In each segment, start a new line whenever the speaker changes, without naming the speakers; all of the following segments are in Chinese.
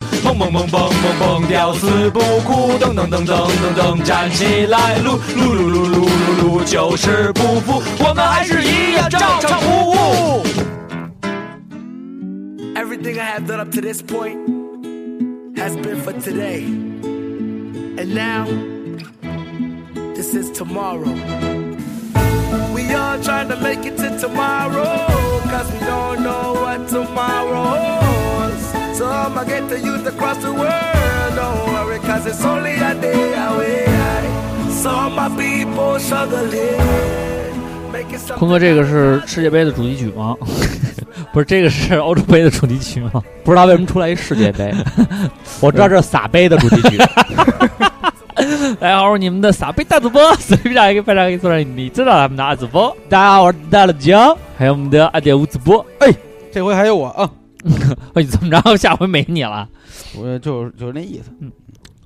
蹦蹦蹦蹦蹦蹦，吊死不哭，噔噔噔噔噔噔，站起来，撸撸撸撸撸撸撸，就是不服，我们还是一样照常服务。
Everything I have done up to this point has been for today. And now, this is tomorrow. We all trying to make it to tomorrow, cause we don't know what tomorrow holds. So I'ma get to use across the world, don't worry, cause it's only a day away. So my people struggling. Make it
坤哥，这个是世界杯的主题曲 吗？不是，这个是欧洲杯的主题曲 吗？
不知道为什么出来一世界杯， 我知道这是撒杯的 主题曲。
大哎家好，我是你们的傻逼大主播，随便找一个非常给做让你知道咱们的二主播，
大家好，我是大哎老姜。
还有我们的二点五主播。
这回还有我啊，
哎，怎么着？下回没你了。
我就是就是那意思。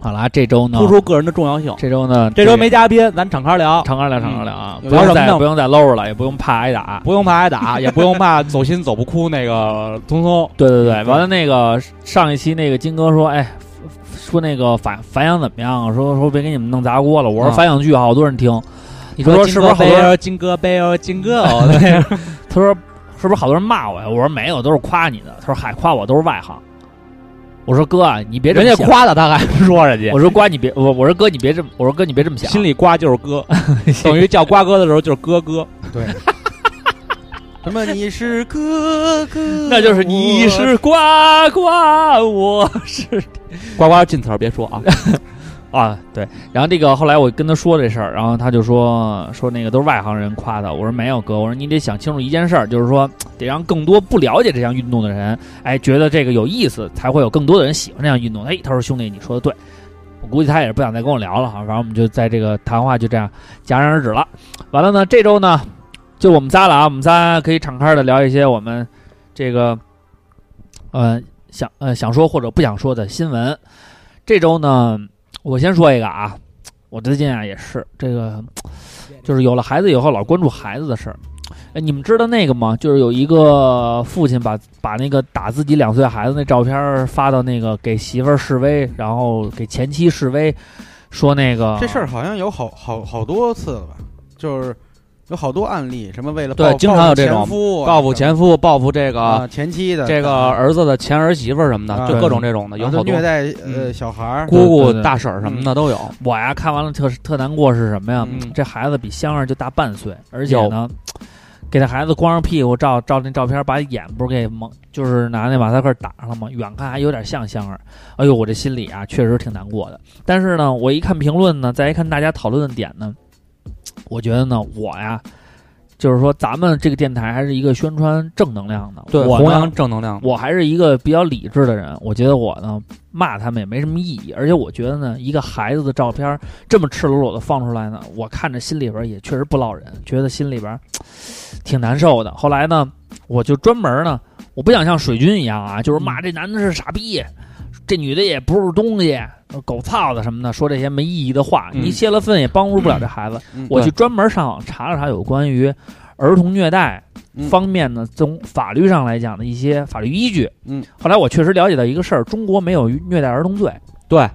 好啦，这周呢
突，出个人的重要性。
这周呢，
这周没嘉宾，咱敞开聊，
常开聊，常开聊啊，
嗯
不
聊
用
什么
再
呢
不用再搂着了，也不用怕挨打。
不用怕挨打，也不用怕走心走不哭那个聪聪。
对对对，完了那个上一期那个金哥说，哎，说那个反反响怎么样？说说别给你们弄砸锅了。我说
啊
反响巨好，好多人听。嗯你
你说
说
是
是
不
不是
是好
好
多
多人？
人金哥杯哦，金哥哦，对
他说是不是好多人骂我呀？我说没有，都是夸你的。他说嗨，夸我都是外行。我说哥啊，你别这
人
么
家
想。
夸他，他还不说人家
我。说瓜，你别我我说哥，你别这么我说哥，你别这么想。
心里瓜就是 哥，等于叫瓜哥的时候就是哥哥，
什么？你是哥哥？
那就是你是瓜瓜，我是
瓜瓜进词儿别说啊，
啊，对。然后这个后来我跟他说这事儿，然后他就说说那个都是外行人夸他。我说没有哥，我说你得想清楚一件事儿，就是说得让更多不了解这项运动的人，哎，觉得这个有意思，才会有更多的人喜欢这项运动。哎，他说兄弟，你说的对。我估计他也是不想再跟我聊了哈，反正我们就在这个谈话就这样戛然而止了。完了呢，这周呢，就我们仨了啊，我们仨可以敞开的聊一些我们这个，呃，想呃想说或者不想说的新闻。这周呢，我先说一个啊，我最近啊也是这个，就是有了孩子以后老关注孩子的事儿。哎，你们知道那个吗？就是有一个父亲把把那个打自己两岁孩子那照片儿发到那个给媳妇儿示威，然后给前妻示威，说那个
啊
这事儿好像有好好好多次了吧？就是有好多案例，什么为了
对
报
经常有这种
报复前夫啊
报复前夫，报复这个
啊前妻的
这个儿子的前儿媳妇儿什么的，
啊
就各种这种的，
啊
有
就
好多
虐待呃
嗯
小孩儿。
姑
对对
姑
对、
大婶儿什么的都有。
我呀看完了特特难过是什么呀？
嗯
这孩子比香儿就大半岁，而且
有
呢，给那孩子光着屁股照照那照片，把眼不是给蒙，就是拿那马赛克打上了吗？远看还有点像香儿。哎呦，我这心里啊确实挺难过的。但是呢，我一看评论呢，再一看大家讨论的点呢，我觉得呢，我呀。就是说，咱们这个电台还是一个宣传正能量的，
对，
我
弘
呢
扬正能量。
我还是一个比较理智的人，我觉得我呢骂他们也没什么意义，而且我觉得呢，一个孩子的照片这么赤裸裸的放出来呢，我看着心里边也确实不落忍，觉得心里边嘖挺难受的。后来呢，我就专门呢，我不想像水军一样啊，就是骂这男的是傻逼，这女的也不是东西，狗操的什么的，说这些没意义的话，
嗯
你泄了愤也帮助不了这孩子。
嗯
我去专门上网查了查有关于儿童虐待
嗯
方面呢，从法律上来讲的一些法律依据。
嗯，
后来我确实了解到一个事儿，中国没有虐待儿童罪，
对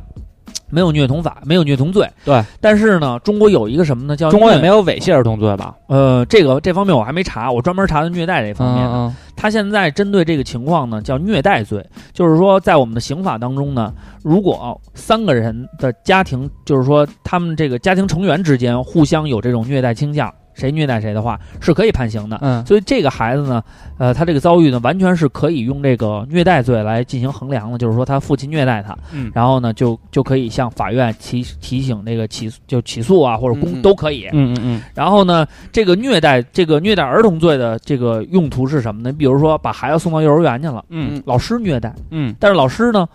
没有虐童法，没有虐童罪。
对，
但是呢，中国有一个什么呢？叫
中国也
虐
没有猥亵儿童罪吧？
呃，这个这方面我还没查，我专门查的虐待这方面的。
嗯，
他现在针对这个情况呢，叫虐待罪，就是说在我们的刑法当中呢，如果呃三个人的家庭，就是说他们这个家庭成员之间互相有这种虐待倾向，谁虐待谁的话，是可以判刑的。
嗯，
所以这个孩子呢，呃，他这个遭遇呢，完全是可以用这个虐待罪来进行衡量的，就是说他父亲虐待他，
嗯
然后呢，就就可以向法院提提醒那个起诉，就起诉啊，或者公、
嗯嗯
都可以。
嗯嗯
然后呢，这个虐待这个虐待儿童罪的这个用途是什么呢？比如说把孩子送到幼儿园去了，
嗯
老师虐待，
嗯
但是老师呢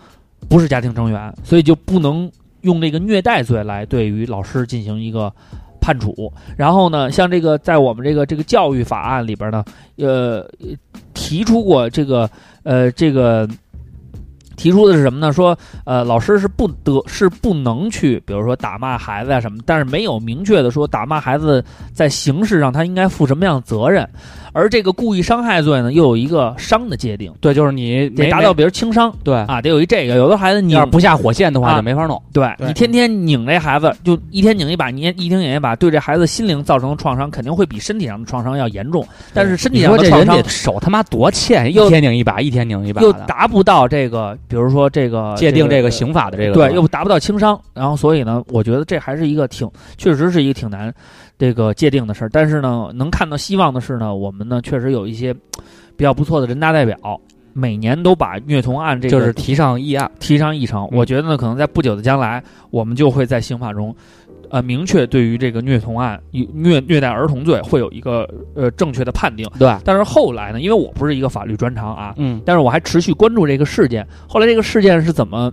不是家庭成员，所以就不能用这个虐待罪来对于老师进行一个判处。然后呢，像这个在我们这个这个教育法案里边呢，呃，提出过这个呃这个。提出的是什么呢？说呃，老师是不得是不能去，比如说打骂孩子呀、啊什么，但是没有明确的说打骂孩子在形式上他应该负什么样的责任，而这个故意伤害罪呢，又有一个伤的界定，
对，就是你没
得达到比如轻伤
对，
啊，得有一这个。有的孩子你
要是不下火线的话
啊
就没法弄。
对
对
你天天拧这孩子，就一天拧一把，你一天拧一把，对这孩子心灵造成的创伤肯定会比身体上的创伤要严重。但是身体
你
上
说
的
这
创
人
伤
得手他妈多欠，
又
一天拧一把，一天拧一把的，
又达不到这个，比如说这个
界定这个刑法的这个
对，又达不到轻伤。然后所以呢，我觉得这还是一个挺，确实是一个挺难这个界定的事儿。但是呢，能看到希望的是呢，我们呢确实有一些嘖比较不错的人大代表。每年都把虐童案这个
就是提上议案。
提上议程。
嗯
我觉得呢，可能在不久的将来，我们就会在刑法中，呃，明确对于这个虐童案、以虐虐待儿童罪会有一个呃正确的判定。
对，
但是后来呢，因为我不是一个法律专长啊，
嗯，
但是我还持续关注这个事件。后来这个事件是怎么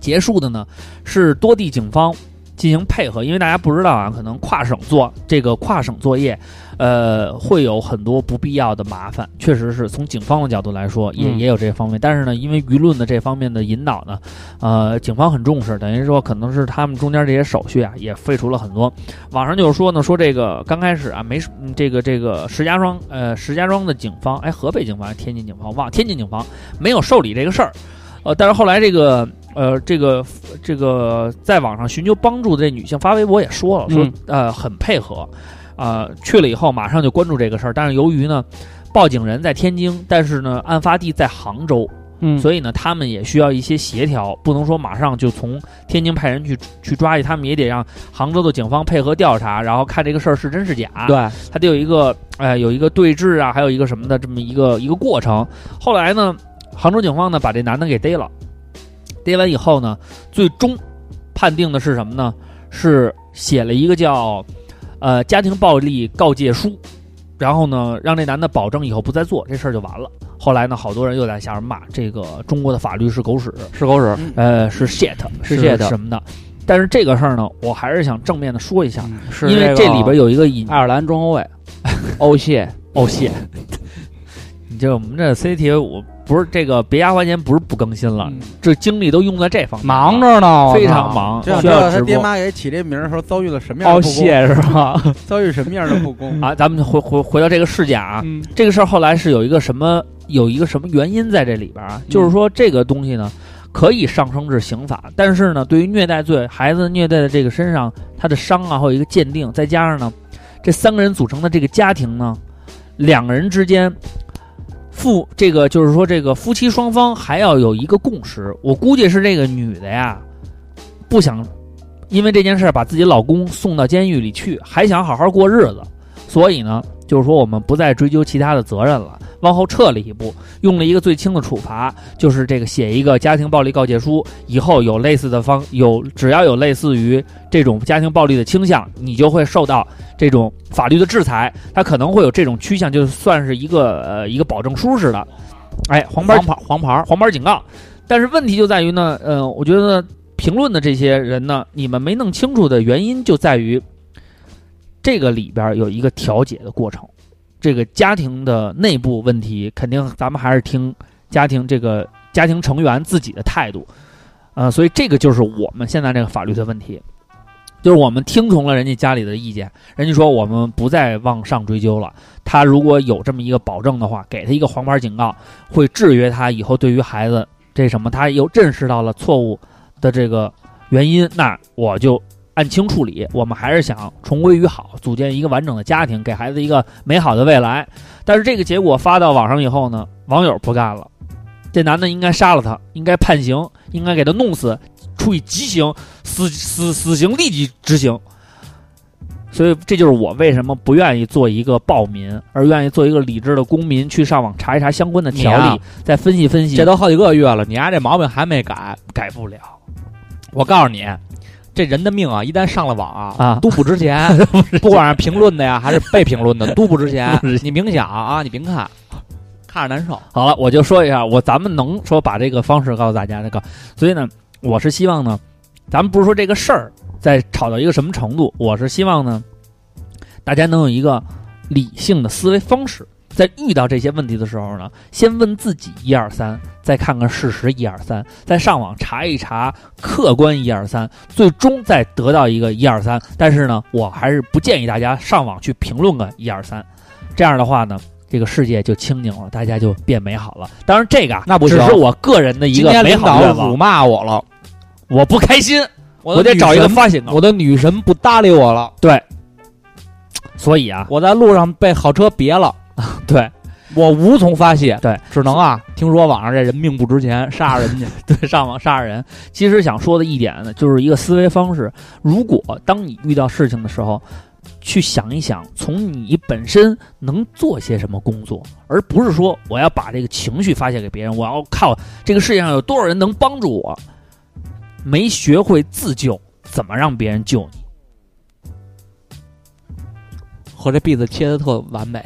结束的呢？是多地警方进行配合，因为大家不知道啊，可能跨省做这个跨省作业，呃，会有很多不必要的麻烦。确实是从警方的角度来说，也
嗯
也有这方面。但是呢，因为舆论的这方面的引导呢，呃，警方很重视，等于说可能是他们中间这些手续啊，也废除了很多。网上就是说呢，说这个刚开始啊，没什嗯这个这个石家庄呃石家庄的警方，哎，河北警方还是天津警方忘了天津警方没有受理这个事儿，呃，但是后来这个呃这个这个在网上寻求帮助的这女性发微博也说了，说、
嗯
呃很配合，啊、去了以后马上就关注这个事儿，但是由于呢。报警人在天津，但是呢，案发地在杭州，
嗯
所以呢，他们也需要一些协调，不能说马上就从天津派人去去抓去，他们也得让杭州的警方配合调查，然后看这个事儿是真是假。
对，
他得有一个呃有一个对峙啊，还有一个什么的这么一个一个过程。后来呢，杭州警方呢把这男的给逮了，逮完以后呢，最终判定的是什么呢？是写了一个叫呃家庭暴力告诫书。然后呢，让这男的保证以后不再做这事儿就完了。后来呢，好多人又在下面骂这个中国的法律是狗屎，
是狗屎。
呃，是 shit，
是 shit
什么的。但是这个事儿呢，我还是想正面的说一下，
嗯是
因为
个啊
这里 边有一个隐
爱尔兰中后卫欧谢，
哦谢， 你这我们这 CT 我不是这个别压花钱，不是不更新了，这精力都用在这方面，
嗯忙，着呢，我
非
操
常。忙，
这想
需
知道
要
他
直
爹
播哦
妈给起这名儿的时候遭遇了什么样
欧
的不公，
哦谢是吧？
遭遇什么样的不公？
啊！咱们回回回到这个事件啊，
嗯
这个事儿后来是有一个什么有一个什么原因在这里边啊？就是说这个东西呢，可以上升至刑法，但是呢，对于虐待罪，孩子虐待的这个身上，他的伤啊，还有一个鉴定，再加上呢，这三个人组成的这个家庭呢，两个人之间。父这个就是说，这个夫妻双方还要有一个共识。我估计是这个女的呀，不想因为这件事儿把自己老公送到监狱里去，还想好好过日子，所以呢，就是说我们不再追究其他的责任了，往后撤了一步，用了一个最轻的处罚，就是这个写一个家庭暴力告诫书，以后有类似的方有只要有类似于这种家庭暴力的倾向，你就会受到这种法律的制裁，他可能会有这种趋向，就算是一个呃一个保证书似的，哎，黄牌
黄牌黄牌，
黄牌警告。但是问题就在于呢，呃，我觉得评论的这些人呢，你们没弄清楚的原因就在于这个里边有一个调解的过程，这个家庭的内部问题，肯定咱们还是听家庭这个家庭成员自己的态度，呃，所以这个就是我们现在这个法律的问题。就是我们听从了人家家里的意见，人家说我们不再往上追究了。他如果有这么一个保证的话，给他一个黄牌警告，会制约他以后对于孩子这什么，他又认识到了错误的这个原因，那我就按轻处理。我们还是想重归于好，组建一个完整的家庭，给孩子一个美好的未来。但是这个结果发到网上以后呢，网友不干了，这男的应该杀了他，应该判刑，应该给他弄死，处以极刑，死死死刑立即执行。所以这就是我为什么不愿意做一个暴民，而愿意做一个理智的公民，去上网查一查相关的条
你
例，
啊
再分析分析。
这都好几个月了，你丫、这毛病还没改，改不了。我告诉你，这人的命啊，一旦上了网啊，
啊
都不值钱，不管是评论的呀，还是被评论的，都 不值钱。你冥想啊，你别看，看着难受。
好了，我就说一下，我咱们能说把这个方式告诉大家这个，所以呢，我是希望呢，咱们不是说这个事儿在吵到一个什么程度，我是希望呢，大家能有一个理性的思维方式，在遇到这些问题的时候呢，先问自己一二三，再看看事实一二三，再上网查一查客观一二三，最终再得到一个一二三。但是呢，我还是不建议大家上网去评论个一二三，这样的话呢。这个世界就清宁了，大家就变美好了。当然，这个啊
那不
只
行
是我个人的一
今
个
天
美
领
好
导
愿望
辱。骂我了，
我不开心，我
我
得
的
找一个
女神
发泄口。
我的女神不搭理我了，
所以啊，
我在路上被好车别了，
对
我无从发泄，
对，
只能啊，听说网上这人命不值钱，杀人家，
对，上网杀人。其实想说的一点呢，就是一个思维方式。如果当你遇到事情的时候，去想一想，从你本身能做些什么工作，而不是说我要把这个情绪发泄给别人，我要靠这个世界上有多少人能帮助我。没学会自救，怎么让别人救你？
和这篦子切的特完美。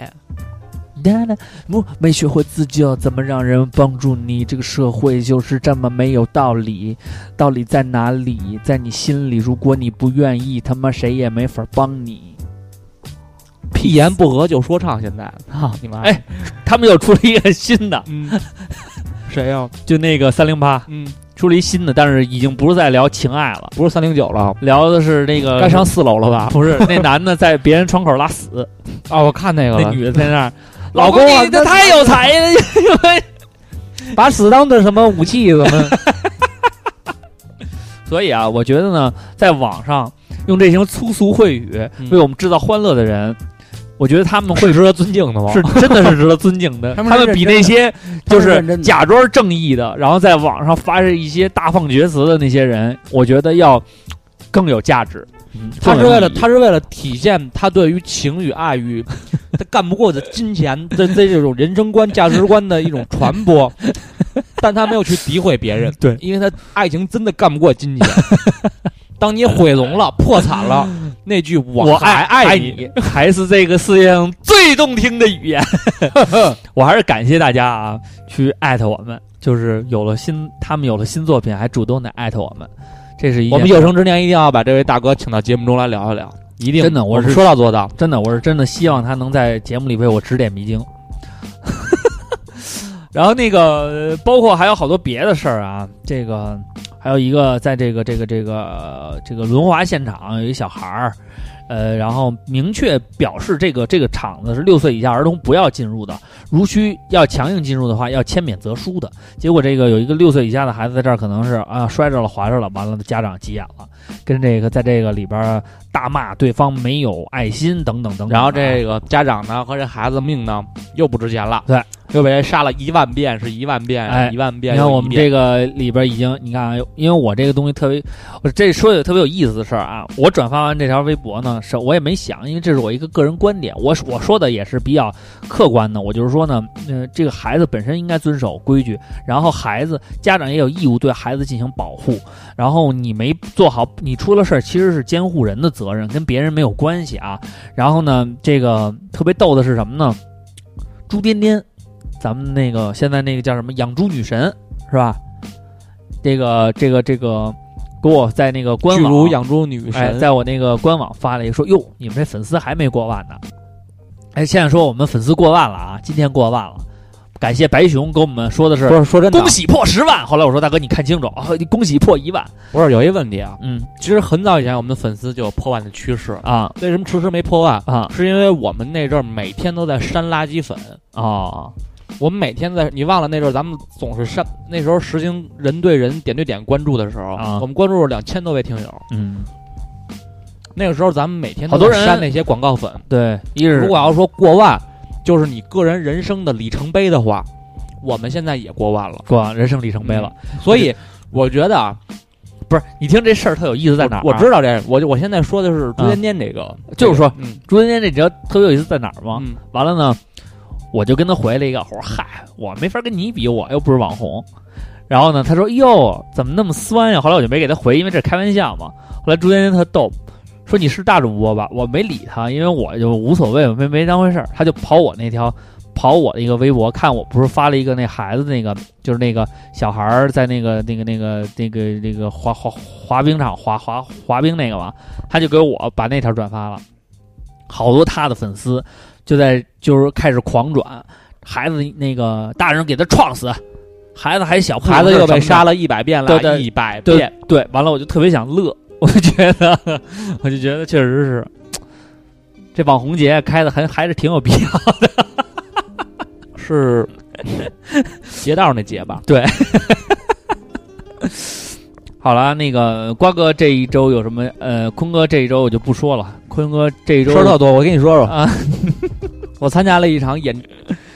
哒哒，不没学会自救，怎么让人帮助你？这个社会就是这么没有道理，道理在哪里？在你心里。如果你不愿意，他妈谁也没法帮你。
一言不合就说唱，现在操你妈！
哎，他们又出了一个新的，
嗯， 谁呀、
就那个三零八
嗯，
出了一新的，但是已经不是在聊情爱了，
不是三零九了，啊
聊的是那个
该上四楼了吧？
不是那男的在别人窗口拉 屎，
啊，我看那个
那
了，
女的在那儿，
老公
公
啊
你这太有才了，
把屎当的什么 武器怎么？
所以啊，我觉得呢，在网上用这些粗俗秽语
嗯
为我们制造欢乐的人，我觉得他们会
是值得尊敬的吗？
是真的是值得尊敬的。
他
他
们是
们比那些就
他们是
是
认真的
假装正义的，然后在网上发射一些大放厥词的那些人，我觉得要更有价值。
嗯他
更
是
有
为了
意义
他是为了体现他对于情与爱与 他干不过的金钱的这这种人生观、价值观的一种传 播，但他没有去诋毁别人，
对
因为他爱情真的干不过 金钱。当你毁容了、破产了，那句“
我
还
爱
爱
你，还是这个世界上最动听的语言。我还是感谢大家啊，去艾特我们，就是有了新，他们有了新作品，还主动的艾特我们，这是一”，
我们
件
有生之年一定要把这位大哥请到节目中来聊一聊，一定
真的我
我
是
们说到做到。
真的，我是真的希望他能在节目里为我指点迷津。然后那个，呃包括还有好多别的事儿啊，这个还有一个，在这个这个这个呃这个轮滑现场有一小孩儿，呃，然后明确表示这个这个场子是六岁以下儿童不要进入的，如需要强硬进入的话，要签免责书的。结果这个有一个六岁以下的孩子在这儿可能是啊摔着了滑着了，完了家长急眼了，跟这个在这个里边儿大骂对方没有爱心等等等等啊。
然后这个家长呢和这孩子命呢又不值钱了，
对，
又被人杀了一万遍是一万遍，
哎
一万遍
你
又一遍。
看我们这个里边已经，你看啊，因为我这个东西特别，我这说有特别有意思的事儿啊。我转发完这条微博呢，是我也没想，因为这是我一个个人观点，我我说的也是比较客观的。我就是说呢，呃，这个孩子本身应该遵守规矩，然后孩子家长也有义务对孩子进行保护。然后你没做好，你出了事儿其实是监护人的责任，跟别人没有关系啊。然后呢，这个特别逗的是什么呢？朱颠颠，咱们那个现在那个叫什么养猪女神是吧？这个这个这个，给我在那个官
巨
网
乳养猪女
哎，
神，
在我那个官网发了一个说，哟，你们这粉丝还没过万呢。哎，现在说我们粉丝过万了啊，今天过万了，感谢白熊给我们说的是
不是说真的啊
恭，喜破十万。后来我说大哥，你看清楚啊，你恭喜破一万。
不是有一问题啊，
嗯
其实很早以前我们的粉丝就有破万的趋势，
啊
为什么迟迟没破万？
啊
是因为我们那阵儿每天都在删垃圾粉，
哦，
我们每天在你忘了那阵儿咱们总是删，那时候实行人对人点对点关注的时候，
啊
我们关注了两千多位听友，
嗯，
那个时候咱们每天
好多
都在
人
删那些广告粉，
对，一是
如果要说过万，就是你个人人生的里程碑的话，我们现在也过万了，
过人生里程碑了。
所以我觉得啊，
不是，你听这事儿特有意思在哪儿啊、
我我知道这，我我现在说的是朱尖尖这个，
就是说，
嗯
朱元璋这你知道特别有意思在哪儿吗？
嗯，
完了呢，我就跟他回了一个，我说嗨，我没法跟你比，我又不是网红。然后呢，他说哟，怎么那么酸呀？后来我就没给他回，因为这是开玩笑嘛。后来朱丹丹特逗，说你是大主播吧？我没理他，因为我就无所谓，我没没当回事儿。他就跑我那条，跑我的一个微博，看我不是发了一个那孩子那个，就是那个小孩儿在那个那个那个那个那个滑滑滑冰场滑滑滑冰那个嘛，他就给我把那条转发了，好多他的粉丝就在就是开始狂转，孩子那个大人给他撞死，孩子还小，
孩子又被
了。
杀了一百遍
对
了，
对
一百
对
遍。
对，完了我就特别想乐，我就觉 得，我就觉得确实是，这网红节开的还还是挺有必要。
是劫道那劫吧？
好了，那个瓜哥这一周有什么？呃，坤哥这一周我就不说了，坤哥这一周
事儿特多，我跟你说说，
啊，
我参加了一场演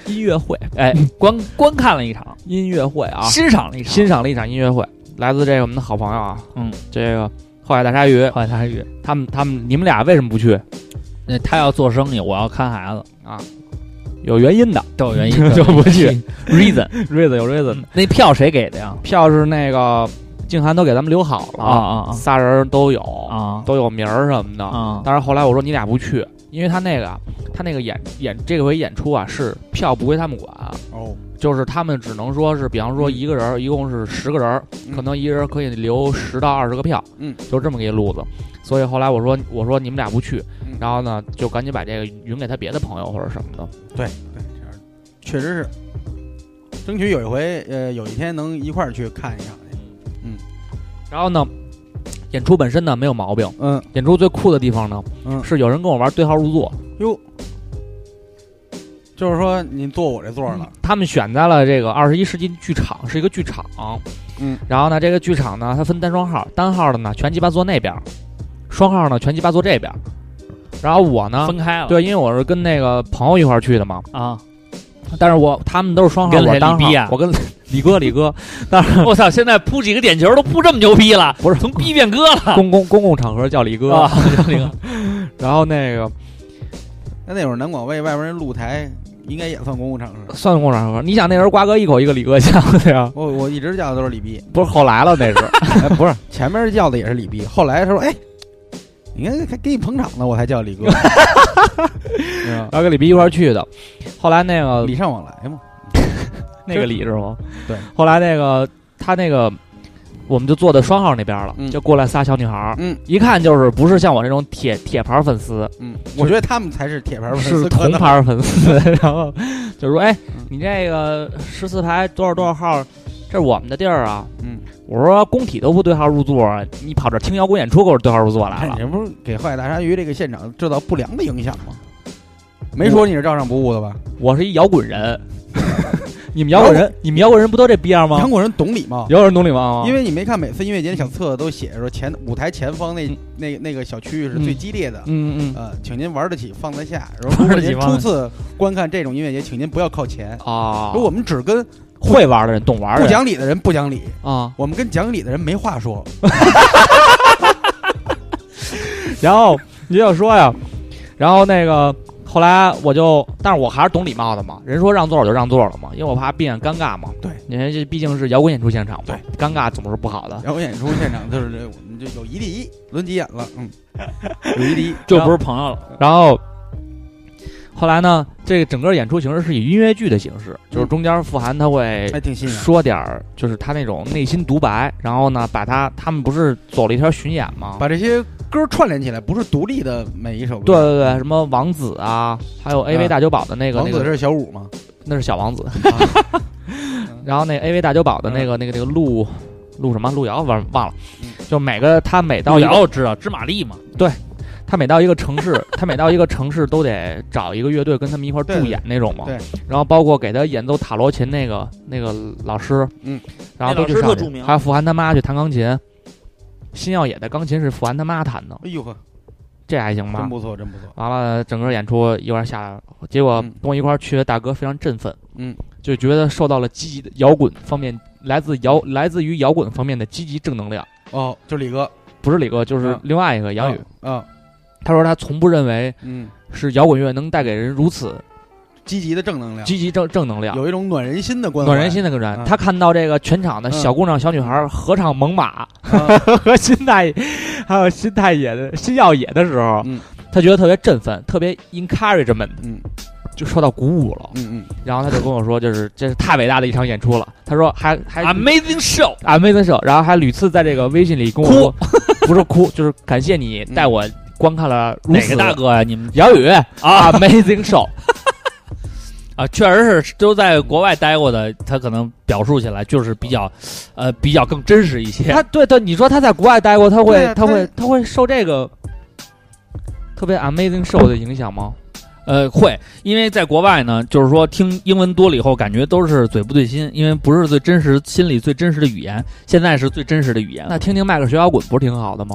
音乐会，
哎，观观看了一场，
音乐会啊，
欣赏了一场，
欣赏了一场音乐会，来自这个我们的好朋友啊，
嗯，
这个后海大鲨鱼，
好像语，
他们他们你们俩为什么不去
那他要做生意，我要看孩子，
啊？有原因的，
都有原 因，
就不去。
reason，嗯
瑞子有瑞子，
那票谁给的呀？
票是那个静涵都给咱们留好了
啊，啊
仨人都有，
啊啊
都有名儿什么的。
啊！
但是后来我说你俩不去，因为他那个啊他那个演演这回演出啊是票不归他们管，
哦，
就是他们只能说是，比方说
嗯
一个人儿一共是十个人儿，
嗯
可能一个人可以留十到二十个票，
嗯，
就这么个一路子。所以后来我说我说你们俩不去，
嗯
然后呢就赶紧把这个匀给他别的朋友或者什么的。
对对，这样确实是，争取有一回，呃，有一天能一块儿去看一场去。
然后呢，演出本身呢没有毛病，
嗯
演出最酷的地方呢
嗯，
是有人跟我玩对号入座，
哟，就是说您坐我这座儿了，
他们选在了这个二十一世纪剧场，是一个剧场。
嗯，
然后呢，这个剧场呢，它分单双号，单号的呢全鸡巴坐那边儿，双号呢全鸡巴坐这边儿。然后我呢
分，开了，
对，因为我是跟那个朋友一块儿去的嘛，
啊！
但是我他们都是双号，
跟
我
谁
是单
李
号，
逼啊
我跟李哥，李哥，
我操，现在扑几个点球都扑这么牛逼了，
不是
从逼变哥了。
公公公共场合叫李哥。
啊，那个
然后那个
那那会儿南广卫外边儿那露台应该也算公共场 合。
算公共场合，你想那时候瓜哥一口一个李哥叫的呀，
我我一直叫的都是李逼，
不是后来了那是。
哎， 不是前面叫的也是李逼，后来他说哎。你看，还给你捧场呢，我才叫李哥，
然后跟李斌一块儿去的。后来那个
礼尚往来嘛。
那个李是吗？
对。
后来那个他那个，我们就坐在双号那边了，
嗯
就过来仨小女孩儿，
嗯，
一看就是不是像我这种铁铁牌粉丝，
嗯，我觉得他们才是铁 牌粉丝，
是
可
铜
能
牌粉丝。 然后就说：“哎
嗯，
你这个十四排多少多少号，这是我们的地儿啊。”
嗯，
我说工体都不对号入座，你跑这儿听摇滚演出给我对号入座来
哎，
了
你。 这不是给坏大鲨鱼这个现场制造不良的影响吗？没说你是照上不误的吧？
我是一摇 滚人，你们摇滚人，你们摇滚人不都这逼样吗？
韩国人懂礼貌，
摇滚人懂礼貌吗？
因为你没看每次音乐节的小册子都写着说前舞台前方那
嗯
那那个小区域是最激烈的，
嗯嗯。
呃，请您玩得起放得下。如 果您初次观看这种音乐节，请您不要靠前。
啊，
如果我们只跟
会玩的人、懂玩
不
的人
讲理的人不讲理，
啊。
我们跟讲理的人没话说。
然后你就说呀，然后那个后来我就，但是我还是懂礼貌的嘛，人说让座我就让座了嘛，因为我怕避免尴尬嘛。
对，
因为这毕竟是摇滚演出现场嘛，
对，
尴尬总是不好的。
然后演出现场就是这，我们就有一敌一，轮急眼了，嗯，有一 敌一，
就不是朋友了。
然后后来呢，这个整个演出形式是以音乐剧的形式，就是中间富含他会
还挺新颖。
说点儿，就是他那种内心独白，然后呢，把他他们不是走了一条巡演吗？
把这些歌串联起来，不是独立的每一首歌。
对对对，什么王子啊，还有 AV
嗯
大酒保的那个、
王
那
子
个
是小五吗？
那是小王子。
啊
然后那 AV 大酒保的那个、那个那个陆陆什么陆遥忘忘了
嗯，
就每个他每到一
瑶
个
我知道，芝麻粒嘛，
他每到一个城市，他每到一个城市都得找一个乐队跟他们一块儿
对
助演那种嘛。
对
然后包括给他演奏塔罗琴那个那个老师，
嗯，
然后都去
那老师
上
特著
去，
名
还有富含他妈去弹钢琴。新耀野的钢琴是富含他妈弹的，
哎呦呵，
这还行吧
真？不错，真不错。
完了，整个演出一块儿下来了，结果
嗯
跟我一块儿去的大哥非常振奋，
嗯，
就觉得受到了积极的摇滚方面，来自摇来自于摇滚方面的积极正能量。
哦，就李哥，
不是李哥，就是
嗯
另外一个杨宇，
啊，啊
他说他从不认为
嗯，
是摇滚乐能带给人如此
积极的正能量，
积极正正能量。
嗯有一种暖人心的关怀，
啊暖人心的个人，
嗯
他看到这个全场的小姑娘、小女孩合唱《猛犸
啊。》
和新太，还有新太野的新耀野的时候，
嗯
他觉得特别振奋，特别 encouragement，
嗯
就受到鼓舞了。
嗯嗯，
然后他就跟我说，就是这是太伟大的一场演出了。他说还还
Amazing Show，
啊，妹子手，然后还屡次在这个微信里跟我说，不是哭，就是感谢你带我观看了如
哪
此
个大哥呀、你们
杨宇啊 ，Amazing Show，
啊，确实是都在国外待过的，他可能表述起来就是比较，呃，比较更真实一些。
他对他，你说他在国外待过，他会
对啊
他
他
会他会受这个特别 Amazing Show 的影响吗？
呃，会，因为在国外呢，就是说听英文多了以后，感觉都是嘴不对心，因为不是最真实，心里最真实的语言，现在是最真实的语言了。
那听听迈克尔学摇滚不是挺好的吗？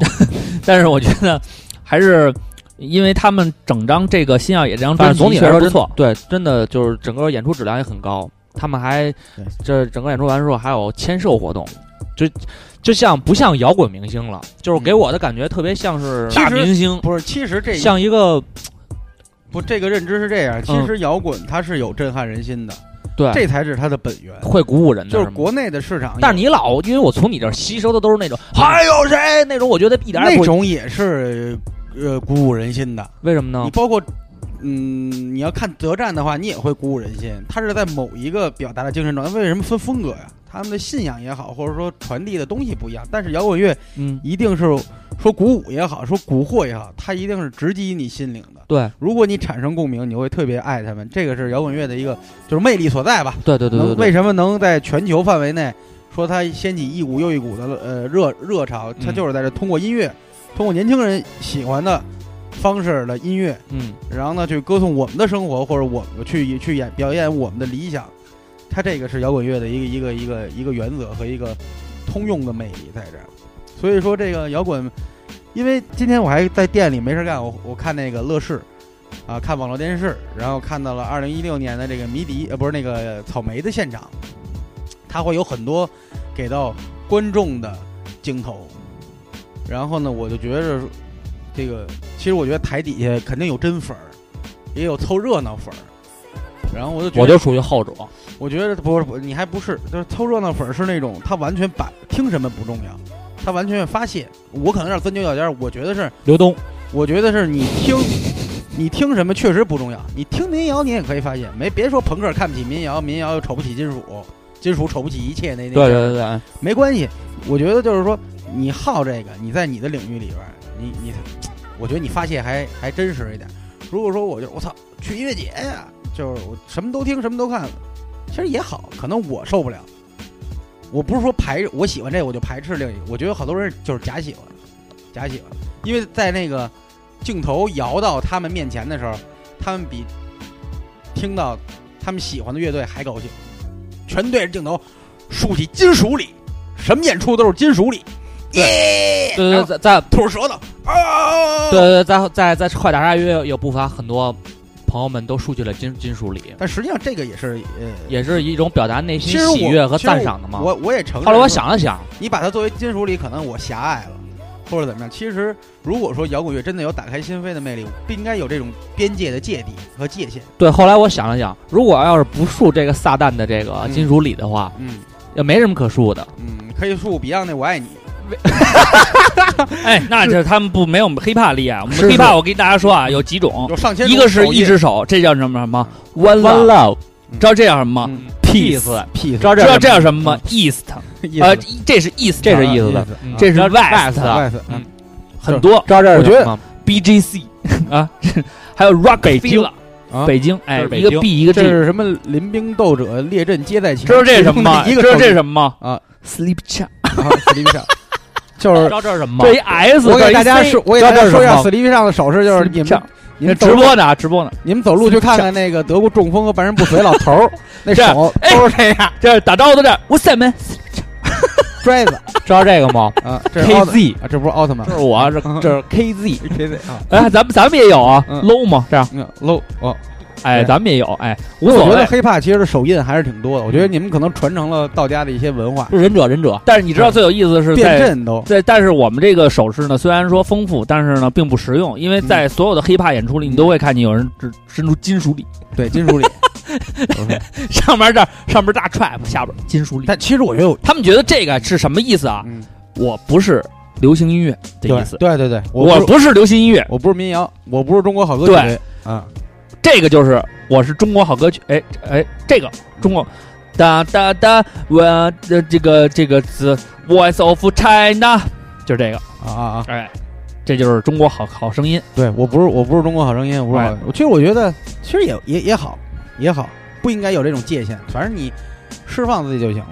但是我觉得还是因为他们整张这个《新耀野》这张专
反正
辑
总体
确
来说
实
真
不错，，
对，真的就是整个演出质量也很高。他们还
对
这整个演出完之后还有签售活动，就就像不像摇滚明星了？就是给我的感觉特别像是
其实
大明星，
不是，其实这
像一个
不这个认知是这样，其实摇滚它是有震撼人心的，
对
这才是它的本源。
会鼓舞人的，
就是
吗
国内的市场有，
但是你老，因为我从你这儿吸收的都是那种还有谁那种，我觉得一点儿
嗯
也
那
不
种也是呃鼓舞人心的。
为什么呢
你？包括嗯，你要看德战的话，你也会鼓舞人心。他是在某一个表达的精神状态，为什么分风格呀？他们的信仰也好，或者说传递的东西不一样，但是摇滚乐
嗯，
一定是说鼓舞也好，说蛊惑也好，它一定是直击你心灵的。
对
如果你产生共鸣，你会特别爱他们，这个是摇滚乐的一个就是魅力所在吧。
对对对对
能为
对，
什么能在全球范围内说它掀起一股又一股的呃热热潮？它
嗯
就是在这通过音乐，通过年轻人喜欢的方式的音乐，
嗯，
然后呢去歌颂我们的生活，或者我们去去演表演我们的理想。它这个是摇滚乐的一个一个一个一个原则和一个通用的魅力在这儿。所以说这个摇滚，因为今天我还在店里没事干，我我看那个乐视。啊，看网络电视，然后看到了二零一六年的这个迷笛，呃，不是那个草莓的现场，它会有很多给到观众的镜头。然后呢，我就觉着这个，其实我觉得台底下肯定有真粉儿，也有凑热闹粉儿。然后我就觉得
我就属于后者，
我觉得不是，不你还不是，就是凑热闹粉儿是那种他完全把听什么不重要，他完全发泄。我可能有点钻牛角尖儿，我觉得是，
刘东，
我觉得是你听，你听什么确实不重要，你听民谣你也可以发泄，没别说朋克看不起民谣，民谣又瞅不起金属，金属瞅不起一切那那
对
劲儿
对对对，
没关系，我觉得就是说，你好这个，你在你的领域里边儿，你你，我觉得你发泄还还真实一点。如果说我就我操去音乐节呀、就是我什么都听，什么都看，其实也好，可能我受不了。我不是说排我喜欢这个我就排斥另一个，我觉得好多人就是假喜欢，假喜欢，因为在那个镜头摇到他们面前的时候，他们比听到他们喜欢的乐队还高兴，全对着镜头竖起金属礼，什么演出都是金属礼，耶，
对
然
对
后
在在
吐着舌头，啊，
对对在在在快打鲨鱼有不乏很多朋友们都输去了金金属礼，
但实际上这个也是呃，
也是一种表达内
其
心
实我
喜悦和
其实我
赞赏的嘛。
我我也承认，
后来我，想了想，
你把它作为金属礼，可能我狭隘了，或者怎么样。其实如果说摇滚乐真的有打开心扉的魅力，不应该有这种边界的芥蒂和界限。
对，后来我想了想，如果要是不输这个撒旦的这个
嗯
金属礼的话，
嗯
也没什么可输的。
嗯，可以说 Beyond 那我爱你，
哎，那就是他们不没有我们 hiphop 厉害。啊我们
是是
hiphop 我跟大家说啊，有几种，
有上千种
一个是
手艺，
一只手，这叫什么什么 one love，
嗯
知道这叫什么吗
嗯
？peace，
屁
知道这叫什
嗯
么吗？east，
意
呃
思，
这是 east，
这
啊
是意思的，
嗯这是 west，
west，
外思，
嗯
很多
知道这
我
是
觉
什
得
么吗？
BGC 啊，还有 rock 北
京
啊
北京，哎，
这是北
一个
京
B 一个 G，
这是什么？临兵斗者，列阵皆在前。
知道这是什么吗？
一
知
个
道
手
这是
艺
什么吗？
啊
，sleep chat，
啊，sleep 上， 就
知
是
道这是什么吗
这？一 S，
我
这
给
一
大家
C
说，我给大
知道
家
这
说一
是
下
什么
，sleep 上的手势就是你
Sleep Shop
们，你们走
直
路
播呢啊，直播呢，
你们走路去看看那个德国中风和半身不遂老头儿，那
这哎
手都是这样
这打招呼的这，我塞门
拽子
知道这个吗
啊，这是奥特
？KZ，
啊，这不是奥特曼
这，是我， 这
嗯
这是 KZ。
KZ 啊，
哎，咱们咱们也有啊
嗯
，low 嘛，这样，
嗯，low 哦，
哎，
对
咱们也有，哎，无
我
所
觉得
谓。
黑怕其实手印还是挺多的，我觉得你们可能传承了道家的一些文化，
这忍者，忍者，
但是你知道最有意思的是
嗯
在
变阵都
在，但是我们这个手势呢，虽然说丰富，但是呢并不实用，因为
嗯
在所有的黑怕演出里，你都会看见有人只伸出金属礼，
对金属里，
上面这儿上面大 trap，下边金属礼。
但其实我觉得有，
他们觉得这个是什么意思啊？
嗯，
我不是流行音乐的
对
意思，
对对对，
我
不是
不是流行音乐，
我不是民谣，我不是中国好歌
对
曲，啊，
这个就是我是中国好歌曲，哎哎，这个中国哒哒哒，我呃这个这个词 Voice of China，就是这个，
啊啊啊！
哎，这就是中国好好声音。
对我不是我不是中国好声音，我不是好
哎。
我其实我觉得其实也也也好也好，不应该有这种界限，反正你释放自己就行了。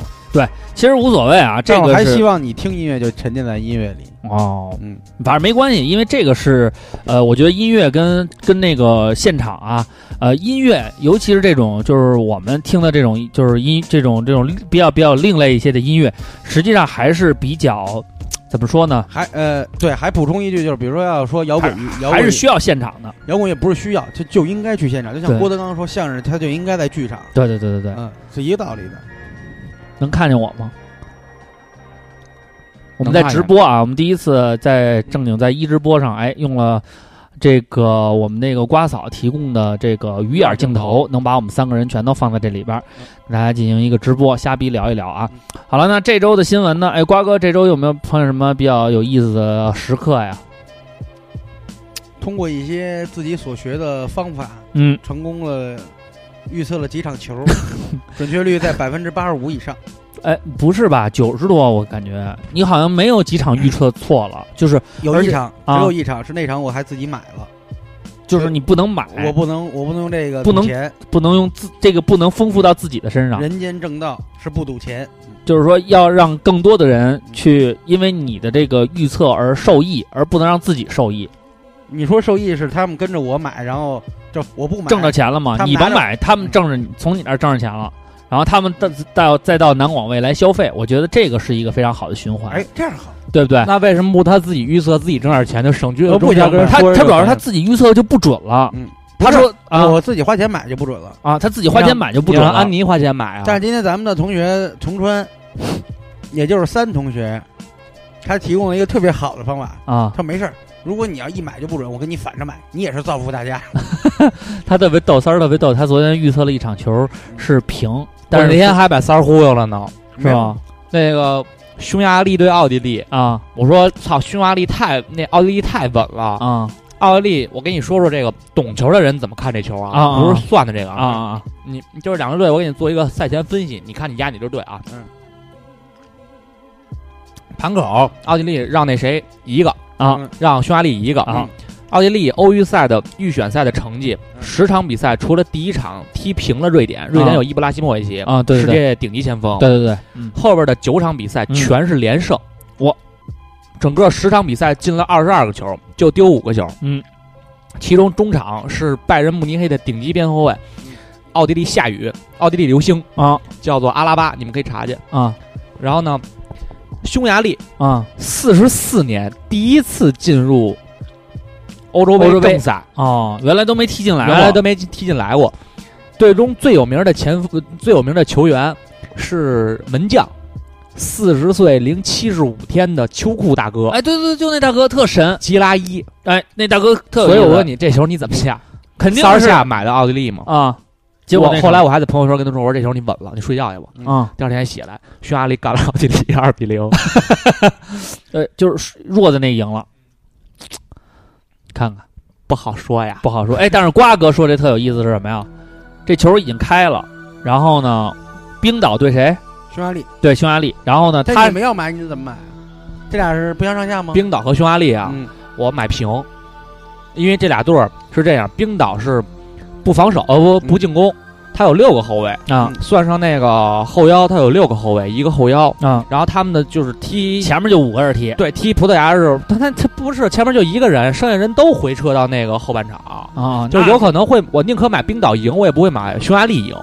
其实无所谓啊，这
但我
个
还希
是
望你听音乐就沉浸在音乐里。
哦，
嗯，
反正没关系，因为这个是呃，我觉得音乐跟跟那个现场啊，呃，音乐尤其是这种就是我们听的这种就是音这种这种比较比较另类一些的音乐，实际上还是比较怎么说呢？
还呃对，还补充一句，就是比如说要说摇滚，摇
还是
滚
需要现场的。
摇滚也不是需要，就就应该去现场。就像
对
郭德纲说，相声他就应该在剧场，
对对对对对，
嗯，是一个道理的。
能看见我吗？我们
能
在
看见
直播啊，我们第一次在正经在一直播上，哎，用了这个我们那个瓜嫂提供的这个鱼眼镜头，能把我们三个人全都放在这里边儿，跟大家进行一个直播，瞎逼聊一聊啊。好了，那这周的新闻呢？哎，瓜哥，这周有没有碰见什么比较有意思的时刻呀？
通过一些自己所学的方法，
嗯，
成功了预测了几 场球，准确率在百分之八十五以上。
哎，不是吧？九十多，我感觉你好像没有几场预测错了，就是
有
而
一
且
场，只
啊
有一场是那场我还自己买了，
就是你不能买，
我不能我不能用这个
哎不
赌
能啊
钱，
不能用自这个不能丰富到自己的身上。
人间正道是不赌钱。嗯
就是说要让更多的人去因为你的这个预测而受益，而不能让自己受益。
你说受益是他们跟着我买，然后就我不买，
挣着钱了嘛
他？们
你
拿着
甭买，他们
嗯
挣着你从你那儿挣着钱了，然后他们到到再到南广卫来消费，我觉得这个是一个非常好的循环，
哎，这样好，
对不对？
那为什么不他自己预测自己挣点钱就省去了
呃不
中间
想
跟人
买
他
说
他
这个
主要是他
钱
自己预测就不准了，
嗯，
他说啊
我自己花钱买就不准了。
啊，他自己花钱买就不
你
准
让
了
安。妮花钱买啊？
但是今天咱们的同学铜川，也就是三同学，他提供了一个特别好的方法，
啊
他，说没事儿。如果你要一买就不准，我跟你反着买，你也是造福大家。
他特别逗，三儿特别逗。他昨天预测了一场球是平，但
但
是
是那天还把三儿忽悠了呢。
是吧？
那个匈牙利对奥地利，
啊
我说操，匈牙利太那奥地利太稳了。
啊
奥地利，我跟你说说这个懂球的人怎么看这球啊？
啊啊
不是算的这个
啊啊！啊！
你就是两支队，我给你做一个赛前分析，你看你压哪支队啊？
嗯。
盘口，奥地利让那谁一个
啊
嗯
让匈牙利一个
啊。
奥地利欧预赛的预选赛的成绩，
嗯
十场比赛除了第一场踢平了瑞典，瑞典有伊布拉希莫维奇，
啊啊，对
世
对对
界顶级前锋。
对对对，嗯
后边的九场比赛
嗯
全是连胜，我整个十场比赛进了二十二个球，就丢五个球。
嗯，
其中中场是拜仁慕尼黑的顶级边后卫，奥地利下雨，奥地利流星
啊
叫做阿拉巴，你们可以查去。
啊
然后呢，匈牙利
啊
四十四年第一次进入欧洲
欧洲
杯
杯
正赛，
哦，原来都没踢进来
原
过，
来都没踢进来过。队中最有名的前锋最有名的球员是门将，四十岁零七十五天的秋裤大哥
哎，对对，对就那大哥特神，
吉拉伊。
哎，那大哥特有意
所
思，啊
以我问你，这球你怎么下？
肯定
三
是
下买的奥地利嘛。
啊，结果
我后来我还在朋友圈跟他说：“我说这球你稳了，你睡觉去吧。
啊”，
第二天起来，匈牙利干了奥地利二 比零。
呃，就是弱的那赢了，看看
不好说呀，
不好说。哎，但是瓜哥说这特有意思是什么呀？这球已经开了，然后呢，冰岛对谁？
匈牙利，
对匈牙利，然后呢，
但
他
你们要买你怎么买？这俩是不相上下吗？
冰岛和匈牙利啊，
嗯
我买平，因为这俩队儿是这样，冰岛是不防守，呃不不进攻，他有六个后卫，
嗯啊
算上那个后腰，他有六个后卫，一个后腰，
啊，
然后他们的就是踢。
前面就五个人踢
对，踢葡萄牙是，他他他不是前面就一个人，剩下人都回撤到那个后半场，
啊，
就是
那
有可能会，我宁可买冰岛赢，我也不会买匈牙利赢，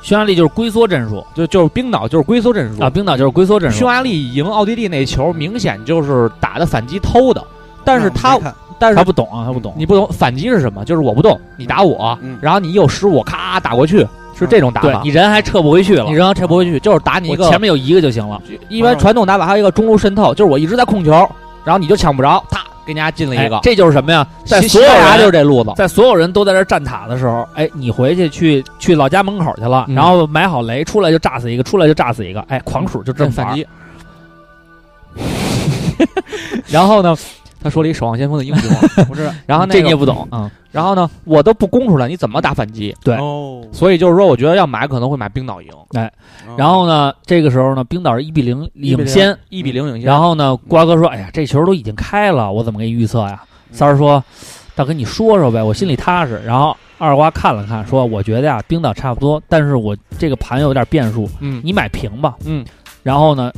匈牙利就是龟缩战术
就就是冰岛就是龟缩战术
啊，，冰岛就是龟缩战术
匈，牙利赢奥地利那球明显就是打的反击偷的，但是
那
他
我没看
但是
他不懂啊，他不懂，
你不懂反击是什么？就是我不动，你打我，
嗯
然后你有失误，咔打过去，是这种打
对
法。
你人还撤不回去了，
你扔这不回去，就是打你一
我
个
前面有一个就行了。
一般传统打法，还有一个中路渗透，就是我一直在控球，然后你就抢不着，啪给人家进了一个
哎。这就是什么呀？在
西
所
西
有
班牙
人
就是这路子，
在所有人都在这儿站塔的时候，哎，你回去去去老家门口去了，
嗯
然后埋好雷，出来就炸死一个，出来就炸死一个，
哎
哎，狂鼠就这么
反
玩。
击。然后呢，他说了一《守望先锋》的英雄，
不是？
然后
这
那
你也
个，
不懂啊？
然后呢，我都不供出来，你怎么打反击？
对
哦，
所以就是说，我觉得要买可能会买冰岛赢，
然后呢，这个时候呢，冰岛是一比零领先，
一比零领先。
然后呢，瓜哥说：“哎呀，这球都已经开了，我怎么给你预测呀？”
嗯
三儿说：“大哥，你说说呗，我心里踏实。”然后二瓜看了看，说：“我觉得呀，冰岛差不多，但是我这个盘有点变数，
嗯，
你买平吧。”
嗯，
然后呢，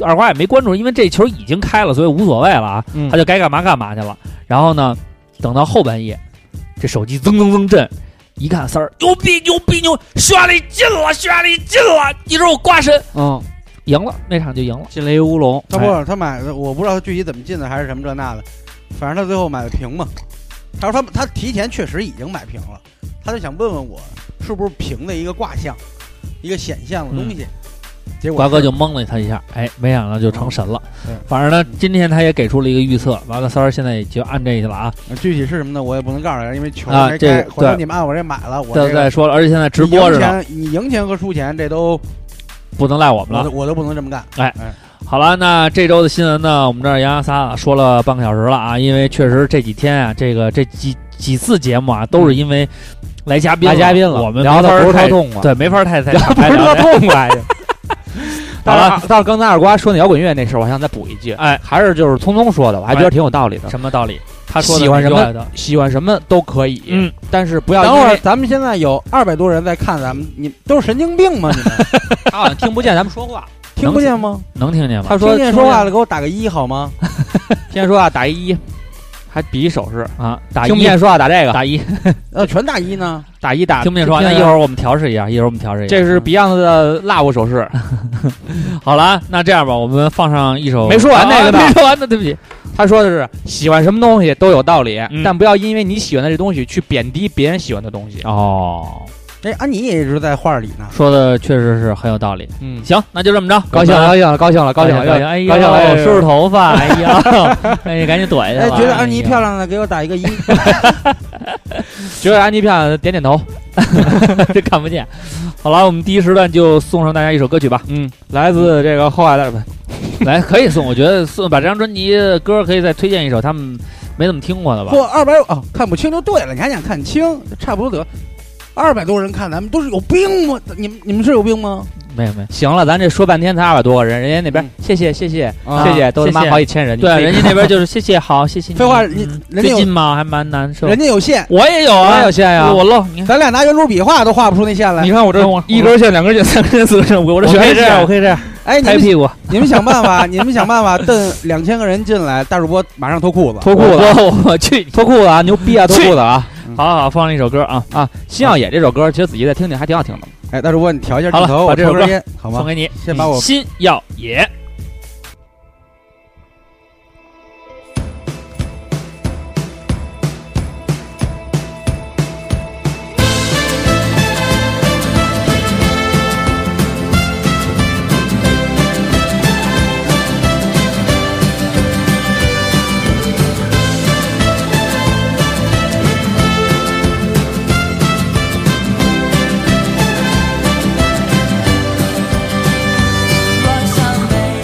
二瓜也没关注，因为这球已经开了，所以无所谓了啊，
嗯
他就该干嘛干嘛去了。然后呢，等到后半夜，这手机噌噌噌震。一看三儿牛逼牛逼牛，绚丽进了，绚丽进了！你说我瓜神
嗯，
赢了，那场就赢了。
进了一乌龙，
他不
哎
是他买的，我不知道他具体怎么进的，还是什么这那的，反正他最后买的平嘛。他说他他提前确实已经买平了，他就想问问我是不是平的一个卦象，一个显象的东西。结
嗯
果
瓜哥
是
就蒙了他一下，哎，没想到就成神了
嗯。
反正呢，今天他也给出了一个预测，完了三儿现在也就按这个了啊，
呃具体是什么呢？我也不能告诉大家，因为球
啊
没
这
开。
个
回头
对
你们按我这买了，我
再
这
再
个
说了，而且现在直播着
你赢
呢，
钱，你赢钱和输钱这都
不能赖我们
我
了
都。我都不能这么干。
好了，那这周的新闻呢，我们这儿洋洋洒洒说了半个小时了啊，因为确实这几天啊，这个这几几次节目啊，都是因为来嘉宾
嗯来嘉宾了，
我们
聊
没
的
法
不是
太
太痛快，
对，没法太太
聊得不
太
是
聊
特
的
痛 快。
好了
但是，但是刚才二瓜说那摇滚乐那事儿，我还想再补一句，啊
哎，
还是就是聪聪说的，我还觉得挺有道理的。
什么道理？他说的
喜欢
那
什
句
么
话的
喜欢什么都可以，
嗯，
但是不要
等
因
会儿
为
咱们现在有二百多人在看咱们，你都是神经病吗？你们
他好像啊听不见咱们说话。
听不见吗？
能听见吗？
他说
听见说话了，给我打个一 好吗？
听见说话打一，还比一手势。
啊，打一
听不见说话打这个，啊
打一，听
呃，全打一呢？
打一打
不见说话，那一
一
会儿我们调试一下，一会儿我们调试一下。
这是 Beyond 的 Love 手势，
好了，那这样吧，我们放上一首
没说完那个呢
啊没说完呢，对不起。
他说的是喜欢什么东西都有道理，
嗯
但不要因为你喜欢的这东西去贬低别人喜欢的东西。
哦，
哎，安妮也一直在画里呢。
说的确实是很有道理。
嗯，
行，那就这么着，
高兴了，高兴了，高兴了，高兴了，
高兴，哎呦，
高兴了，哎呦
梳梳头发，哎呀， 哎呀，赶紧躲一下
哎，
吧。
觉得
啊
安妮
哎呀
漂，亮的，给我打一 个一。
觉得安妮漂亮，点点头。
这哎 看不见。好了，我们第一时段就送上大家一首歌曲吧。
嗯，来自这个后海的，不
来，可以送，我觉得送把这张专辑的歌可以再推荐一首他们没怎么听过的吧。
嚯，二百哦，看不清就对了，你还想看清，差不多得。二百多人看咱们都是有病吗？你们你们是有病吗？
没有没有，
行了，咱这说半天才二百多个人，人家那边
嗯
谢谢谢谢
啊
谢谢，都他
谢
妈
谢
好几千人。你自
对，
己
人家那边就是谢谢，好，谢谢你。
废话，你
嗯
人家
最近
有
嘛还蛮难受。
人家有线，
我也有
哪
啊
有，线呀？
我漏你看。
咱俩拿圆珠笔画都画不出那线来
你。看我这
跟我
一根线、两根线、三根线、四根线、五根
我
线，
可以
全
这
是
样，我
线。
可以这样，
哎，你
拍
们
屁股，
你们想 办法，你们想办法，瞪两千个人进来，大主播马上脱裤子。
脱裤子，
我我我去你，
脱裤子啊！牛逼啊！脱裤子啊！
好好好放了一首歌啊，
啊，新耀野这首歌，其实仔细再听听还挺好听的。
哎，大主播你调一下
好了
镜头，
把
我
这首
抽根
歌
烟好
送
吗？
给你。
先把我
心耀野，
我想被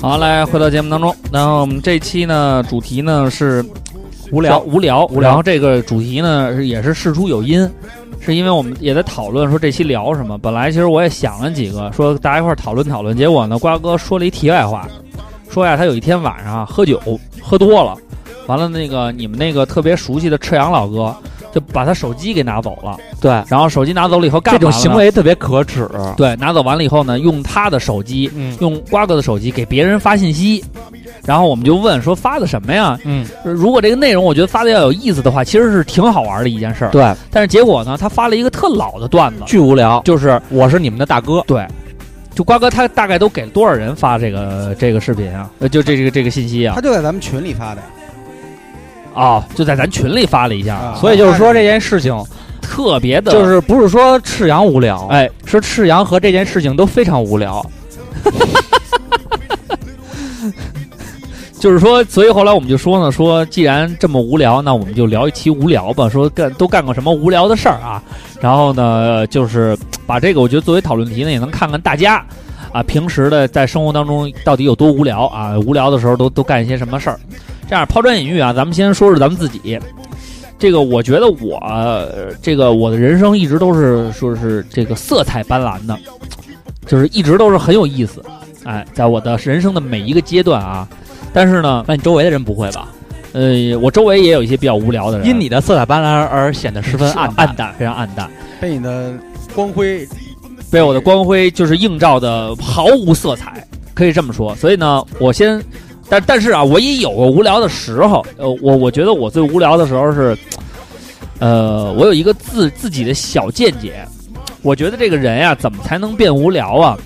好，来回到节目当中，然后我们这期呢主题呢是无聊无聊无聊，然后这个主题呢是也是事出有因，是因为我们也在讨论说这期聊什么。本来其实我也想了几个，说大家一块儿讨论讨论，结果呢瓜哥说了一题外话，说呀他有一天晚上啊喝酒喝多了，完了那个你们那个特别熟悉的赤阳老哥就把他手机给拿走了，
对，
然后手机拿走了以后干
这
嘛
种
了呢
行为特别可耻。
对，拿走完了以后呢，用他的手机，
嗯
用瓜哥的手机给别人发信息，然后我们就问说发的什么呀？
嗯，
如果这个内容我觉得发的要有意思的话，其实是挺好玩的一件事儿。
对，
但是结果呢，他发了一个特老的段子，
巨无聊。
就是
我是你们的大哥，
对，就瓜哥他大概都给了多少人发这个这个视频啊？呃，就这这个这个信息啊
他？就在咱们群里发的
哦，就在咱群里发了一下，
啊
所以就是说这件事情，
特别的，
就是不是说赤阳无聊，
哎，
是赤阳和这件事情都非常无聊。
就是说，所以后来我们就说呢，说既然这么无聊，那我们就聊一期无聊吧，说干都干过什么无聊的事儿啊。然后呢，就是嘖把这个我觉得作为讨论题呢，也能看看大家啊平时的在生活当中到底有多无聊啊，无聊的时候都都干一些什么事儿。这样抛砖引玉啊，咱们先说说咱们自己。这个我觉得我呃这个我的人生一直都是说是这个色彩斑斓的，嘖就是一直都是很有意思。哎，在我的人生的每一个阶段啊，但是呢，
那你周围的人不会吧？
呃，我周围也有一些比较无聊的人，啊
因你的色彩斑斓而显得十 分暗
暗淡，非常暗淡，
被你的光辉
被我的光辉就是映照的毫无色彩，可以这么说。所以呢，我先，但但是啊，我也有过无聊的时候。呃，我我觉得我最无聊的时候是，呃，我有一个自自己的小见解。我觉得这个人呀、怎么才能变无聊啊？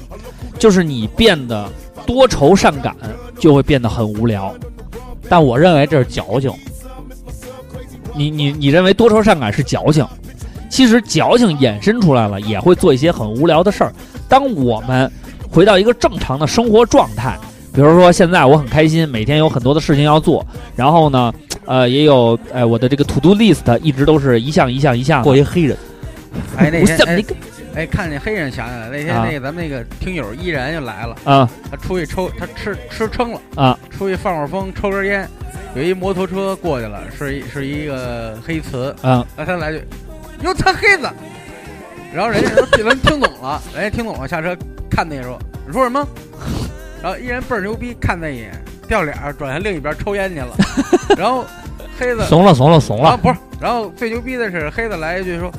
就是你变得多愁善感，就会变得很无聊。
但我认为这是矫情。
你你你认为多愁善感是矫情，其实矫情衍生出来了，也会做一些很无聊的事儿。当我们回到一个正常的生活状态，比如说现在我很开心，每天有很多的事情要做，然后呢，呃，也有呃我的这个 to do list 一直都是一项一项一项的。
过一黑人，
哎，那
我
天
怎么
哎
你个
哎，看见黑人想起来那天
啊
那个咱们那个听友依然就来了，
啊
他出去抽，他吃吃撑了
啊，
出去放会儿风，抽根烟，有一摩托车过去了，是一是一个黑瓷，
啊
那他来句，哟，他黑子，然后人家都人听懂了，人家听懂了，下车看那个说你说什么，然后依然倍儿牛逼，看那一眼，掉脸儿，转向另一边抽烟去了， 然后黑子
怂了，怂了，怂
啊，
了。
不是，然后最牛逼的是黑子来一句说，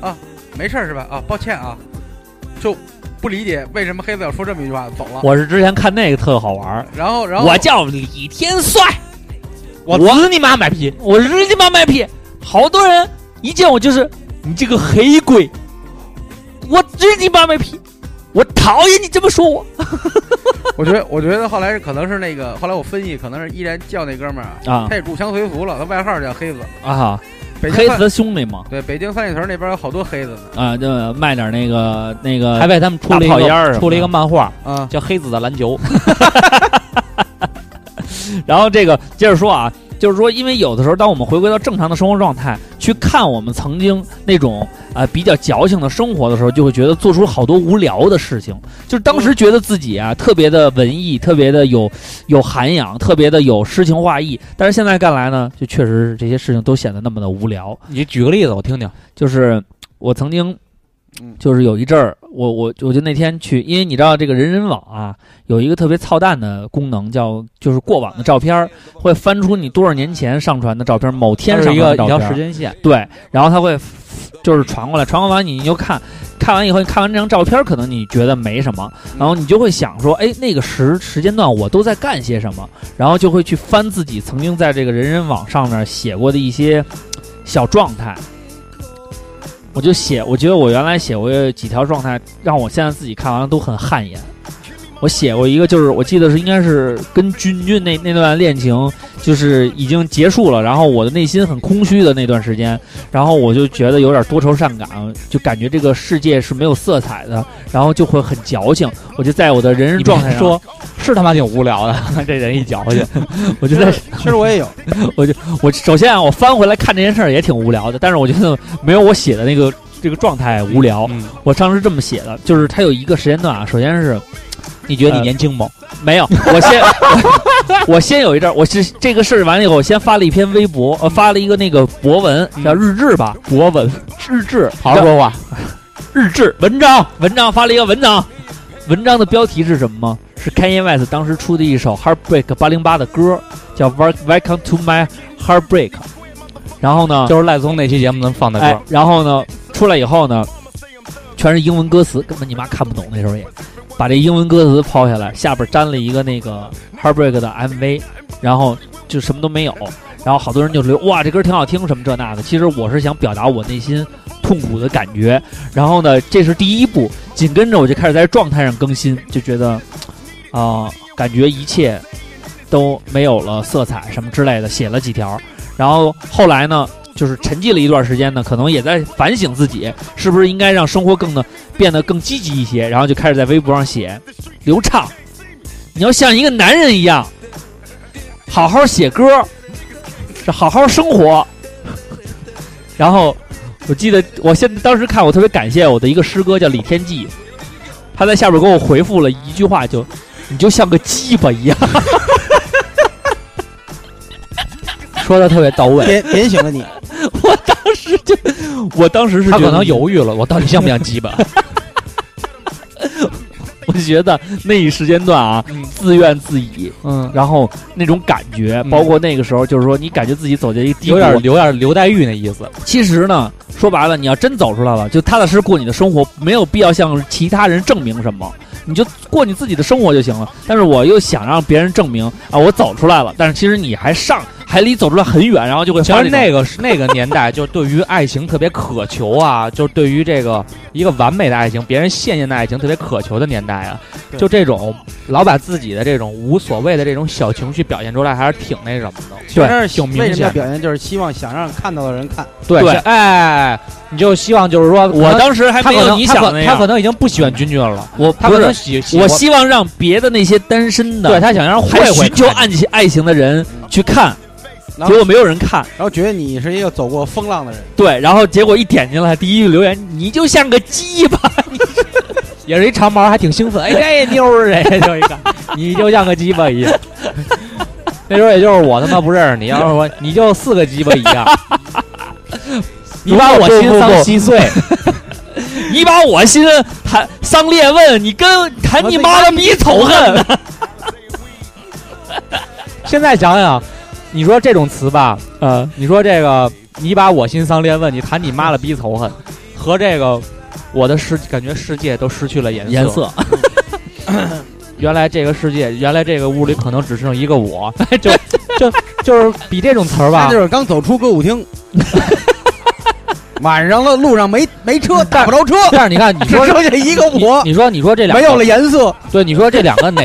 啊，没事儿是吧？啊，抱歉啊，就不理解为什么黑子要说这么一句话，走了。
我是之前看那个特好玩儿，
然后，
哦
然后
我叫李天帅，
我日你妈卖批！
我日你妈卖批！好多人一见我就是你这个黑鬼，我日你妈卖批！我讨厌你这么说我
我觉得，我觉得后来是可能是那个，后来我分析，可能是依然叫那哥们儿啊，
啊
他也入乡随俗了，他外号叫黑子。
啊！
北京
黑
三
子兄弟嘛
对，北京三里屯那边有好多黑子呢。
啊，就卖点那个那个
还为他们出了一
大炮烟儿什
个
么的
出了一个漫画，
啊，
叫《黑子的篮球》。
然后这个接着说啊，就是说，因为有的时候，当我们回归到正常的生活状态，去看我们曾经那种啊、呃比较矫情的生活的时候，就会觉得做出好多无聊的事情。就是当时觉得自己啊特别的文艺，特别的有有涵养，特别的有诗情画意。但是现在看来呢，就确实是这些事情都显得那么的无聊。
你举个例子，我听听。
就是我曾经
嗯，
就是有一阵儿，我我我就那天去，因为你知道这个人人网啊，有一个特别操蛋的功能，叫就是过往的照片儿会翻出你多少年前上传的照片儿，某天
它是
上
一个
传的
一
照
条
片
时
儿，
间线，
对，然后它会就是传过来，传过完你你就看，看完以后你看完这张照片儿，可能你觉得没什么，然后你就会想说，哎，那个时时间段我都在干些什么，然后就会去翻自己曾经在这个人人网上面写过的一些小状态。我就写，我觉得我原来写过几条状态，让我现在自己看完了都很汗颜。我写过一个，就是我记得是应该是跟君君那那段恋情，就是已经结束了，然后我的内心很空虚的那段时间，然后我就觉得有点多愁善感，就感觉这个世界是没有色彩的，然后就会很矫情。我就在我的人人
你
状
别
态上，
说，是他妈挺无聊的。这人一矫情，
我就在
其实我 也有，
我首先啊，我翻回来看这件事儿也挺无聊的，但是我觉得没有我写的那个这个状态无聊。
嗯
我当时这么写的，就是它有一个时间段啊，首先是你觉得你年轻吗？
呃没有，我先我先 有一阵儿，我是这个事儿完了以后，我先发了一篇微博，呃，发了一个那个博文，叫日志吧，博文日志，
嗯好好
叫
说话，
日志文章，文章发了一个文章，文章的标题是什么吗？是 Kanye West 当时出的一首 Heartbreak 八零八的歌，叫 Wel- Welcome to My Heartbreak。然后呢，
就是赖松那期节目能放的
哎
歌，，
然后呢，出来以后呢，全是英文歌词，根本你妈看不懂。那时候也把这英文歌词抛下来，下边粘了一个那个 Heartbreak 的 MV，然后就什么都没有。然后好多人就留哇，这歌挺好听，什么这那的。其实我是想表达我内心痛苦的感觉。然后呢，这是第一步，紧跟着我就开始在状态上更新，就觉得啊、感觉一切都没有了色彩什么之类的，写了几条。然后后来呢，就是沉寂了一段时间呢，可能也在反省自己，是不是应该让生活更的变得更积极一些，然后就开始在微博上写流畅，你要像一个男人一样，好好写歌，是好好生活。 然后我记得我现在当时看我特别感谢我的一个师哥叫李天记，他在下边给我回复了一句话就，你就像个鸡巴一样，
说的特别到位。
点点醒了你，
当时就我当时是
他
觉
可
得
能犹豫了，我到底像不像鸡巴？
我觉得那一时间段啊，自怨自艾，
嗯，
然后那种感觉，
嗯
包括那个时候，就是说你感觉自己走进一低
有
谷，
点有点刘黛玉那意思。
其实呢，说白了，你要真走出来了，就踏踏实实过你的生活，没有必要向其他人证明什么，你就过你自己的生活就行了。但是我又想让别人证明啊，我走出来了，但是其实你还上还离走出来很远，然后就会
其
发这
实那
种
个是 那个年代，就对于爱情特别渴求啊，就是对于这个一个完美的爱情，别人羡羡的爱情特别渴求的年代啊。
对
就这种老把自己的这种无所谓的这种小情绪表现出来，还是挺那什么的。
对
但是
挺明
为什么要
显
表现就是希望想让看到的人看，
对
对
是哎，你就希望就是说，
我
可能
当时还
他
没
可
有
能
你
他
想
可
的那
他可
样，
能已经不喜欢君君了，
我
他
不
可能
是，
喜喜
我
欢
希望让别的那些单身的
对他想让慧
还
慧
寻求
看
爱情爱情的人去看，
然后
结果没有人看。
然后觉得你是一个走过风浪的人。
对，然后结果一点进来，第一个留言你就像个鸡巴，
也是一长毛，还挺兴奋。哎， 这妞儿，这就一个，你就像个鸡巴一样。那时候也就是我他妈不认识你，要是我你就四个鸡巴一 样，你把我心丧稀碎。
你把我心弹丧裂问，你跟弹你妈的逼仇恨呢？
现在想想，你说这种词吧，
啊，
你说这个你把我心丧裂问，你谈你妈了逼仇恨，和这个我的世感觉世界都失去了颜
颜色，
原来这个世界，原来这个屋里可能只剩一个 我，就就就是比这种词儿吧
他，就是刚走出歌舞厅， 晚上了，路上没没 车，打不着车，
但是你看，你
只
说
剩下一个
你
我，
你说你说这两个
没有了颜色。
对，你说这两 个哪？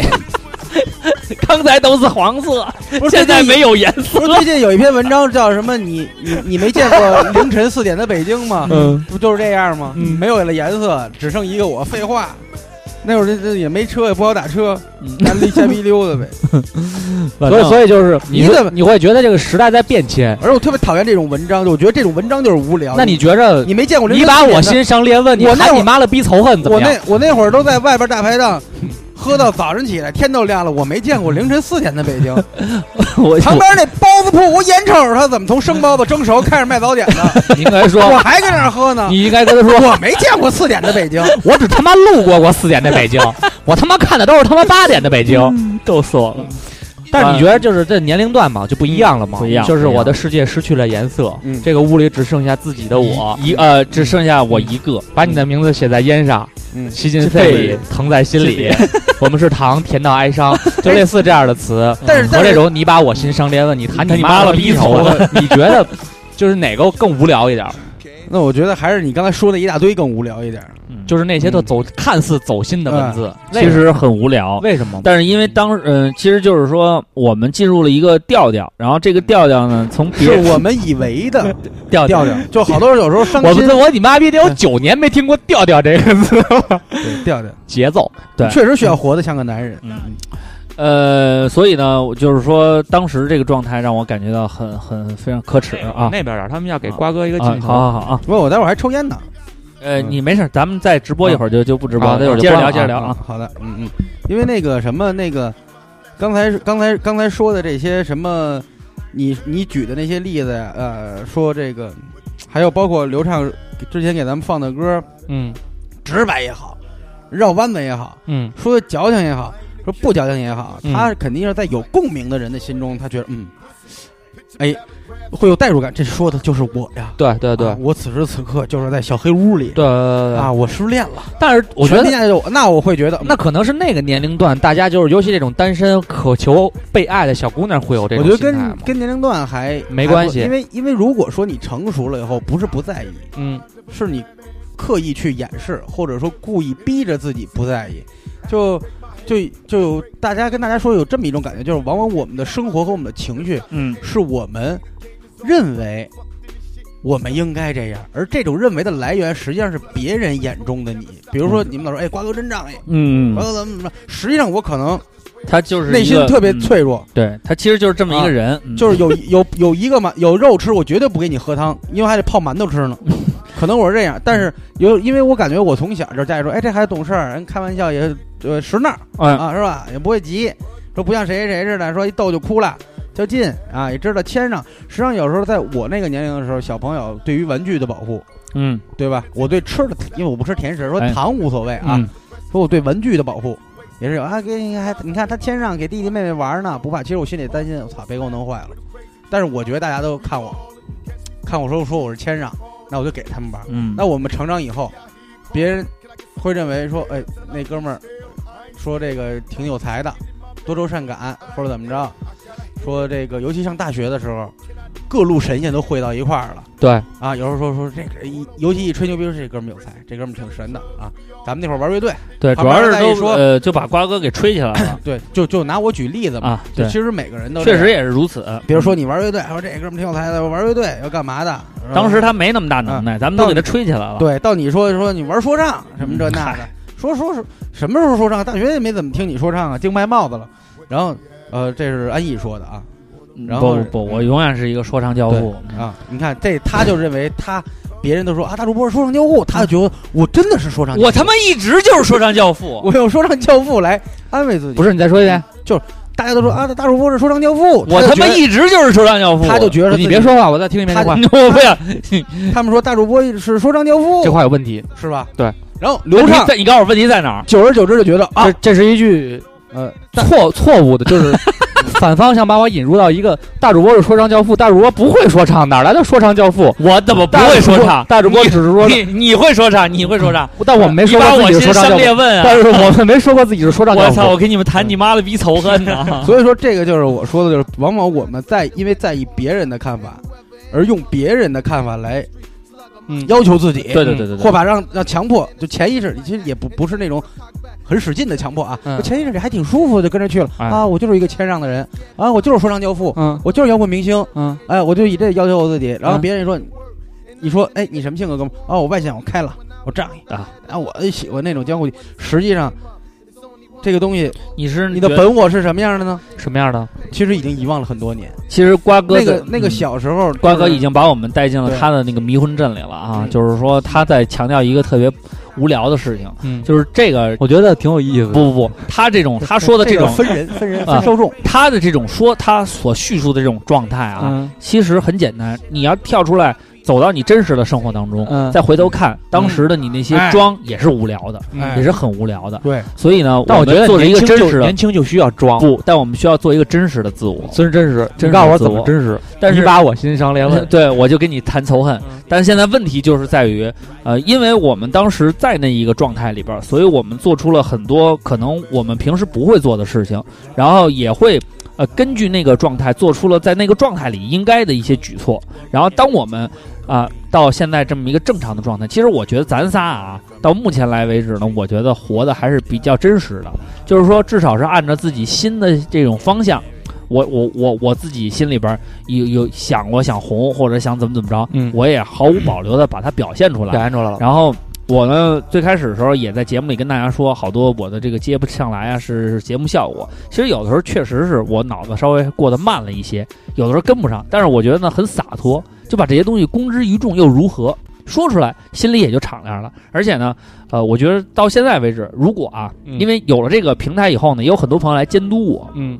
刚才都是黄色，
不是
现在
最近
没有颜
不是
色。
最近有一篇文章叫什么？你你你没见过凌晨四点的北京吗？
嗯，
不就是这样吗？
嗯
没有了颜色，只剩一个我。废话，那会儿这这也没车，也不好打车，
嗯
咱离瞎逼溜达 呗。
所以所以就是你
你
会
怎么
你会觉得这个时代在变迁？
而且我特别讨厌这种文章，就我觉得这种文章就是无聊。
那你觉着
啊你没见过凌
你
晨
把
4点
我
的
心上裂问，你
我那
喊
会
你
儿
妈了逼仇恨怎
我
么样？
那我那会儿都在外边大排档， 喝到早上起来天都亮了，我没见过凌晨四点的北 京。
我
旁边那包子铺，我眼瞅着他怎么从生包子蒸熟开始卖早点呢，
你应该
我
说，
还跟那儿喝呢。
你应该跟他说，嗯
我没见过四点的 北京，
我只他妈路过过四点的 北京，我他妈看的都是他妈八点的北京。
嗯逗死我了。嗯
但是你觉得就是这年龄段嘛，就不一样了嘛，
不一样
就是
不一样
我的世界失去了颜色，
嗯
这个屋里只剩下自己的我，
一呃，只剩下我一个，
把你的名字写在烟上，
嗯
吸进
肺
肺里
里，
疼在心里。 我们是糖，甜到 哀伤，就类似这样的词。
但是
和
但
这
是
种你把我心伤连问，你谈
哎谈你
妈
妈
了
了
逼
逼
头
头
了，你觉得就是哪个更无聊一点儿？
那我觉得还是你刚才说那一大堆更无聊一点。
就
就是那些特走看似走心的文字，为
其实很无聊。
为什么？
但是因为当嗯、其实就是说我们进入了一个调调，然后这个调调呢，从别
是我们以为 的
嗯
调
调调，就好多人有时候伤
啊我
心
们哎我你妈逼得有九年没听过调调这个字了，
对调调，
节奏。
对
确实需要活得像个男人。
嗯，呃，所以呢，我就是说，当时这个状态让我感觉到很很非常可耻啊
那边点儿，他们要给
啊
瓜哥一个
啊！
镜
好
头。
好好啊，
不，我待会儿还抽烟呢。
呃，
嗯
你没事儿，咱们再直播一会儿就就不直播
啊
了，
那会儿就
接着
关
聊，
了
接着聊
啊
啊。，
好的，嗯嗯，因为那个什么那个，刚才刚才刚才说的这些什么，你你举的那些例子呀，呃，说这个，还有包括刘畅之前给咱们放的歌，
嗯
直白也好，绕弯子也好，
嗯
说的矫情也好，说不矫情也好，
嗯
他肯定是在有共鸣的人的心中，他觉得嗯，哎，会有代入感，这说的就是我呀。
对对对
啊我此时此刻就是在小黑屋里
对对对
啊，
对，
我失恋了。
但是我觉
全
得
天下就那我会觉得，嗯
那可能是那个年龄段，大家就是尤其这种单身渴求被爱的小姑娘会有这
我
种
觉得
心
跟
态吗
跟年龄段还
没
还不
关系
因为因为如果说你成熟了以后，不是不在意，
嗯
是你刻意去掩饰，或者说故意逼着自己不在意，就就就有大家跟大家说有这么一种感觉，就是往往我们的生活和我们的情绪
嗯，
是我们认为我们应该这样，而这种认为的来源实际上是别人眼中的你，比
嗯
如说你们老说哎瓜哥真仗义，
嗯
瓜，哥怎么怎么着，实际上我可能
他就是
内
一
心
个
特别
嗯
脆弱。
对他其实就是这么一
啊
个人，嗯
就是有有有一个馒有肉吃，我绝对不给你喝汤，因为还得泡馒头 吃呢。可能我是这样，但是有因为我感觉我从小就是家里说，哎，这孩子懂事儿，人开玩笑也呃识那儿
嗯
啊，是吧？也不会急，说不像谁谁似的，说一逗就哭了，较劲啊，也知道谦让。实际上有时候在我那个年龄的时候，小朋友对于玩具的保护，
嗯
对吧？我对吃的，因为我不吃甜食，说
哎
糖无所谓啊，
嗯
说我对文具的保护也是有啊，给你还你看他谦让给弟弟妹妹玩呢，不怕。其实我心里担心，我操，别给我弄坏了。但是我觉得大家都看我，看我说说我是谦让，那我就给他们玩。
嗯，
那我们成长以后，别人会认为说，哎，那哥们儿说这个挺有才的，多愁善感，或者怎么着，说这个尤其上大学的时候，各路神仙都汇到一块儿了。
对
啊，有时候说说这个一，尤其一吹牛逼说这哥们儿有才，这哥们儿挺神的啊。咱们那会儿玩乐队，
对，
旁
主要
边
是
再一
都
说
呃就把瓜哥给吹起来了
对，就就拿我举例子嘛。
啊，
就
对
其，实每个人都
确
这样
实，也是如此。嗯
比如说你玩乐队，说这哥们儿挺有才的，我玩乐队要干嘛的？是吧
当时他没那么大能耐，咱们都给他吹起来了。
啊对，到你说说你玩说唱什么这那的，说说说什么时候说唱？大学也没怎么听你说唱啊，净卖帽子了。然后呃，这是安逸说的啊然
嗯
后
不不不，我永远是一个说唱教父。
啊，你看这他就认为他别人都说啊大主播是说唱交互，他就觉得我真的是说唱教父，
我他妈一直就是说唱教父，
我用说唱教父来安慰自己。
不是你再说一遍，
大家都说啊大主播是说唱教父，
我
就
他
觉
妈
得
一直就是说唱教父。
他就觉得自己
你别说话，我再听一遍
他
这话，
我 不想
他们说大主播是说唱教父，
这话有问题。
是吧？
对。
然后刘畅
在你告诉我问题在哪儿？
久而久之就觉得啊
这，这是一句
呃，
错错误的，就是反方向把我引入到一个大主播是说唱教父，大主播不会说唱，哪来的说唱教父？
我怎么不
大主
会
播
说唱？
大主播只是说，
你你会说唱，你会说唱，
哦但我们没
你
说
把
过自
我
己是
心
说唱
生
教
裂
父，
问啊！
但是我们没说过自己是说唱
我
教
操！我
父。
跟你们谈你妈的逼仇恨 呢！
所以说这个就是我说的，就是往往我们在因为在意别人的看法，而用别人的看法来
嗯
要求自己，
对对对对
或
对，
把让让强迫，就潜意识里其实也不不是那种很使劲的强迫啊，
嗯
就潜意识里还挺舒服，就跟着去了
哎
啊，我就是一个谦让的人啊，我就是说唱教父，
嗯
我就是摇滚明星，
嗯
哎，我就以这要求我自己，然后
嗯
别人说，你说，哎，你什么性格，哥们儿？啊，我外向，我开朗，我仗义
啊，
啊，我喜欢那种江湖。实际上，这个东西，
你是
你的
觉得
本我是什么样的呢？
什么样的？
其实已经遗忘了很多年。
其实瓜哥
那个
的
那个
嗯
小时候就是，
瓜哥已经把我们带进了
对
他的那个迷魂阵里了啊！
嗯
就是说他在强调一个特别无聊的事情，
嗯，就
就是这个
我觉得挺有意思的。
不不 不，他这种他说的
这
这
个
种
分人分人
啊
分受众，
他的这种说他所叙述的这种状态啊，
嗯
其实很简单，你要跳出来。走到你真实的生活当中，
嗯
再回头看当时的你那些
哎
装也是无聊的，
哎
也是很无聊的。
对，
所以呢，
但我
我
觉
们
得
做了一个
年
真
轻就
实的
年轻就需要装，
不，但我们需要做一个真实的自我。
真真实。
真实
你告诉我
自
怎么
我
真实？
但是
你把我心伤连问。
对，我就跟你谈仇恨
嗯。
但是现在问题就是在于，呃，因为我们当时在那一个状态里边儿，所以我们做出了很多可能我们平时不会做的事情，然后也会呃根据那个状态做出了在那个状态里应该的一些举措。然后当我们啊、到现在这么一个正常的状态，其实我觉得咱仨啊到目前来为止呢，我觉得活的还是比较真实的，就是说至少是按照自己新的这种方向。我我我我自己心里边儿有有想我想红或者想怎么怎么着，
嗯
我也毫无保留的把它表现出来
表。现出来了。
然后我呢，最开始的时候也在节目里跟大家说，好多我的这个接不上来啊，是是节目效果。其实有的时候确实是我脑子稍微过得慢了一些，有的时候跟不上。但是我觉得呢，很洒脱，就把这些东西公之于众又如何？说出来，心里也就敞亮了。而且呢，呃，我觉得到现在为止，如果啊，
嗯
因为有了这个平台以后呢，也有很多朋友来监督我。
嗯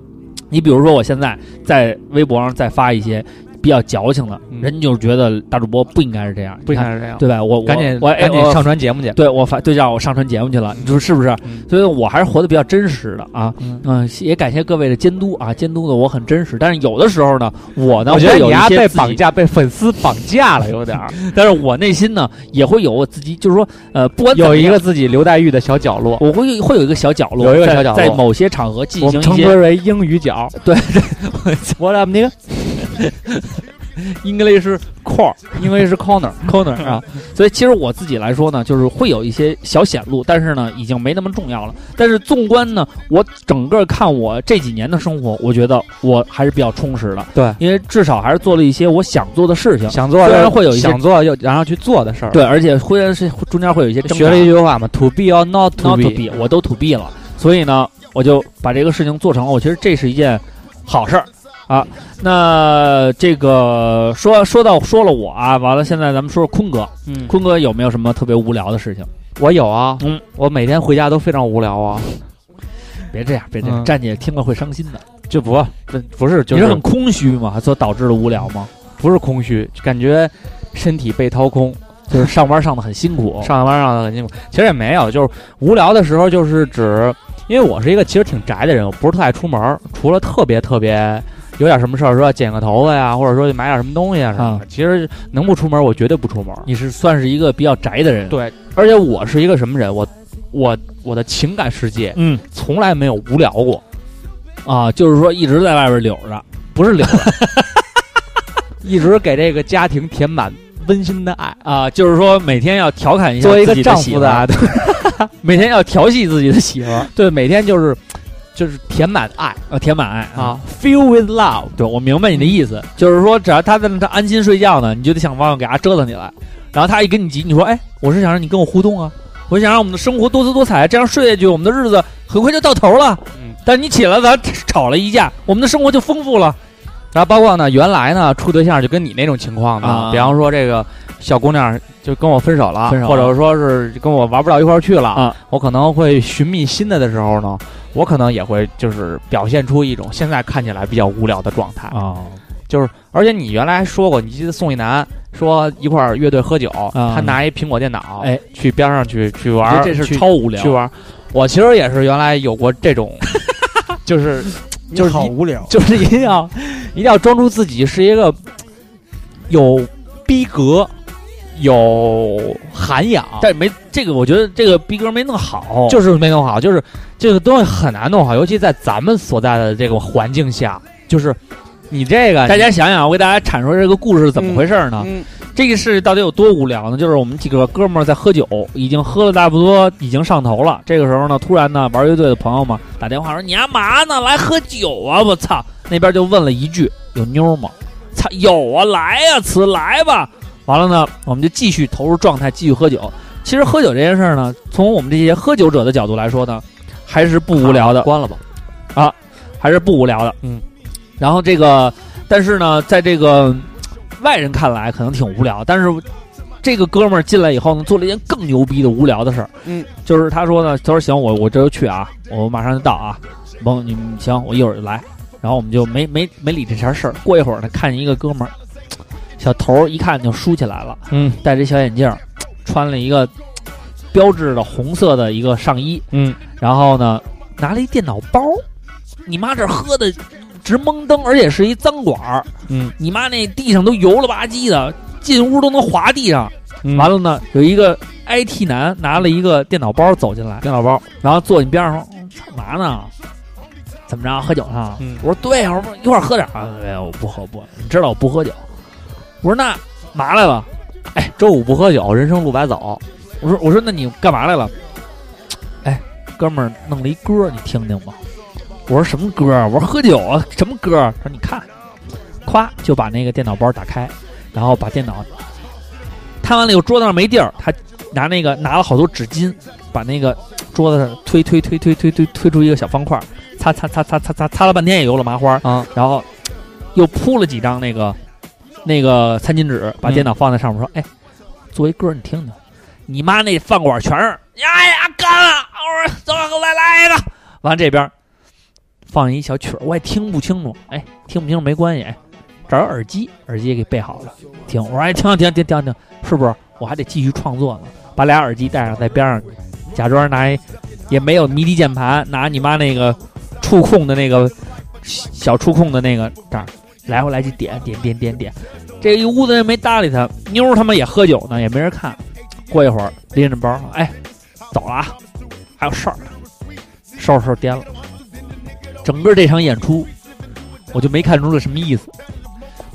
你比如说，我现在在微博上再发一些比较矫情的，
嗯
人就是觉得大主播不应该是这样，
不
你
应
看
该是这样，
对吧？我我
啊赶紧
我哎
赶紧
我
上传节目去。
对我发对让我上传节目去了，你说是不是？
嗯
所以我还是活得比较真实的啊，
嗯
嗯、也感谢各位的监督啊，监督的我很真实，但是有的时候呢，我呢
我觉得
会有
你
一
丫
些
被
自己
绑，架，被粉丝绑架了，有点 儿
但是我内心呢也会有我自己，就是说呃，不管怎
有
么
一
样
个自己刘黛玉的小角落。
我会会有一个小角落，
有一个小角落
在在某些场合进
我
行
们
一
称
些
之为英语角，
对
我俩那个
English core，因为是 corner corner 啊，所以其实我自己来说呢，就是会有一些小显露，但是呢，已经没那么重要了。但是纵观呢，我整个看我这几年的生活，我觉得我还是比较充实的，
对
因为至少还是做了一些我想做的事情，
想做
虽然会有一些
想做又然后去做的事儿。
对，而且忽然是中间会有一些挣扎
啊学了一句话嘛，to be or not
not to be，我都 to be 了，所以呢，我就把这个事情做成了。哦我觉得这是一件好事儿啊。那这个说说到说了我啊，完了，现在咱们说说坤哥，
嗯，
坤哥有没有什么特别无聊的事情？
我有啊，
嗯
我每天回家都非常无聊啊，
别这样，别这样，
嗯
站起来听了会伤心的。
就不不不是 就
你
是
是很空虚吗？所导致了无聊吗？
不是空虚，感觉身体被掏空，
就是上 班上的很辛苦，
上班上的很辛苦。其实也没有，就是无聊的时候，就是指，因为我是一个其实挺宅的人，我不是特爱出门儿，除了特别特别有点什么事儿，说要剪个头发呀，或者说买点什么东西啊什么的，
啊
其实能不出门儿我绝对不出门儿。
你是算是一个比较宅的人。，
对，而且我是一个什么人，我我我的情感世界
嗯
从来没有无聊过，
啊，就是说一直在外边溜着。
不是聊 了，一直给这个家庭填满温馨的爱。
啊，就是说每天要调侃一下
作为一个
自己的
丈
媳
夫
妇
的
儿
啊，对
每天要调戏自己的媳妇儿，
对，每天就是就是填满爱
啊，填满爱啊。
啊，fill with love。嗯
对，我明白你的意思，就是说只要他在那他安心睡觉呢，你就得想办法给他折腾起来。然后他一跟你急，你说：“哎，我是想让你跟我互动啊，我想让我们的生活多姿多彩，这样睡下去，我们的日子很快就到头了。
嗯，
但你起来，咱吵了一架，我们的生活就丰富了。
然后包括呢，原来呢处对象就跟你那种情况呢，
啊
比方说这个小姑娘就跟我分手了，
分手了
或者说是跟我玩不到一块儿去了，
啊
我可能会寻觅新的的时候呢，我可能也会就是表现出一种现在看起来比较无聊的状态，
啊
就是而且你原来还说过，你记得宋一楠说一块儿乐队喝酒，
啊
他拿一苹果电脑，
哎，
去边上去去
我
玩
觉
儿，
得这事
去
儿超无聊
去。玩儿。我其实也是原来有过 这种，就是
你
就是
好
一
无聊。
就是一定要一定要装出自己是一个有逼格、有涵养，
但没这个，我觉得这个逼格没弄好，
就是没弄好，就是这个东西很难弄好，尤其在咱们所在的这个环境下，就是你这个
大家想想，我给大家阐述这个故事是怎么回事啊儿呢？
嗯，
这个事到底有多无聊呢？就是我们几个哥们儿在喝酒，已经喝了差不多，已经上头了。这个时候呢，突然呢，玩乐队的朋友嘛打电话说：“你干嘛呢？来喝酒啊！”我操，那边就问了一句：“有妞吗？”操，有啊，来呀、此来吧。完了呢，我们就继续投入状态，继续喝酒。其实喝酒这件事儿呢，从我们这些喝酒者的角度来说呢，还是不无聊的。啊
关了吧，
还是不无聊的。
嗯，
然后这个，但是呢，在这个嗯外人看来可能挺无聊，但是这个哥们儿进来以后呢，做了一件更牛逼的无聊的事儿。
嗯，
就是他说呢，他说行，我我这就去啊，我马上就到啊，甭你们行，我一会儿就来。然后我们就没没没理这茬事儿。过一会儿呢，看见一个哥们儿，小头儿一看就梳起来了，
嗯
戴着一小眼镜儿，穿了一个标志的红色的一个上衣，
嗯，
然后呢，拿了一电脑包，你妈这喝的直蒙登，而且是一脏管儿，
嗯，
你妈那地上都油了吧唧的，进屋都能滑地上。完
完了
了呢，有一个 IT 男拿了一个电脑包走进来，
电脑包，
然后坐你边上说嗯：“干嘛呢？怎么着？喝酒呢？”
嗯
我说：“对呀、我说一会儿喝点儿。”啊，没有，我不喝，不喝，你知道我不喝酒。我说：“那嘛来了？”
哎周五不喝酒，人生路白走，
我说我说那你干嘛来了？哎，哥们儿弄了一歌，你听听吧。我说什么歌啊？我说喝酒啊，什么歌啊？他说你看，咵就把那个电脑包打开，然后把电脑摊完了以后，桌子上没地儿，他拿那个拿了好多纸巾，把那个桌子上推推推推推推推出一个小方块儿，擦擦擦擦擦擦擦了半天也油了麻花儿
啊，
然后又铺了几张那个那个餐巾纸，把
嗯
电脑放在上面说，哎，
作为歌你听听，你妈那饭馆全是呀呀干了，我说走了，给我来来一个，完这边放一小曲儿，我也听不清楚，哎，听不清楚没关系，哎，找着耳机，耳机也给备好了，听，我说哎，听听听听听，是不是？我还得继续创作呢，把俩耳机戴上，在边上假装拿一也没有迷笛键盘，拿你妈那个触控的那个小触控的那个这儿来回来去点点点点点，这一屋子人没搭理他，妞儿他妈也喝酒呢，也没人看。过一会儿拎着包，哎，走了啊，还有事儿，收拾收拾颠了。整个这场演出，我就没看出了什么意思。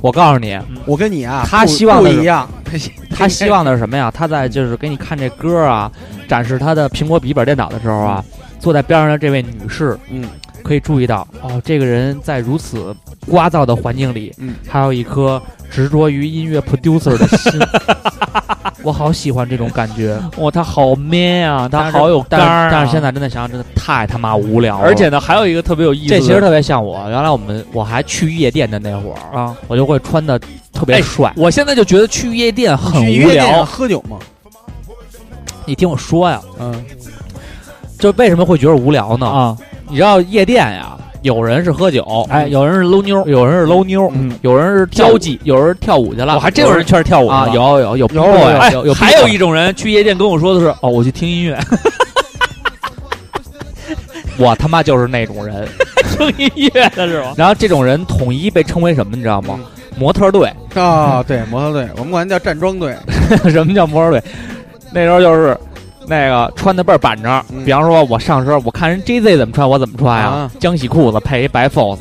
我告诉你，
我跟你啊，
他
不
希望
不
的是
一样，
他希望的是什么呀？他在就是给你看这歌啊，展示他的苹果笔记本电脑的时候啊，坐在边上的这位女士，
嗯，
可以注意到哦，这个人在如此聒噪的环境里，
嗯，
还有一颗执着于音乐 producer 的 心。我好喜欢这种感觉，
哇、他好 man 啊，他
但是
好有
但
肝
是
儿啊、
但是现在真的想想，真的太他妈无聊了。
而且呢，还有一个特别有意思的，
这其实特别像我，原来我们我还去夜店的那会儿，
啊，
我就会穿的特别
哎
帅。
我现在就觉得去夜店很
去
无
夜店
聊。
喝酒嘛，
你听我说呀，
嗯，
就为什么会觉得无聊呢？
啊，
你知道夜店呀，有人是喝酒，
哎，有人是搂妞儿，
有人是搂妞，
嗯
有人是跳舞
交际，
有人跳舞去了。
我还真有人
确实跳
舞
啊，
呢
有有有 B-boy，
有有
有
哎
有，有
还有
B-boy
一种人去夜店跟我说的是，哦，我去听音乐，
我他妈就是那种人。
听音乐的是吗？
然后这种人统一被称为什么，你知道吗？模特队。
啊，对，摩托队，我们管它叫站桩队，
什么叫模特队？那时候就是那个穿的倍儿板正，
嗯
比方说我上身，我看人 JZ 怎么穿，我怎么穿呀、
啊
江洗裤子配一白 FOSS，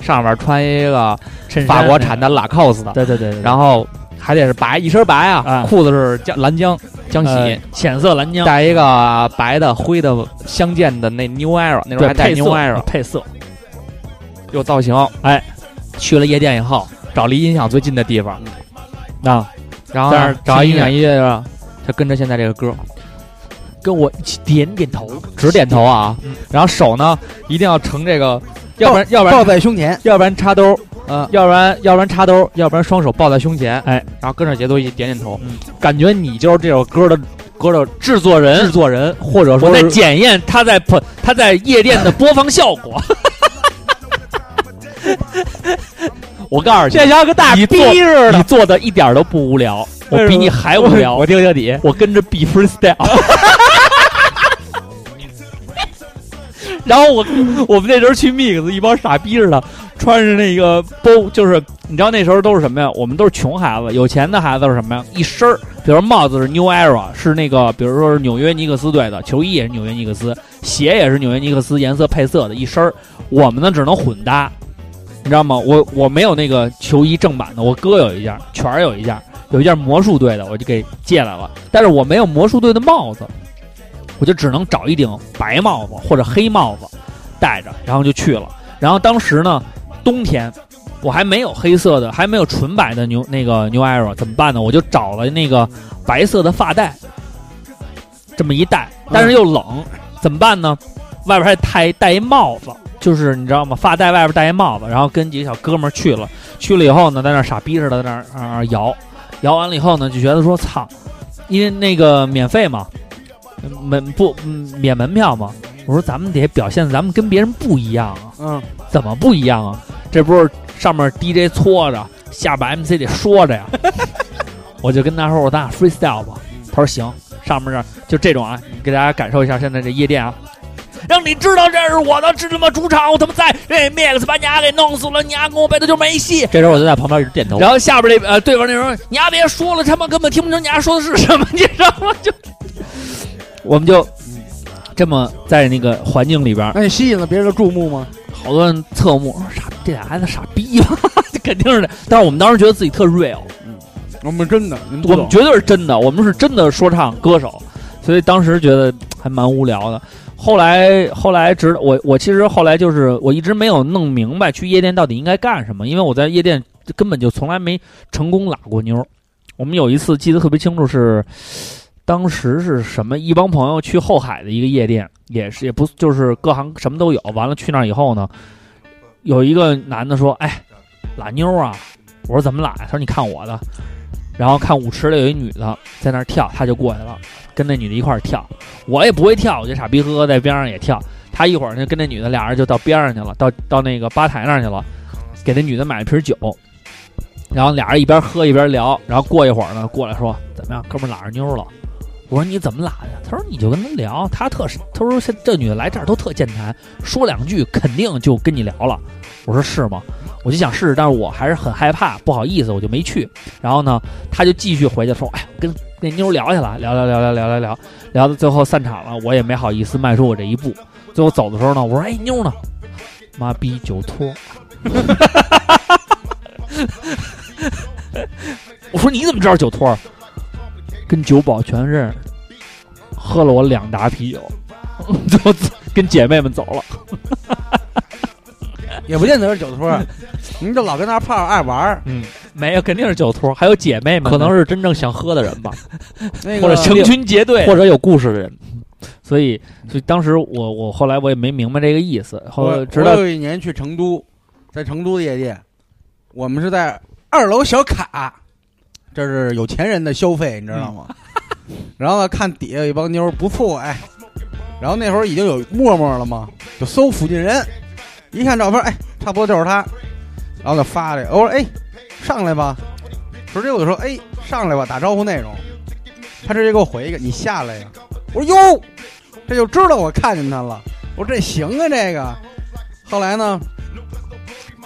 上面穿一个
衬
法
衫
国产的 Lacoste，
对，对对对对，
然后还得是白一身白啊，
嗯啊
裤子是江蓝江江洗。
呃浅色蓝江，
带一个白的、灰的相间的那 New Era，那时候还
对，
带
配
New
色
Era，
配色，
有造型。
哎，
去了夜店以后，找离音响最近的地方，
啊，
然后
在
呢
那儿
找
听
音响
音
音乐的，他跟着现在这个歌，
跟我一起点点头，
直点头啊，然后手呢一定要呈这个，要不然要不
抱
然
在胸前，
要不然插兜，呃
啊，
要不然要不然插兜，要不然双手抱在胸前，
嗯哎，
然后跟着节奏一起点点头
嗯，
感觉你就是这首歌的歌的制作人，制作人或者
我
说
在
是
检验他在播他在夜店的播放效 果。我告诉你，
这像个大
你做
逼似
你
的，
做的一点都不无聊，我比你还无聊。
我听听你，
我跟着 B freestyle。然后我我们那时候去 mix，一帮傻逼似的，穿着那个包，就是你知道那时候都是什么呀？我们都是穷孩子，有钱的孩子是什么呀？一身儿，比如帽子是 New Era，是那个比如说是纽约尼克斯队的，球衣也是纽约尼克斯，鞋也是纽约尼克斯颜色配色的一身儿。我们呢只能混搭，你知道吗？我我没有那个球衣正版的，我哥有一件，全儿有一件，有一件魔术队的，我就给借来了。但是我没有魔术队的帽子，我就只能找一顶白帽子或者黑帽子戴着，然后就去了。然后当时呢，冬天我还没有黑色的，还没有纯白的牛那个牛 Aero，怎么办呢？我就找了那个白色的发带，这么一戴，但是又冷，怎么办呢？外边还戴戴一帽子。就是你知道吗？发带外边戴一帽子，然后跟几个小哥们儿去了，去了以后呢，在那儿傻逼似的在那儿啊、摇，摇完了以后呢，就觉得说操，因为那个免费嘛，门不、嗯免门票嘛。我说咱们得表现咱们跟别人不一样啊，
嗯，
怎么不一样啊？这不是上面 DJ 搓着，下边 MC 得说着呀。 我就跟他说，我咱俩 freestyle 吧。他说行，上面这儿就这种啊，给大家感受一下现在这夜店啊。让你知道这是我的，这他妈主场，我他妈在这 mix 把你丫给弄死了，你丫跟我背的就没戏。
这时候我就在旁边一直点头，
然后下边那呃，对方那人说：“你丫别说了，他妈根本听不清你丫说的是什么， 你知道吗？”就我们就这么在那个环境里边儿，
那你吸引了别人的注目吗？
好多人侧目说：“傻，这俩孩子傻逼吧？” 这肯定是的。但是我们当时觉得自己特 real，
嗯我们真的，你们不
我们
懂，
绝对是真的，我们是真的说唱歌手，所以当时觉得还蛮无聊的。后来，后来直我我其实后来就是我一直没有弄明白去夜店到底应该干什么，因为我在夜店根本就从来没成功拉过妞儿。我们有一次记得特别清楚是，当时是什么？一帮朋友去后海的一个夜店，也是也不就是各行什么都有。完了去那儿以后呢，有一个男的说：“哎，拉妞儿啊！”我说：“怎么拉呀？”他说：“你看我的。”
然后看舞池里有一女的在那儿跳，他就过去了，跟那女的一块儿跳。我也不会跳，我这傻逼呵呵在边上也跳。他一会儿就跟那女的俩人就到边上去了，到到那个吧台那儿去了，给那女的买了瓶酒，然后俩人一边喝一边聊。然后过一会儿呢，过来说怎么样，哥们儿拉着妞了。我说你怎么拉的？他说你就跟他聊，他特是，他说现这女的来这儿都特健谈，说两句肯定就跟你聊了。我说是吗？我就想试试，但是我还是很害怕，不好意思，我就没去。然后呢，他就继续回去说，哎，跟那妞聊去了，聊聊聊聊聊聊聊，聊到最后散场了，我也没好意思迈出我这一步。最后走的时候呢，我说哎妞呢？妈逼酒托。 我说你怎么知道酒托？跟酒保全认识，喝了我两打啤酒，最后跟姐妹们走了。
也不见得是酒 托儿，您这老跟那儿泡着爱玩儿，
嗯，没有，肯定是酒托，还有姐妹们，
可能是真正想喝的人吧，
那
或者
个
成群结队，
或者有故事的人。
所以，所以当时我我后来我也没明白这个意思，后来
我
直
我
到
有一年去成都，在成都的夜店，我们是在二楼小卡，这是有钱人的消费，你知道吗？
嗯
然后呢，看底下有一帮妞儿不错，哎，然后那会儿已经有陌陌了嘛，就搜附近人，一看照片，哎，差不多就是他，然后就发这个，我说哎，上来吧，直接我就说哎，上来吧，打招呼那种，他直接给我回一个你下来呀，我说哟，这就知道我看见他了，我说这行啊这个。后来呢，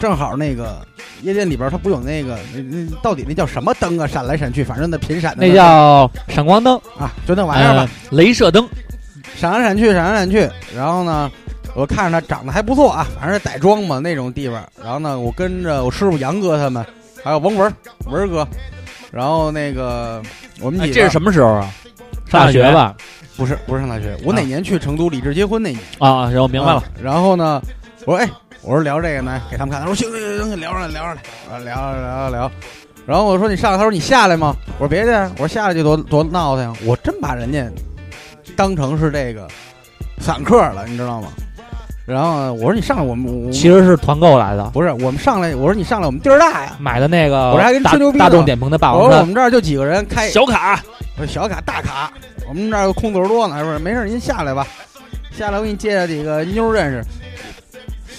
正好那个夜店里边儿它不有那个那那到底那叫什么灯啊，闪来闪去，反正那频闪的
那叫闪光灯，
啊，就那玩意儿吧，
呃镭射灯，
闪来闪去，闪来闪去。然后呢，我看着他长得还不错啊，反正是傣庄嘛那种地方。然后呢，我跟着我师傅杨哥他们，还有王文儿文儿哥，然后那个我们
哎
几
这
个
是什么时候啊？
上
大学
学吧，
不是不是上大学，我哪
啊
年去成都李志结婚那年。
啊，然后明白了
啊，。然后呢，我说哎，我说聊这个呢，给他们看。他说行行行行，聊上来聊上来，啊聊着聊着聊。然后我说你上来，他说你下来吗？我说别去，我说下来就多多闹腾。我真把人家当成是这个散客了，你知道吗？然后呢我说你上来，我们我
其实是团购来的，
不是我们上来，我说你上来，我们地儿大呀。
买的那个
我这还跟你
大
吹牛逼呢哦
大众点评的霸
我
王
说我
餐，
们这儿就几个人开
小卡，
我说小卡大卡，我们这儿空座多呢，是不是？没事儿，您下来吧，下来我给你介绍几个妞儿认识。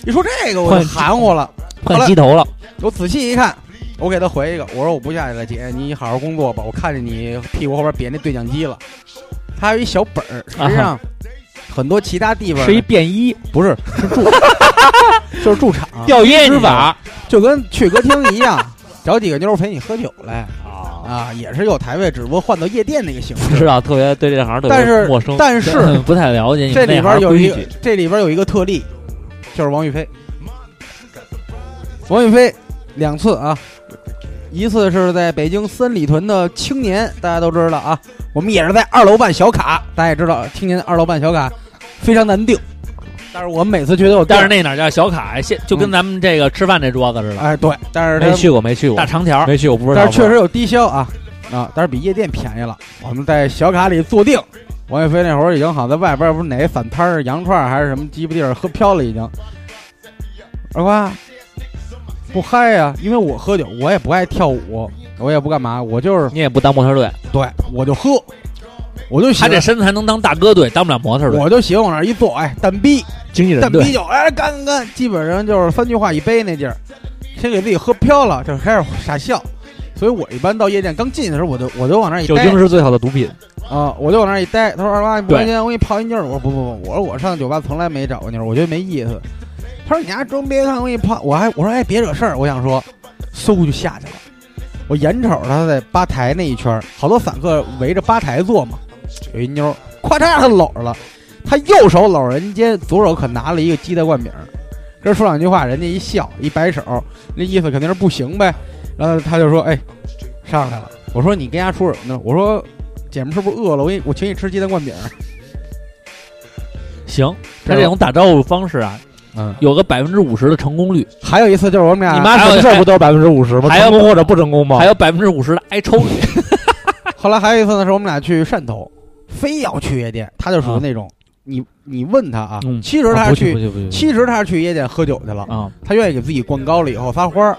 一说这个我就
换
含糊了，
换鸡头了，
我仔细一看，我给他回一个，我说我不下去了，姐，你好好工作吧，我看见你屁股后边别那对讲机了。他有一小本儿，实际上很多其他地方
是一啊便衣，
不是是 驻，就是驻场，
钓鱼执法，
就跟去歌厅一样，找几个妞儿陪你喝酒来
啊，
啊，也是有台位，只不过换到夜店那个形
不知
式。
道特别对这行特
但
别
是
陌生，
但 是
嗯不太了解你
这
们
里
那
边
行
有一
规
个
矩，
这里边有一个特例，就是王玉飞。王玉飞两次啊，一次是在北京三里屯的青年，大家都知道啊，我们也是在二楼办小卡，大家也知道青年二楼办小卡非常难订，但是我们每次觉得有地
但
儿，
是那哪叫小卡，现就跟咱们这个吃饭这桌子似的，
哎对，但是
没
他
去过，没去过
大，长条，
没去过，不知道。
但是确实有低消啊啊，但是比夜店便宜了。我们在小卡里坐定，王一飞那会儿已经好像在外边儿不是哪个散摊儿羊串儿还是什么鸡巴地儿喝飘了已经。二瓜不嗨呀、因为我喝酒，我也不爱跳舞，我也不干嘛，我就是
你也不当模特队，
对我就喝，我就
他
喜欢
这身材能当大哥队，当不了模特队。
我就喜欢往那儿一坐，哎，蛋逼
经纪人
蛋
队
啤，酒，哎，干干，基本上就是三句话一杯那劲儿，先给自己喝飘了，就开始傻笑。所以我一般到夜店刚进的时候，我就我就往那儿一
酒
待
精是最好的毒品。
啊，我就往那儿一待。他说：“二八，不
对
行，我给你泡一妞儿。”我说：“不不不，我说我上酒吧从来没找过妞儿，我觉得没意思。”他说：“你丫装别看，我给你泡。”我还我说：“哎，别惹事儿。”我想说，嗖就下去了。我眼瞅着他在吧台那一圈儿，好多散客围着吧台坐嘛，有一哎妞儿，咵嚓他搂着了，他右手搂人家，左手可拿了一个鸡蛋灌饼儿，跟人说两句话，人家一笑一摆手，那意思肯定是不行呗。然后他就说：“哎，上来了。”我说：“你跟丫说什么呢？”我说：“姐们是不是饿了？我给你我请你吃鸡蛋灌饼。
行，他这种打招呼方式啊，
嗯，
有个百分之五十的成功率，
还有一次就是我们俩，
你妈
还有
什么事儿不都是百分之五十吗？
还有
成功或者不成功吗？
哎还有百分之五十的挨抽率。
后来还有一次呢，是我们俩去汕头，非要去夜店，他就属于那种，啊你你问他啊，
嗯
其实
啊
他
不
是
去不
去，
去不去，
其实他是去夜店喝酒去了，
啊，
他愿意给自己灌高了以后撒欢儿，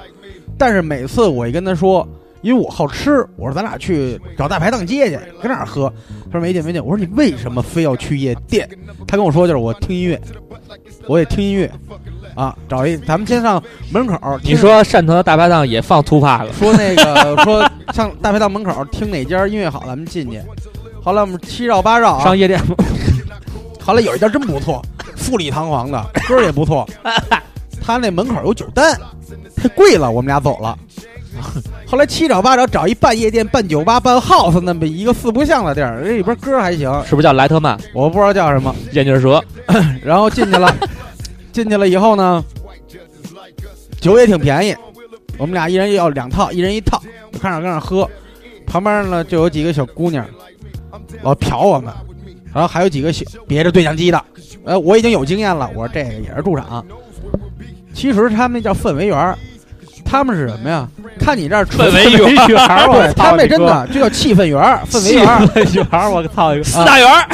但是每次我一跟他说。因为我好吃，我说咱俩去找大排档街去，跟哪儿喝？他说没劲没劲。我说你为什么非要去夜店？他跟我说就是我听音乐，我也听音乐啊，找一咱们先上门口。
你
听
说汕头的大排档也放 Tupac 了？
说那个 说上大排档门口听哪家音乐好，咱们进去。后来我们七绕八绕啊，
上夜店吗？
后来有一家真不错，富丽堂皇的，歌儿也不错。 他那门口有酒单，太贵了，我们俩走了。 后来七找八找找一半夜店、半酒吧、半 house 那么一个四不像的地儿，那里边歌儿还行，
是不是叫莱特曼、
我不知道叫什么。
眼镜蛇？
然后进去了，进去了以后呢，酒也挺便宜，我们俩一人要两套，一人一套，就开始跟那儿喝。旁边呢就有几个小姑娘，老瞟我们，然后还有几个小别着对讲机的。呃，我已经有经验了，我说这个也是驻场。其实他们那叫氛围园儿，他们是什么呀？看你这儿纯
氛围园儿
儿
我
对，
操
他们这
你
真
说
的就叫气氛园儿、氛围园儿，啊
女孩，我操！
四大园儿，啊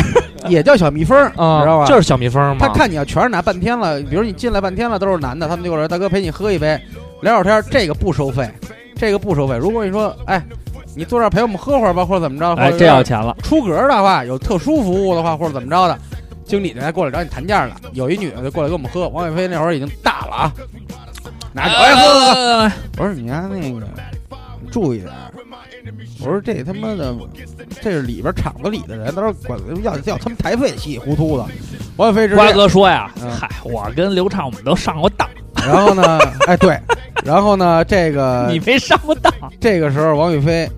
也叫小蜜蜂儿，
啊
你知道吧？
就是小蜜
嗯
蜂嘛。
他看你要全是拿半天了，比如你进来半天了都是男的，他们就过来大哥陪你喝一杯，聊会儿天儿，这个不收费，这个不收费。如果你说哎，你坐这儿陪我们喝会儿吧，或者怎么着，或
哎，
者
这要钱了，
出格的话，有特殊服务的话，或者怎么着的，经理来过来找你谈价了。有一女的就过来跟我们喝，王伟飞那会儿已经大了啊，拿酒哎喝喝喝，我说你家那个注意点儿。我说这他妈的，这是里边厂子里的人，到时候管要要他们台费稀里糊涂的。王伟飞直接
瓜哥说呀
嗯，
嗨，我跟刘畅我们都上过当，
然后呢，哎对，然后呢，这个
你没上过当，
这个时候王宇飞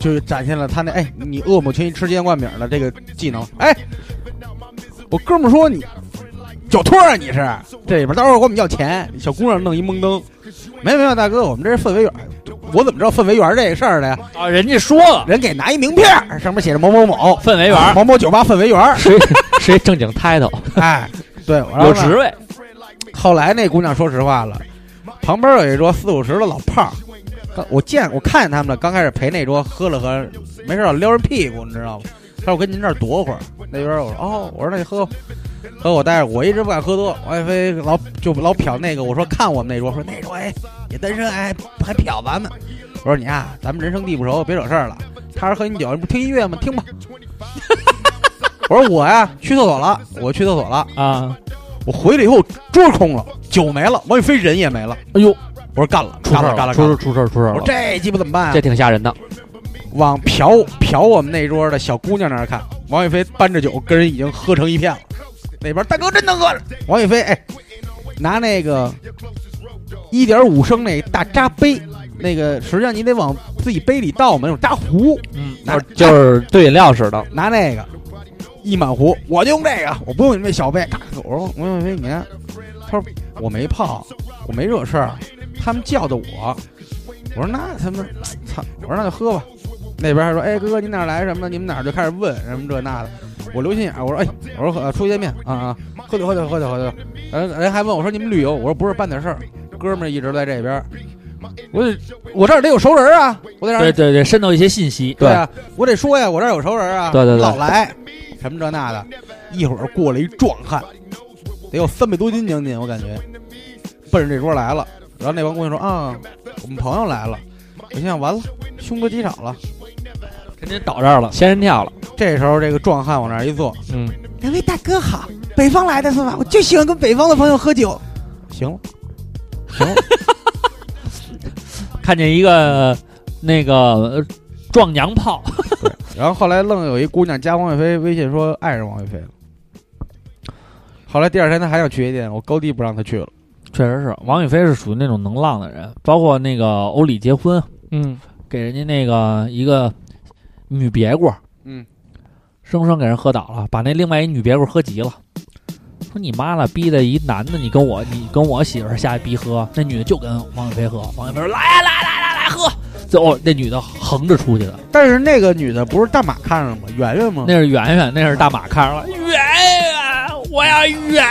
就展现了他那哎，你恶魔群吃鸡蛋灌饼的这个技能。哎，我哥们儿说你酒托啊，你是这里边待会儿管我们要钱，小姑娘弄一懵登，没有没有大哥，我们这是氛围园，我怎么知道氛围园这个事儿的呀？
啊，人家说了，
人给拿一名片儿，上面写着某某某
氛围园儿
某某酒吧氛围园儿，
谁谁正经 title
哎，对，然后
有
呢
职位，
后来那姑娘说实话了，旁边有一桌四五十的老炮儿，刚我见我看见他们了，刚开始陪那桌喝了喝，没事儿老撩人屁股，你知道吗？他说我跟您这儿躲会儿，那边我说哦，我说那你喝吧，喝我待着，我一直不敢喝多，王爱飞老就老瞟那个，我说看我们那桌，说那桌哎也单身哎还瞟咱们，我说你啊，咱们人生地不熟，别惹事儿了。他是喝你酒，你不听音乐吗？听吧。 我说我呀、去厕所了，我去厕所了。
啊，
我回来以后桌儿空了，酒没了，王宇飞人也没了。
哎呦，
我说干了，
啊
出
干
事
了，
儿
干了，
了，出
干
事
了。
出事出事
我
了
说，这鸡巴怎么办
这
啊？
挺吓人的。
往瞟瞟我们那桌的小姑娘那儿看，王宇飞搬着酒跟人已经喝成一片了。那边大哥真能喝了，王宇飞哎，拿那个一点五升那大扎杯，那个实际上你得往自己杯里倒嘛，那种扎壶，
嗯，
拿
就是兑饮料似的，
拿那个一满壶，我就用这个，我不用你那小杯。大哥我说王小飞，你看，他说我没泡，我没惹事儿，他们叫的我。我说那他们，操！我说那就喝吧。那边还说，哎，哥哥，你哪儿来什么的？你们哪儿就开始问什么这那的。我留心眼儿，我说，哎，我说呃出去见面啊啊，喝酒喝酒喝酒喝酒。人人还问我说你们旅游，我说不是办点事儿，哥们儿一直在这边儿，我得我这儿得有熟人儿啊，我得让
对对对，渗透一些信息，
对啊，我得说呀，我这儿有熟人啊，
对对对
老来，什么这那的，一会儿过来一壮汉，得有三百多斤将近，我感觉，奔着这桌来了。然后那帮姑娘说啊，我们朋友来了，我心想完了，凶多吉少了。
人家倒这儿了，
仙人跳了。
这时候这个壮汉往那儿一坐，
嗯，
两哎位大哥好，北方来的是吧？我就喜欢跟北方的朋友喝酒。行了，行了，
看见一个那个呃壮娘炮，
然后后来愣有一姑娘加王岳飞微信说爱上王岳飞了。后来第二天她还想去夜店，我高低不让她去了。
确实是，王宇飞是属于那种能浪的人，包括那个欧里结婚，
嗯，
给人家那个一个女别过，
嗯，
生生给人喝倒了，把那另外一女别过喝急了，说你妈了，逼的一男的，你跟我你跟我媳妇儿下去逼喝，那女的就跟王宇飞喝，王宇飞说来呀、来来来来喝，最后那女的横着出去的，
但是那个女的不是大马看上了吗？圆圆吗？
那是圆圆，那是大马看上了，圆圆，我要圆圆，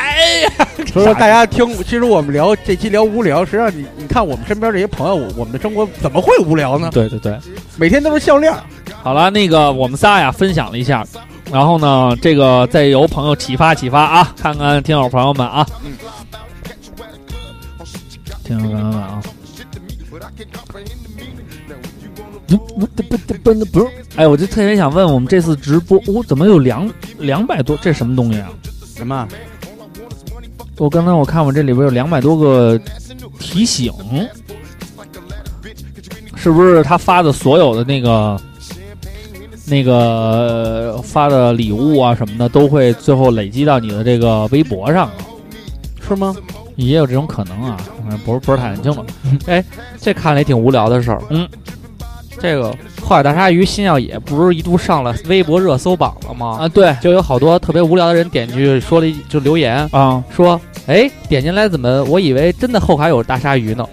所以说大家听，其实我们聊这期聊无聊，实际上你你看我们身边这些朋友，我我们的生活怎么会无聊呢？
对对对。
每天都是笑料。
好了，那个我们仨呀分享了一下，然后呢，这个再由朋友启发启发啊，看看听友朋友们啊，听友朋友们啊，
but I can comprehend the meaning. Now when you wanna
哎，我就特别想问，我们这次直播，哦，怎么有两两百多？这什么东西啊？
什么？
我刚才我看我这里边有两百多个提醒，是不是他发的所有的那个那个呃发的礼物啊什么的，都会最后累积到你的这个微博上啊？
是吗？
也有这种可能啊，嗯不是不是太清楚。
这看来挺无聊的事儿。
嗯，
这个《花海大鲨鱼》新耀野不是一度上了微博热搜榜了吗？
啊，对
就有好多特别无聊的人点进去说了一就留言
啊，
说，哎，点进来怎么我以为真的后海有大鲨鱼 呢？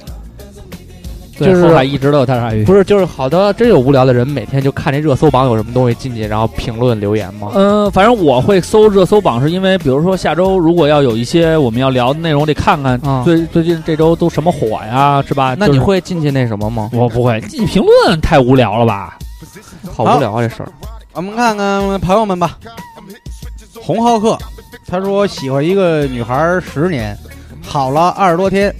对
就是
后海一直都有大鲨鱼。
不是，就是好多真有无聊的人每天就看这热搜榜有什么东西进去，然后评论留言吗？
嗯，反正我会搜热搜榜，是因为比如说下周如果要有一些我们要聊的内容，我得看看
啊
最、最近这周都什么火呀，是吧？
那
就
你
是
会进去那什么吗？
我不会，你评论太无聊了吧？
好
好
无聊啊，这事儿。
我们看看朋友们吧。洪浩克，他说喜欢一个女孩儿十年，好了二十多天，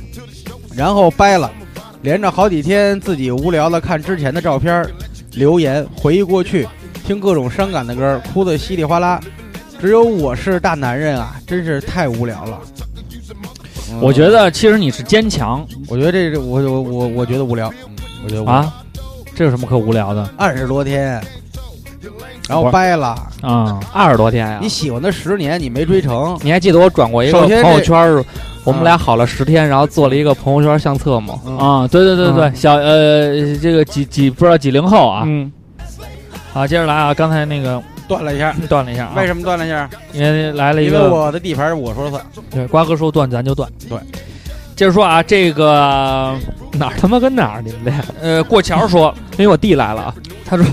然后掰了，连着好几天自己无聊的看之前的照片儿，留言回忆过去，听各种伤感的歌儿，哭得稀里哗啦。只有我是大男人啊，真是太无聊了。嗯
我觉，得其实你是坚强
我觉得这是我我我我觉得无聊，嗯我觉得无聊
啊，这有什么可无聊的
二十多天，然
我
后掰了，
啊？
二十多天呀、
你喜欢他十年，你没追成，
你还记得我转过一个
首
朋
先
友
这啊
圈儿，我们俩啊好了十天，然后做了一个朋友圈相册吗？
啊，对对对对，
嗯
小呃，这个几几不知道几零后啊，
嗯，
好，接着来啊，刚才那个
断了一下。
断了一下啊
为，什么断了一下？
因为来了一
因
个
为我的地盘儿我说了算。
对，瓜哥说断咱就断。
对，
接着说啊，这个
哪儿他妈跟哪儿你们俩？
呃，过桥说，
因为我弟来了啊，
他说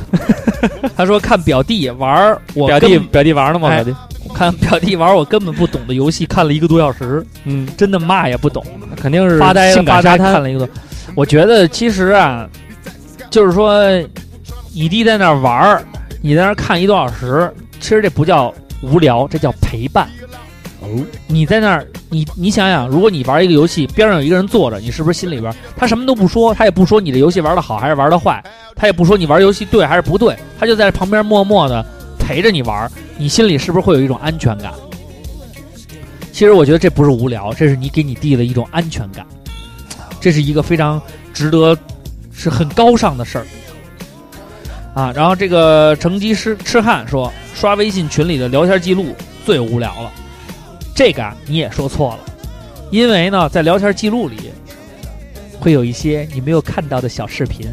他说看表弟玩儿，我
表弟
根
表弟玩了吗？
哎
表弟，
看表弟玩儿我根本不懂的游戏，看了一个多小时，
嗯，
真的嘛也不懂，
肯定是
发呆
性
发呆
感沙
看
滩。
了一个多。我觉得其实啊，就是说你弟在那儿玩儿，你在那儿看一多小时，其实这不叫无聊，这叫陪伴。你在那儿，你你想想，如果你玩一个游戏，边上有一个人坐着，你是不是心里边他什么都不说，他也不说你这游戏玩的好还是玩的坏，他也不说你玩游戏对还是不对，他就在旁边默默的陪着你玩，你心里是不是会有一种安全感？其实我觉得这不是无聊，这是你给你弟的一种安全感，这是一个非常值得，是很高尚的事儿。啊，然后这
呃
个成吉思痴汉说，刷微信群里的聊天记录最无聊了。这个啊，你也说错了，因为呢，在聊天记录里会有一些你没有看到的小视频。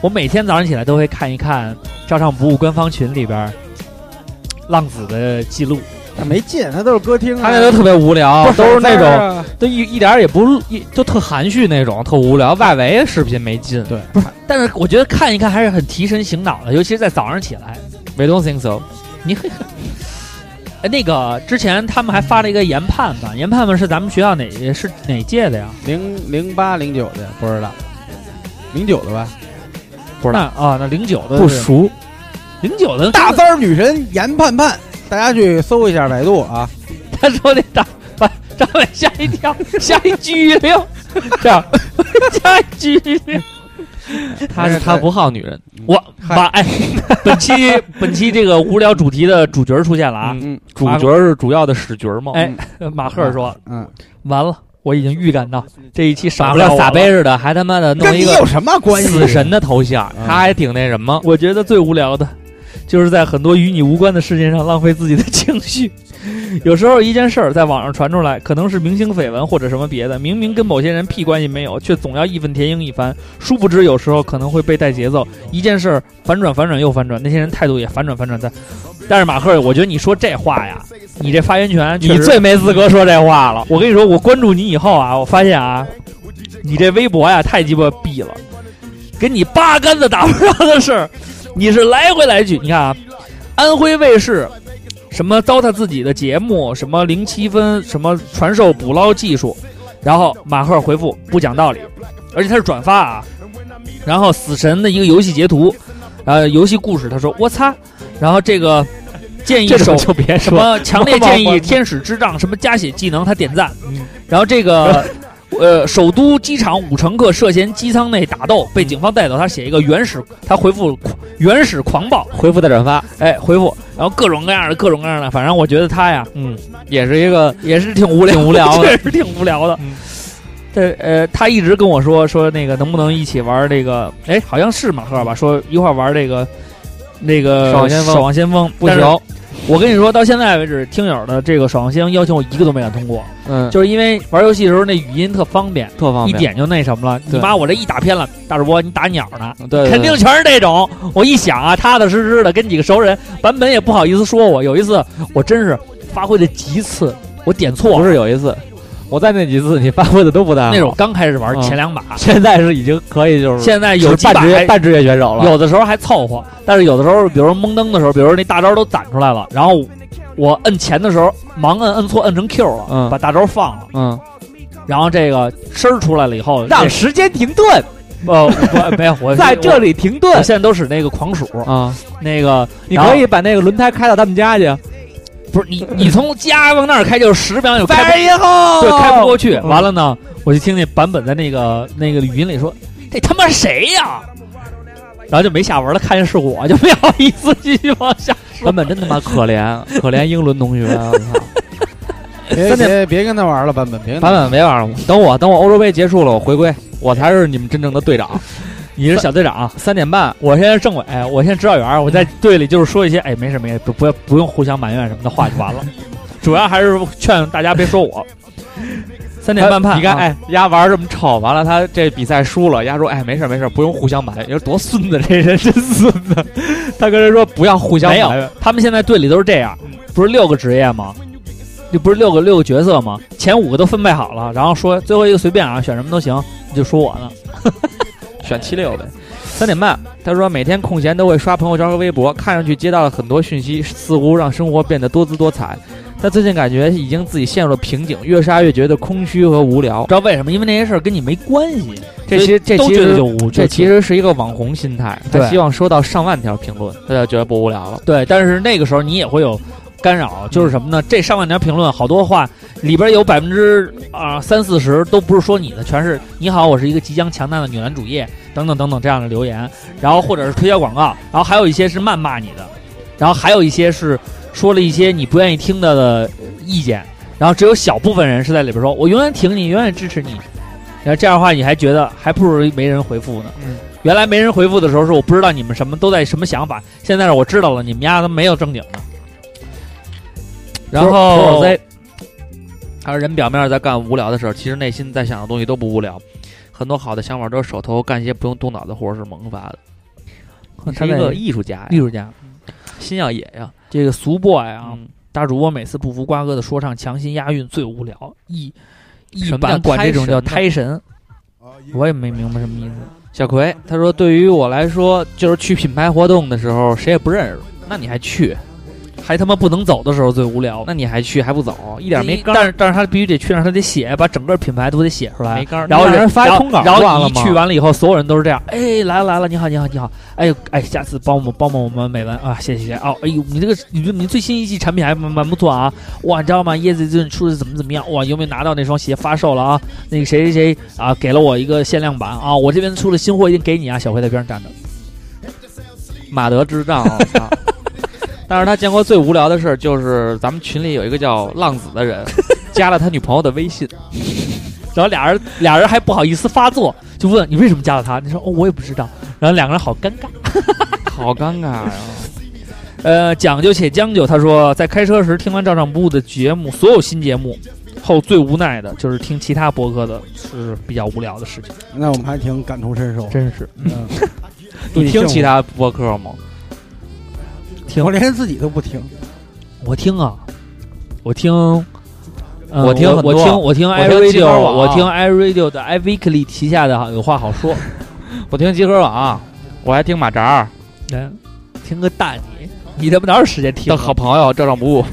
我每天早上起来都会看一看照唱不误官方群里边儿浪子的记录，
他没劲，他都是歌厅啊、
他那都特别无聊，都 是那种
种
都一一点儿也不一就特含蓄那种，特无聊。外围视频没劲，
对，
但是我觉得看一看还是很提神醒脑的，尤其是在早上起来。
We don't think so。
你很，哎，那个之前他们还发了一个研判吧，研判们是咱们学校哪是哪届的呀？
零零八零九的，不知道，零九的吧？
不知
那
道
啊，那零九的
不熟，
零九的
大三儿女神严盼盼，大家去搜一下百度啊。
他说那大把张伟吓一 跳，吓一激灵，这样 吓一激灵。
他
哎
是他不嗯好女人，
我把 哎，本期本期这个无聊主题的主角出现了啊！
嗯
主角是主要的使角嘛。
哎，马赫说
嗯，：“
完了，我已经预感到这一期少不
傻不
了
了
我
撒
了
杯似的，还他妈的弄
跟
一
你
个
有什么关系？
死神的头像，
嗯
他还挺那什么。
我觉得最无聊的，就是在很多与你无关的事情上浪费自己的情绪。 有时候一件事儿在网上传出来，可能是明星绯闻或者什么别的，明明跟某些人屁关系没有，却总要义愤填膺一番。殊不知有时候可能会被带节奏，一件事儿反转反转又反转，那些人态度也反转反转但但是马克，我觉得你说这话呀，你这发言权确实，
你最没资格说这话了，
我跟你说，我关注你以后啊，我发现啊，你这微博呀太鸡巴逼了，跟你八竿子打不着的事儿，你是来回来去。你看啊，安徽卫视什么糟蹋自己的节目，什么零七分，什么传授捕捞技术，然后马赫回复不讲道理，而且他是转发啊，然后死神的一个游戏截图，呃，游戏故事，他说我擦，然后这个建议
这
手
种就别
什
说。
么强烈建
我
议
我嗯
天使之杖什么加血技能，他点赞。然后这个呃，首都机场五乘客涉嫌机舱内打斗
嗯
被警方带走，他写一个原始，他回复狂原始狂暴，
回复再转发，
哎，回复，然后各种各样的各种各样的，反正我觉得他呀
嗯，也是一个
也是挺无聊，
挺无 聊的
确实挺无聊的
嗯。
对，呃，他一直跟我说说那个能不能一起玩这个，哎，好像是马赫吧，说一块儿玩这个那个
守望先锋
守望先锋
不行。，
我跟你说，到现在为止，听友的这个守望先锋要求我一个都没敢通过，
嗯，
就是因为玩游戏的时候那语音特方便，
特方
一
便，
点就那什么了。你
对呃
妈，我这一打偏了，大主播你打鸟呢？
对对，对
肯定全是这种。我一想啊，踏踏实实的跟几个熟人，版本也不好意思说我。有一次我真是发挥的极次，我点错
不
了。
是有一次，我在那几次你发挥的都不太好，
那种刚开始玩
嗯
前两把，
现在是已经可以嗯就是
现在有
是
几把
半职业
还
半职业选手了，
有的时候还凑合，但是有的时候，比如说懵登的时候，比如说那大招都攒出来了，然后我摁前的时候盲摁摁错，摁成 Q 了，
嗯
把大招放了，
嗯，
然后这个声儿出来了以后，
让
这
时间停顿，
呃我没有我
在这
我
里停
我
顿
现在都使那个狂鼠，
啊，
那个
你
然后
可以把那个轮胎开到他们家去，
不是 你你从家往那儿开就是十秒，有开不
三以后
对，开不过去。
嗯
完了呢，我就听那版本在那个那个语音里说：“这他妈谁呀？”然后就没下文了，看见是我就没好意思继续往下说
根。本真他妈可怜，可怜英伦啊同学，我操！
别别别跟他玩了，版本别跟他
版
玩
本没玩了，等我等我欧洲杯结束了，我回归，我才是你们真正的 队长。
你是小队长，
三点半，
我现在是政委，哎我现在指导员，我
嗯
在队里就是说一些哎，没事没事，不不要不用互相埋怨什么的话就 完了。主要还是劝大家别说我。三点半判，
你看，
啊，
哎，丫玩这么臭，完了他这比赛输了，丫说，哎，没事没事，不用互相埋怨。你说多孙子，这人真孙子。 他跟人说不要互相
没
埋
有
怨，，
他们现在队里都是这样，
嗯
不是六个职业吗？就不是六个六个角色吗？前五个都分配好了，然后说最后一个随便啊，选什么都行，你就说我呢。
选七六呗。三点半，他说每天空闲都会刷朋友圈和微博，看上去接到了很多讯息，似乎让生活变得多姿多彩。但最近感觉已经自己陷入了瓶颈，越刷越觉得空虚和无聊。
知道为什么？因为那些事儿跟你没关系。
这其实这
都
其
觉得
实
就无，
这
就
其实是一个网红心态，他
对
希望收到上万条评论，他就觉得不无聊了。
对。但是那个时候你也会有干扰，就是什么
嗯
呢？这上万条评论，好多话里边有百分之啊三四十都不是说你的，全是你好，我是一个即将强 大的女男主页等等等等这样的留言，然后或者是推销广告，然后还有一些是谩骂你的，然后还有一些是说了一些你不愿意听到的意见，然后只有小部分人是在里边说“我永远挺你，永远支持你”，然后这样的话你还觉得还不如没人回复呢。
嗯
原来没人回复的时候是我不知道你们什么都在什么想法，现在是我知道了，你们丫的没有正经的。然后
Z，他说人表面在干无聊的事儿，其实内心在想的东西都不无聊，很多好的想法都是手头干一些不用动脑的活儿是萌发的。你是
他
一
在
个艺术家
艺
呀，
术家
心要野呀。
这个俗 boy 啊，
嗯
大主播每次不服瓜哥的说唱，强行押韵最无聊。一一
什么
版
叫
管
胎
这种叫
神呢
胎神，啊我也没明白什么意思。
小葵他说，对于我来说，就是去品牌活动的时候谁也不认识，那你还去？
还他妈不能走的时候最无聊，
那你还去还不走，一点没
干。
干。
但是但是他必须得去，让他得写，把整个品牌都得写出来。
没杆儿
然后
你让
人
人发
然后
通稿
然
忘
后
了
你
吗
去完了以后，所有人都是这样，哎，来了来了，你好你好你好，哎呦哎，下次帮我们帮帮我们美文啊，谢谢谢谢哦，哎呦，你这个你这你最新一季产品还蛮蛮不错啊，哇，你知道吗？椰子最近出的怎么怎么样？哇，有没有拿到那双鞋发售了啊？那个谁谁谁啊，给了我一个限量版啊，我这边出了新货，一定给你啊。小辉在边上站着，
马德之杖， 我操！但是他见过最无聊的事儿就是咱们群里有一个叫浪子的 人，加了他女朋友的微信，
然后俩人俩人还不好意思发作，就问你为什么加了他？你说哦，我也不知道。然后两个人好尴尬。
好尴尬呀、
呃，讲究且将就。他说，在开车时听完照常不误的节目，所有新节目后最无奈的就是听其他博客的是比较无聊的事情，
那我们还挺感同身受。
真是
嗯，
你听其他播客吗？
我连自己都不听，
我听啊，我听，呃
我听
我
很多
听我听
我
i
听集合
radio，
网
我听 i radio 的 i weekly 旗下的有话好说，
我听集合网，啊我还听马扎儿
来听个大你，你他妈哪有时间听
的
啊？
好朋友照常不 误。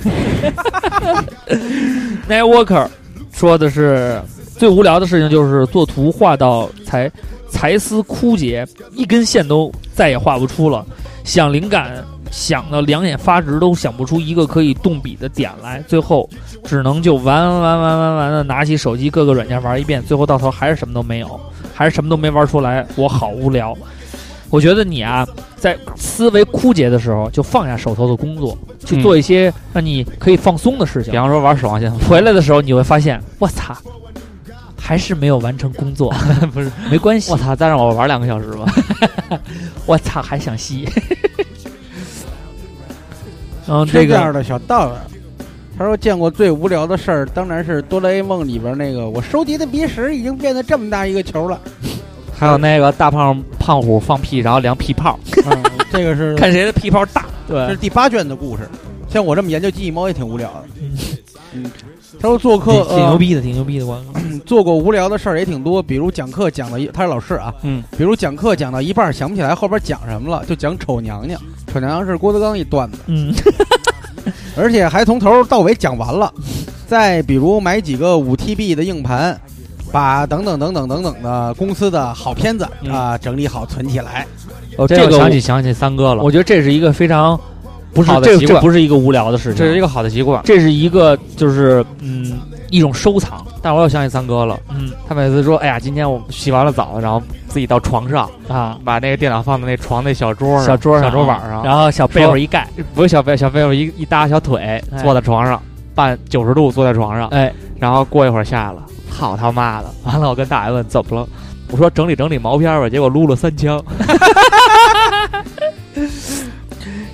Night Walker 说的是最无聊的事情就是做图画到才才思枯竭，一根线都再也画不出了，想灵感想的两眼发直，都想不出一个可以动笔的点来，最后只能就玩玩玩玩玩玩的拿起手机各个软件玩一遍，最后到头还是什么都没有，还是什么都没玩出来，我好无聊。我觉得你啊，在思维枯竭的时候，就放下手头的工作，去做一些让你可以放松的事情
比。方说玩《守望先锋》，
回来的时候，你会发现，我操，还是没有完成工作， 不是没关系
我，操，再让我玩两个小时吧。
我操，还想吸。嗯，
是
这
这样
个
的小道儿。他说见过最无聊的事儿，当然是《哆啦 A 梦》里边那个，我收集的鼻屎已经变得这么大一个球了。
还有那个大胖胖虎放屁，然后量屁泡，
嗯、这个 是
看谁的屁泡大。
这
对
是，第八卷的故事。像我这么研究记忆猫也挺无聊的。
嗯
嗯，他说做课
挺挺牛
呃
逼的，挺牛逼的广告。
做过无聊的事儿也挺多，比如讲课讲到一，他是老师啊，
嗯，
比如讲课讲到一半儿想不起来后边讲什么了，就讲丑娘娘。丑娘娘是郭德纲一段子，
嗯，
而且还从头到尾讲完了。再比如买几个五 TB 的硬盘，把等等等等等等的公司的好片子啊、
嗯
整理好存起来。
哦，
这
个我
我想起想起三哥了，
我觉得这是一个非常不是
好的
这
习
这
惯
不是一个无聊的事情，啊
这是一个好的习惯。
这是一个就是嗯一种收藏。
但我又想起三哥了，
嗯
他每次说：“哎呀，今天我洗完了澡，然后自己到床上，
啊，
把那个电脑放在那床那小桌上，
小桌上啊
小桌板上，
然后小被窝一盖，
不是小被小被窝一一搭小腿，
哎
坐在床上，半九十度坐在床上，
哎，
然后过一会儿下来了，好他妈的！完了，我跟大爷问怎么了，我说整理整理毛片吧，结果撸了三枪，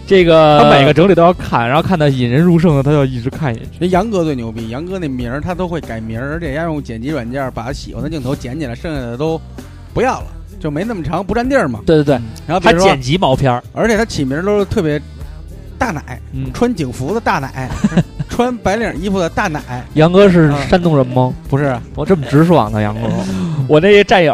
这个
他每个整理都要看，然后看到引人入胜的，他就一直看下去。
人杨哥最牛逼，杨哥那名儿他都会改名儿，而且要用剪辑软件把喜欢的镜头剪起来，剩下的都不要了，就没那么长，不占地儿嘛。
对对对，
然后比
他
如说
剪，辑毛片儿，
而且他起名儿都是特别大奶，
嗯
穿警服的大 奶，穿白领衣服的大奶，
杨哥是
嗯
山东人吗？
不是
我这么直爽的杨哥，
我那战友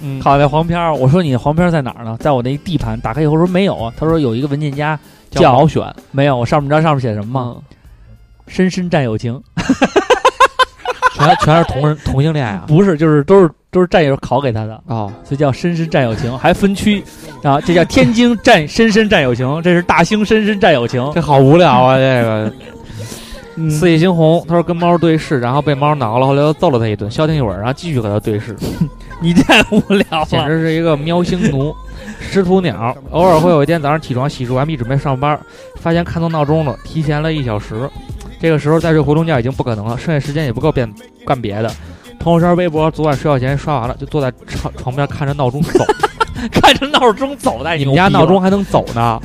嗯，
考那黄片儿，我说你黄片儿在哪儿呢？在我那 D 盘，打开以后说没有啊，他说有一个文件夹
叫
叫嗯
毛选
没有，我上面知道上面写什么吗？
嘛，
深深战友情，
全全是同人同性恋啊。
不是，就是都是都是战友考给他的，
哦，
所以叫深深战友情， 还分区啊，这叫天津战深深战友情，这是大兴深深战友情，
这好无聊啊！这个
嗯
四季猩红，他说跟猫对视，然后被猫挠了，后来又揍了他一顿，消停一会儿，然后继续和他对视，
你太无 聊
简
了。
直是一个喵星奴。识途鸟，偶尔会有一天早上起床洗漱完毕准备上班，发现看错闹钟了，提前了一小时。这个时候再睡回笼觉已经不可能了，剩下时间也不够变干别的。朋友圈、微博，昨晚睡觉前刷完了，就坐在床床边看着闹钟走。
看着闹钟走在
你们家 闹钟还能走呢？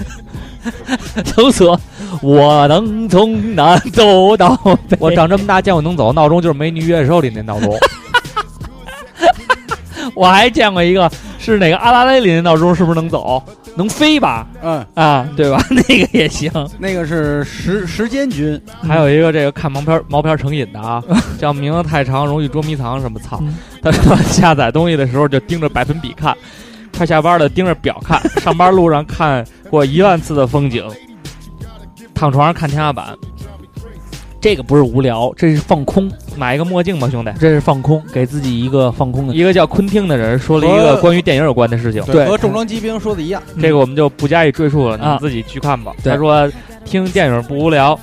搜索，我能从南走到北。
我长这么大见过能走的闹钟就是《美女与野兽》里那闹钟。
我还见过一个是哪个阿拉蕾里的闹钟，是不是能走？能飞吧？
嗯，
啊，对 吧？那个也行。
那个是时时间君，
还有一个这个看毛片毛片成瘾的 啊，叫名字太长容易捉迷藏什么操
嗯。
他说下载东西的时候就盯着百分比看，快下班了盯着表 看，上班路上看过一万次的风景，躺床上看天花板，
这个不是无聊，这是放空，
买一个墨镜吧兄弟。
这是放空，给自己一个放空的。
一个叫昆汀的人说了一个
和
关于电影有关的事情，
对
和重装机兵说的一样，
这个我们就不加以赘述了，你
啊
们自己去看吧。
对
他说听电影不无聊，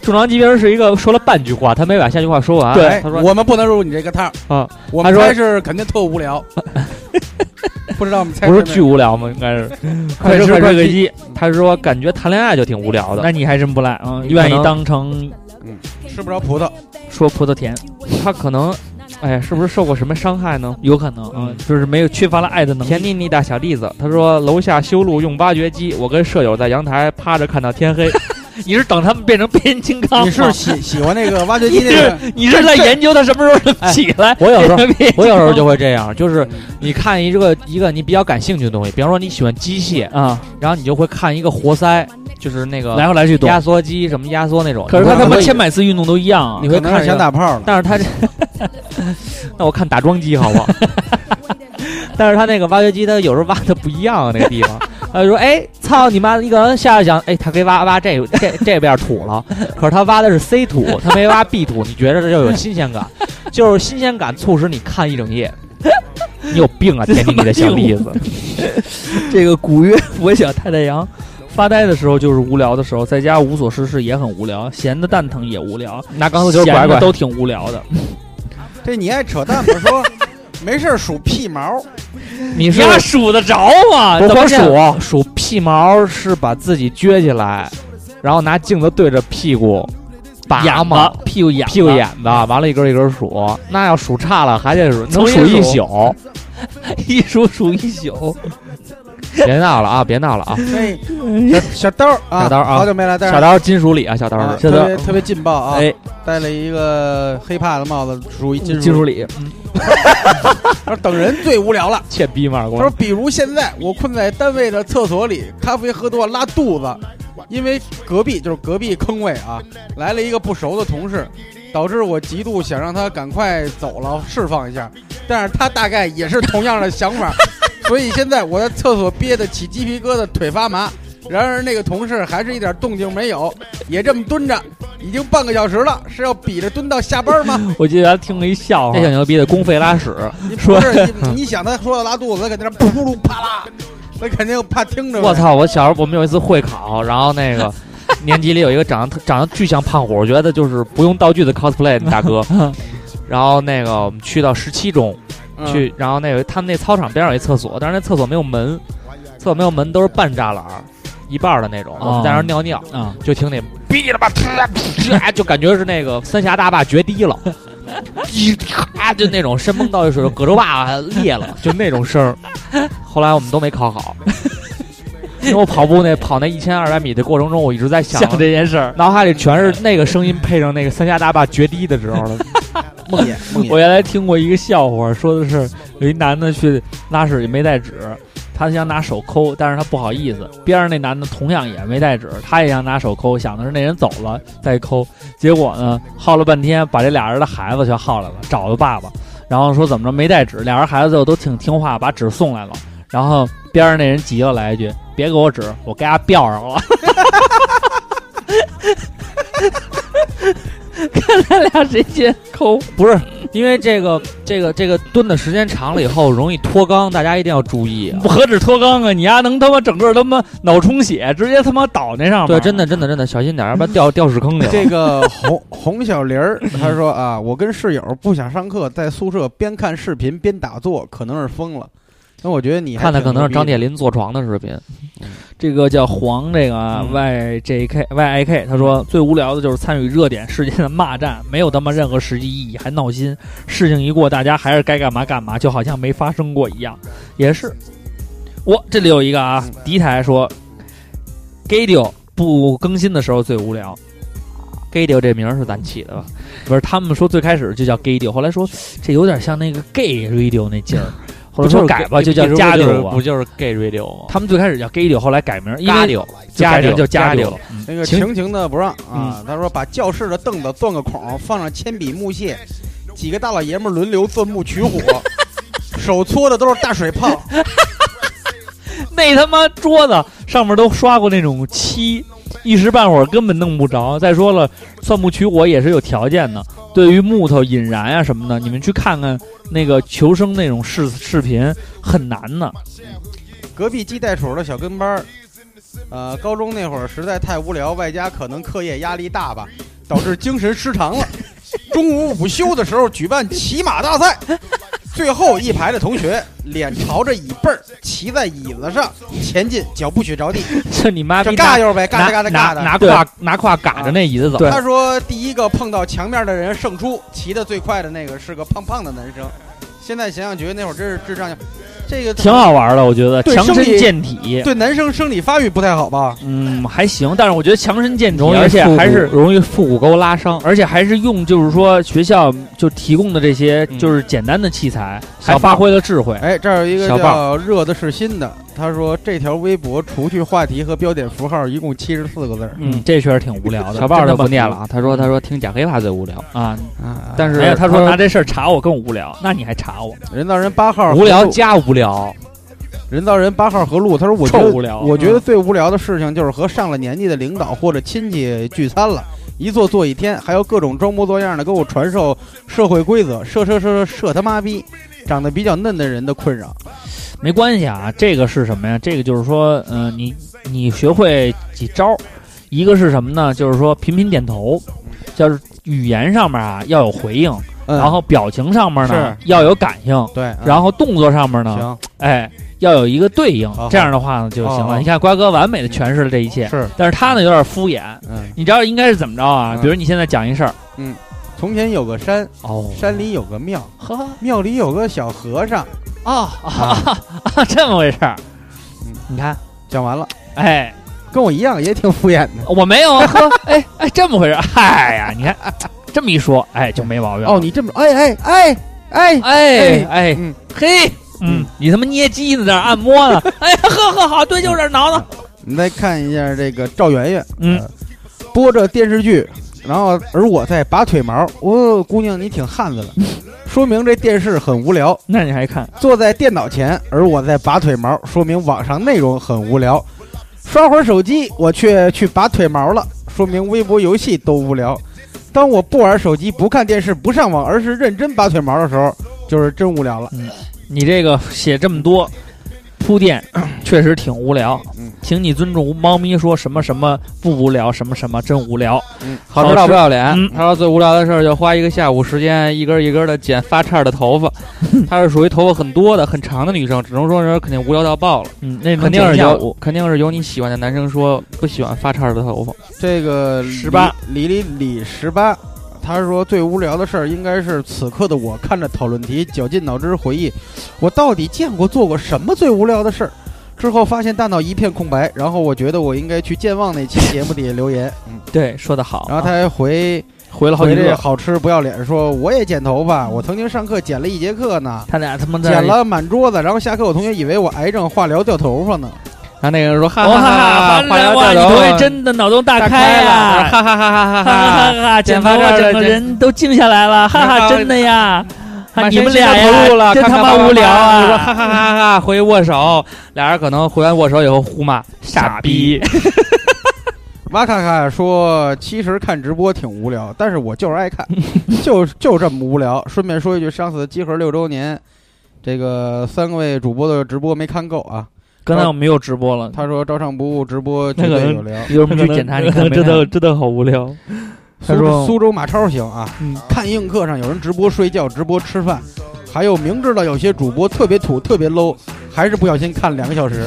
重装机兵是一个说了半句话，他没把下句话说完。
哎
啊他说
我们不能入你这个套儿
啊，
我们
他说
猜是肯定特无 聊，不知道我们猜
不是
对
巨无聊吗？应该是快
吃快
快啊
睡
机。他说感觉谈恋爱就挺无 聊的，
那你还真不赖啊，愿意当成
没吃不着葡萄，
说葡萄甜，
他可能，哎呀，是不是受过什么伤害呢？
有可能啊
嗯，
就是没有缺乏了爱的能
甜
力。
腻腻大小栗子，他说楼下修路用挖掘机，我跟舍友在阳台趴着看到天黑。
你是等他们变成变形金
啊
刚吗？
你是 喜喜欢那个挖掘
你
机那个？
是你是在研究他什么时候能起来？
哎我有时候
别
我有时候就会这样，就是你看一个一个你比较感兴趣的东西，比方说你喜欢机械，
啊，
然后你就会看一个活塞，就是那个
来回来去动。
压缩机什么压缩那种。
可是他他
可
妈
能
千百次运动都一样啊
你，
可
会
能
看
是
一个
想打炮了，
但是他这， 那我看打桩机好不好？ 但是他那个挖掘机，他有时候挖的不一样啊，那个地方。他就说：“哎，操你妈！”一个人下去想，哎，他给挖挖这这这边土了，可是他挖的是 C 土，他没挖 B 土，你觉着这就有新鲜感，就是新鲜感促使你看一整夜。你有病啊！天津你的小栗子，
这个古约佛晓太太阳发呆的时候就是无聊的时候，在家无所事事也很无聊，闲的蛋疼也无聊，
拿钢丝球拐
闲的
拐，
都挺无聊的。
这你爱扯淡吧？说没事儿数屁毛，
你是
丫数得着吗？
不
怎么
光
见
数数屁毛是把自己撅起来，然后拿镜子对着屁股，拔
眼
嘛
子，屁股眼子，
屁股眼子，完了一根一根数，那要数差了还得数，能
重新数
数一宿。
一数数一宿。
别闹了啊！别闹了啊！
嘿，小小刀儿啊，
小刀儿啊
好久没来，但是
小刀儿金属里啊，小刀
啊
儿
特别特别劲爆啊！
哎，嗯
戴了一个黑怕的帽子，属于金
金属里，
他说等人最无聊了。
切逼嘛！
他
给我
说，比如现在我困在单位的厕所里，咖啡喝多了拉肚子，因为隔壁就是隔壁坑位啊， 来了一个不熟的同事，导致我极度想让他赶快走了，释放一下，但是他大概也是同样的想 法，所以现在我在厕所憋得起鸡皮疙瘩，腿发麻。然而那个同事还是一点动静没有，也这么蹲着，已经半个小时了，是要比着蹲到下班吗？
我记得咱听了一笑话
这小，牛逼的公费拉屎，
你
说
不是你，你想他说要拉肚子，他肯定是噗噜啪啦，他肯定怕听着。
我！操！我小时候我们有一次会考，然后那个年级里有一个长得特长得巨像胖虎，我觉得就是不用道具的 cosplay 大哥。然后那个我们去到十七中
嗯
去，然后那个他们那操场边上有一厕所，但是那厕所没有门，厕所没有门都是半栅栏儿，一半儿的那种。我们在那儿尿尿，
啊，
就听那哔啦吧啪啪，就感觉是那个三峡大坝决堤了，一啪就那种山崩到一水，葛洲坝裂了，就那种声儿。后来我们都没考好，因为我跑步那跑那一千二百米的过程中，我一直在想，
想这件事儿。
脑海里全是那个声音配上那个三峡大坝决堤的时候了。
梦魇，梦魇
我原来听过一个笑话，说的是有一男的去拉屎也没带纸，他想拿手抠，但是他不好意思。边上那男的同样也没带纸，他也想拿手抠，想的是那人走了再抠。结果呢，耗了半天，把这俩人的孩子全耗来了，找了爸爸，然后说怎么着没带纸，俩人孩子最后都挺听话，把纸送来了。然后边上那人急了，来一句：“别给我纸，我给他吊上了。”看他俩谁先抠。
不是，因为这个这个这个蹲的时间长了以后容易脱肛，大家一定要注意 啊。
不何止脱肛啊！你丫能他妈整个他妈脑充血，直接他妈倒那上面。
对，真的真的真的小心点儿，要不然掉掉屎坑里了。
嗯这个红 红小林儿，他说啊，我跟室友不想上课，在宿舍边看视频边打坐，可能是疯了。那我觉得你还
看的
挺
可能
牛
是
逼
张铁林坐床的视频。
这个叫黄这个啊
嗯
Y J K Y I K，他说最无聊的就是参与热点事件的骂战，没有他妈任何实际意义，还闹心。事情一过，大家还是该干嘛干嘛，就好像没发生过一样。也是，我这里有一个啊，
嗯
敌台说 g a d i o 不更新的时候最无聊。
gay 丢这名儿是咱起的吧？
不是，他们说最开始就叫 gay 丢，后来说这有点像那个 gay radio 那 劲儿，后来说改吧，就叫加丢吧
不。就是 gay radio 吗？
他们最开始叫 gay 丢，后来改名，因
加
为
丢，
就改成叫
丢
加
丢
丢了。。
那个
晴
晴晴的不让
嗯
啊，他说把教室的凳子钻个孔，放上铅笔木屑，几个大老爷们儿轮流钻木取火，手搓的都是大水泡，
那他妈桌子上面都刷过那种漆，一时半会儿根本弄不着。再说了，钻木取火也是有条件的。对于木头引燃啊什么的，你们去看看那个求生那种视视频，很难呢。
隔壁鸡袋鼠的小跟班儿，呃，高中那会儿实在太无聊，外加可能课业压力大吧，导致精神失常了。 中午午休的时候举办骑马大赛，最后一排的同学脸朝着椅背儿，骑在椅子上前进，脚不许着地，
这你妈
这
逼
嘎悠呗，嘎
拿
哒嘎哒
拿
嘎哒。
拿
对
胯拿胯嘎着那椅子走。
对
他说，第一个碰到墙面的人胜出，骑得最快的那个是个胖胖的男生。现在想想，觉得那会儿真是智障，这个
挺好玩的，我觉得
对
强身
生理
健体。
对男生生理发育不太好吧？
嗯，还行，但是我觉得强身健体，
容易
而且
腹股
还是
容易腹股沟拉伤，
而且还是用就是说学校就提供的这些
嗯
就是简单的器材，
小
还发
棒
挥了智慧。
哎，这儿有一个
小
叫热的是新的，他说这条微博除去话题和标点符号，一共七十四个字儿。
嗯，这确实挺无聊的。
小豹
真
就
他妈
不念了啊。他说他说听假黑怕最无聊，
啊！
啊
但是
哎呀，他说拿这事儿查我更无聊，那你还查我？
人造人八号
无聊
和路
加无聊，
人造人八号和路，他说我觉
臭
得
无聊嗯
我觉得最无聊的事情就是和上了年纪的领导或者亲戚聚餐了。一坐坐一天，还有各种装模作样的给我传授社会规则，社社社社他妈逼，长得比较嫩的人的困扰。
没关系啊，这个是什么呀？这个就是说，嗯、你你学会几招，一个是什么呢？就是说频频点头，就是语言上面啊要有回应，
嗯
然后表情上面呢
是
要有感应，
对，嗯
然后动作上面呢，
行
哎要有一个对应
好，
这样的话呢就行
好好
了。你看瓜哥完美的诠释了这一切，
是，
但是他呢有点敷衍。
嗯，
你知道应该是怎么着啊？
嗯
比如你现在讲一事儿，
从前有个山，
哦，
山里有个庙，
呵
庙里有个小和尚。
哦啊啊，这么回事儿
嗯。
你看，
讲完了，
哎，
跟我一样也挺敷衍的。
我没有啊，呵， 哎哎，这么回事儿。哎呀，你看这么一说，哎，就没毛病了。
哦，你这么，哎哎哎哎，
哎哎
嗯
嘿，嗯，你他妈捏鸡呢，在那儿按摩呢。哎呀，呵呵，好，对，就这儿挠挠。
你再看一下这个赵媛媛，
嗯
呃，播着电视剧，然后而我在拔腿毛。哦，姑娘，你挺汉 子的，说明这电视很无聊。
那你还看？
坐在电脑前，而我在拔腿毛，说明网上内容很无聊。刷会儿手机，我却去拔腿毛了，说明微博游戏都无聊。当我不玩手机、不看电视、不上网，而是认真拔腿毛的时候，就是真无聊了。
你这个写这么多铺垫，确实挺无聊
嗯。
请你尊重猫咪说什么什么不无聊，什么什么真无聊。
好吃到不要脸。
嗯
他说最无聊的事儿就花一个下午时间，一根一根的剪发叉的头 发。她是属于头发很多的、很长的女生，只能说是肯定无聊到爆了。
嗯，那
肯定
能
是
剪下
有
午，
肯定是有你喜欢的男生说不喜欢发叉的头发。
这个李
18
李李李十八，他说最无聊的事儿应该是此刻的我看着讨论题，绞尽脑汁回忆，我到底见过做过什么最无聊的事儿。之后发现大脑一片空白，然后我觉得我应该去健忘那期节目底下留言，嗯，
对，说的好。
然后他还回
回了好
回
几
这
个，
好吃不要脸说我也剪头发，我曾经上课剪了一节课呢，
他俩他妈在
剪了满桌子，然后下课我同学以为我癌症化疗掉头发呢，
然后那个人说：“哈
哦哈
哈
哈！
花
哈
疗
哇，
大
你
头
头
发
也真的脑洞大
大
开
了，
呀！
哈哈哈哈哈
哈
哈！”
哈哈！
剪
剪头
发
发整
这这
个人都静下来 了，哈
哈
哈！
哈
真的呀，哈
满
你
身
们
心
俩
都投入了，
呀，真
看
他
看
妈
爸爸
无聊
妈妈说哈
啊！
哈哈哈！回去握手，俩人可能回完握手以后互骂傻逼。
哇咔咔说：“其实看直播挺无聊，但是我就是爱看，就就这么无聊。”顺便说一句，上次集合六周年，这个三位主播的直播没看够啊。
刚才我们又直播了，
他说：“照唱不误，直播绝对有聊。
一会儿我们去检 查，你看没啊看？
真的好无聊。
苏
他说
苏州马超行啊，
嗯
看映客上有人直播睡觉、直播吃饭，还有明知道有些主播特别土、特别 low，还是不小心看两个小时。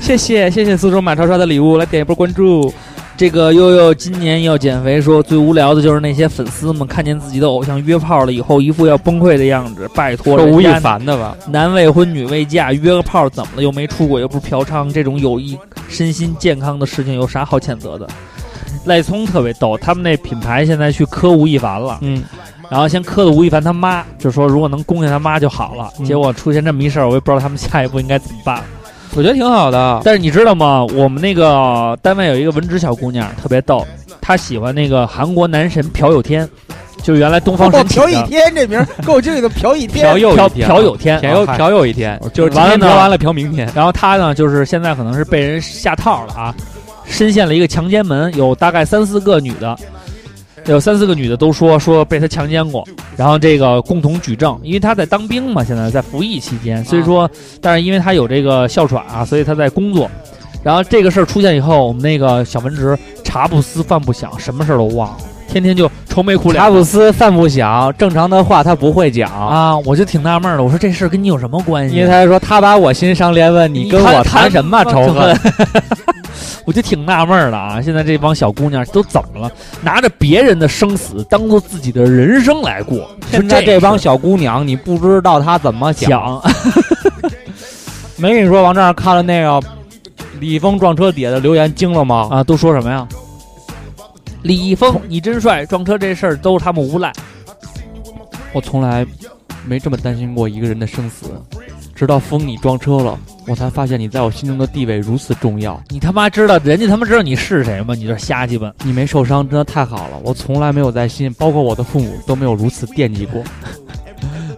谢谢谢谢苏州马超刷的礼物，来点一波关注。
这个悠悠今年要减肥，说最无聊的就是那些粉丝们看见自己的偶像约炮了以后，一副要崩溃的样子。拜托
说
了，
吴亦
人家
凡的吧，
男未婚女未嫁，约个炮怎么了？又没出轨，又不是嫖娼，这种有益身心健康的事情有啥好谴责的？赖聪特别逗，他们那品牌现在去磕吴亦凡了，
嗯，
然后先磕的吴亦凡他妈，就说如果能攻下他妈就好了。
嗯
结果出现这么一事儿，我也不知道他们下一步应该怎么办。
我觉得挺好的。
但是你知道吗？我们那个单位有一个文职小姑娘，特别逗，她喜欢那个韩国男神朴有天，就是原来东方
我
神起
哦嫖一
的
天这名儿，跟我经理的嫖一天
嫖。又
朴
一天，
朴有天，哦
嫖又
嗨
嫖又一天，就是今
完了
天
呢
嫖完了嫖明天。
然后他呢，就是现在可能是被人下套了啊，深陷了一个强奸门，有大概三四个女的，有三四个女的都说说被他强奸过，然后这个共同举证，因为他在当兵嘛，现在在服役期间，所以
啊
说，但是因为他有这个哮喘啊，所以他在工作。然后这个事儿出现以后，我们那个小文职茶不思饭不想，什么事儿都忘了，天天就愁眉苦脸。
查普斯饭不想，正常的话他不会讲，
啊，我就挺纳闷儿的，我说这事儿跟你有什么关系？
因为他说他把我心伤连问，
你
跟我
谈谈
什么仇恨？？
我就挺纳闷儿的啊！现在这帮小姑娘都怎么了？拿着别人的生死当做自己的人生来过，
现在这帮小姑娘，你不知道她怎么想。
想，
没跟你说，王正看了那个李易峰撞车底下的留言，惊了吗？
啊，都说什么呀？李易峰，你真帅！撞车这事儿都是他们无赖。
我从来没这么担心过一个人的生死，直到峰你撞车了，我才发现你在我心中的地位如此重要。
你他妈知道人家他妈知道你是谁吗？你这瞎鸡巴！
你没受伤真的太好了，我从来没有在心，包括我的父母都没有如此惦记过。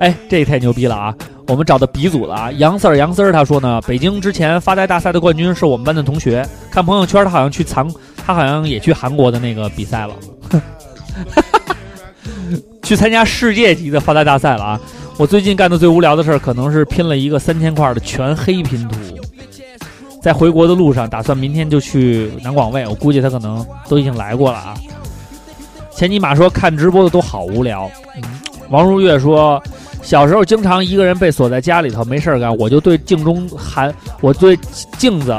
哎，这也太牛逼了啊！我们找到鼻祖了啊！杨 Sir，杨 Sir 他说呢，北京之前发呆大赛的冠军是我们班的同学。看朋友圈，他好像去韩，他好像也去韩国的那个比赛了， 去参加世界级的发呆大赛了啊！我最近干的最无聊的事儿，可能是拼了一个三千块的全黑拼图。在回国的路上，打算明天就去南广卫，我估计他可能都已经来过了啊。前尼玛说看直播的都好无聊，嗯、王如月说。小时候经常一个人被锁在家里头，没事儿干，我就对镜中含，我对镜子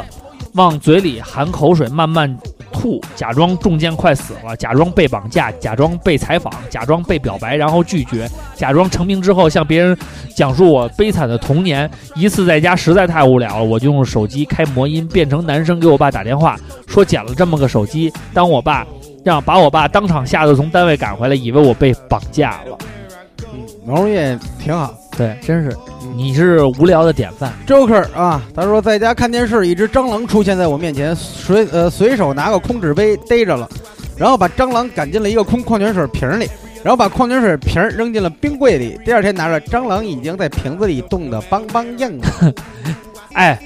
往嘴里含口水，慢慢吐，假装中箭快死了，假装被绑架，假装被采访，假装被表白，然后拒绝，假装成名之后向别人讲述我悲惨的童年。一次在家实在太无聊了，我就用手机开魔音变成男生给我爸打电话，说捡了这么个手机，当我爸让把我爸当场吓得从单位赶回来，以为我被绑架了。
嗯，毛绒也挺好。
对，真是你是无聊的典范。
Joker 啊，他说在家看电视，一只蟑螂出现在我面前，随呃随手拿个空纸杯逮着了，然后把蟑螂赶进了一个空矿泉水瓶里，然后把矿泉水瓶扔进了冰柜里。第二天拿着，蟑螂已经在瓶子里冻得梆梆硬啊了。
哎，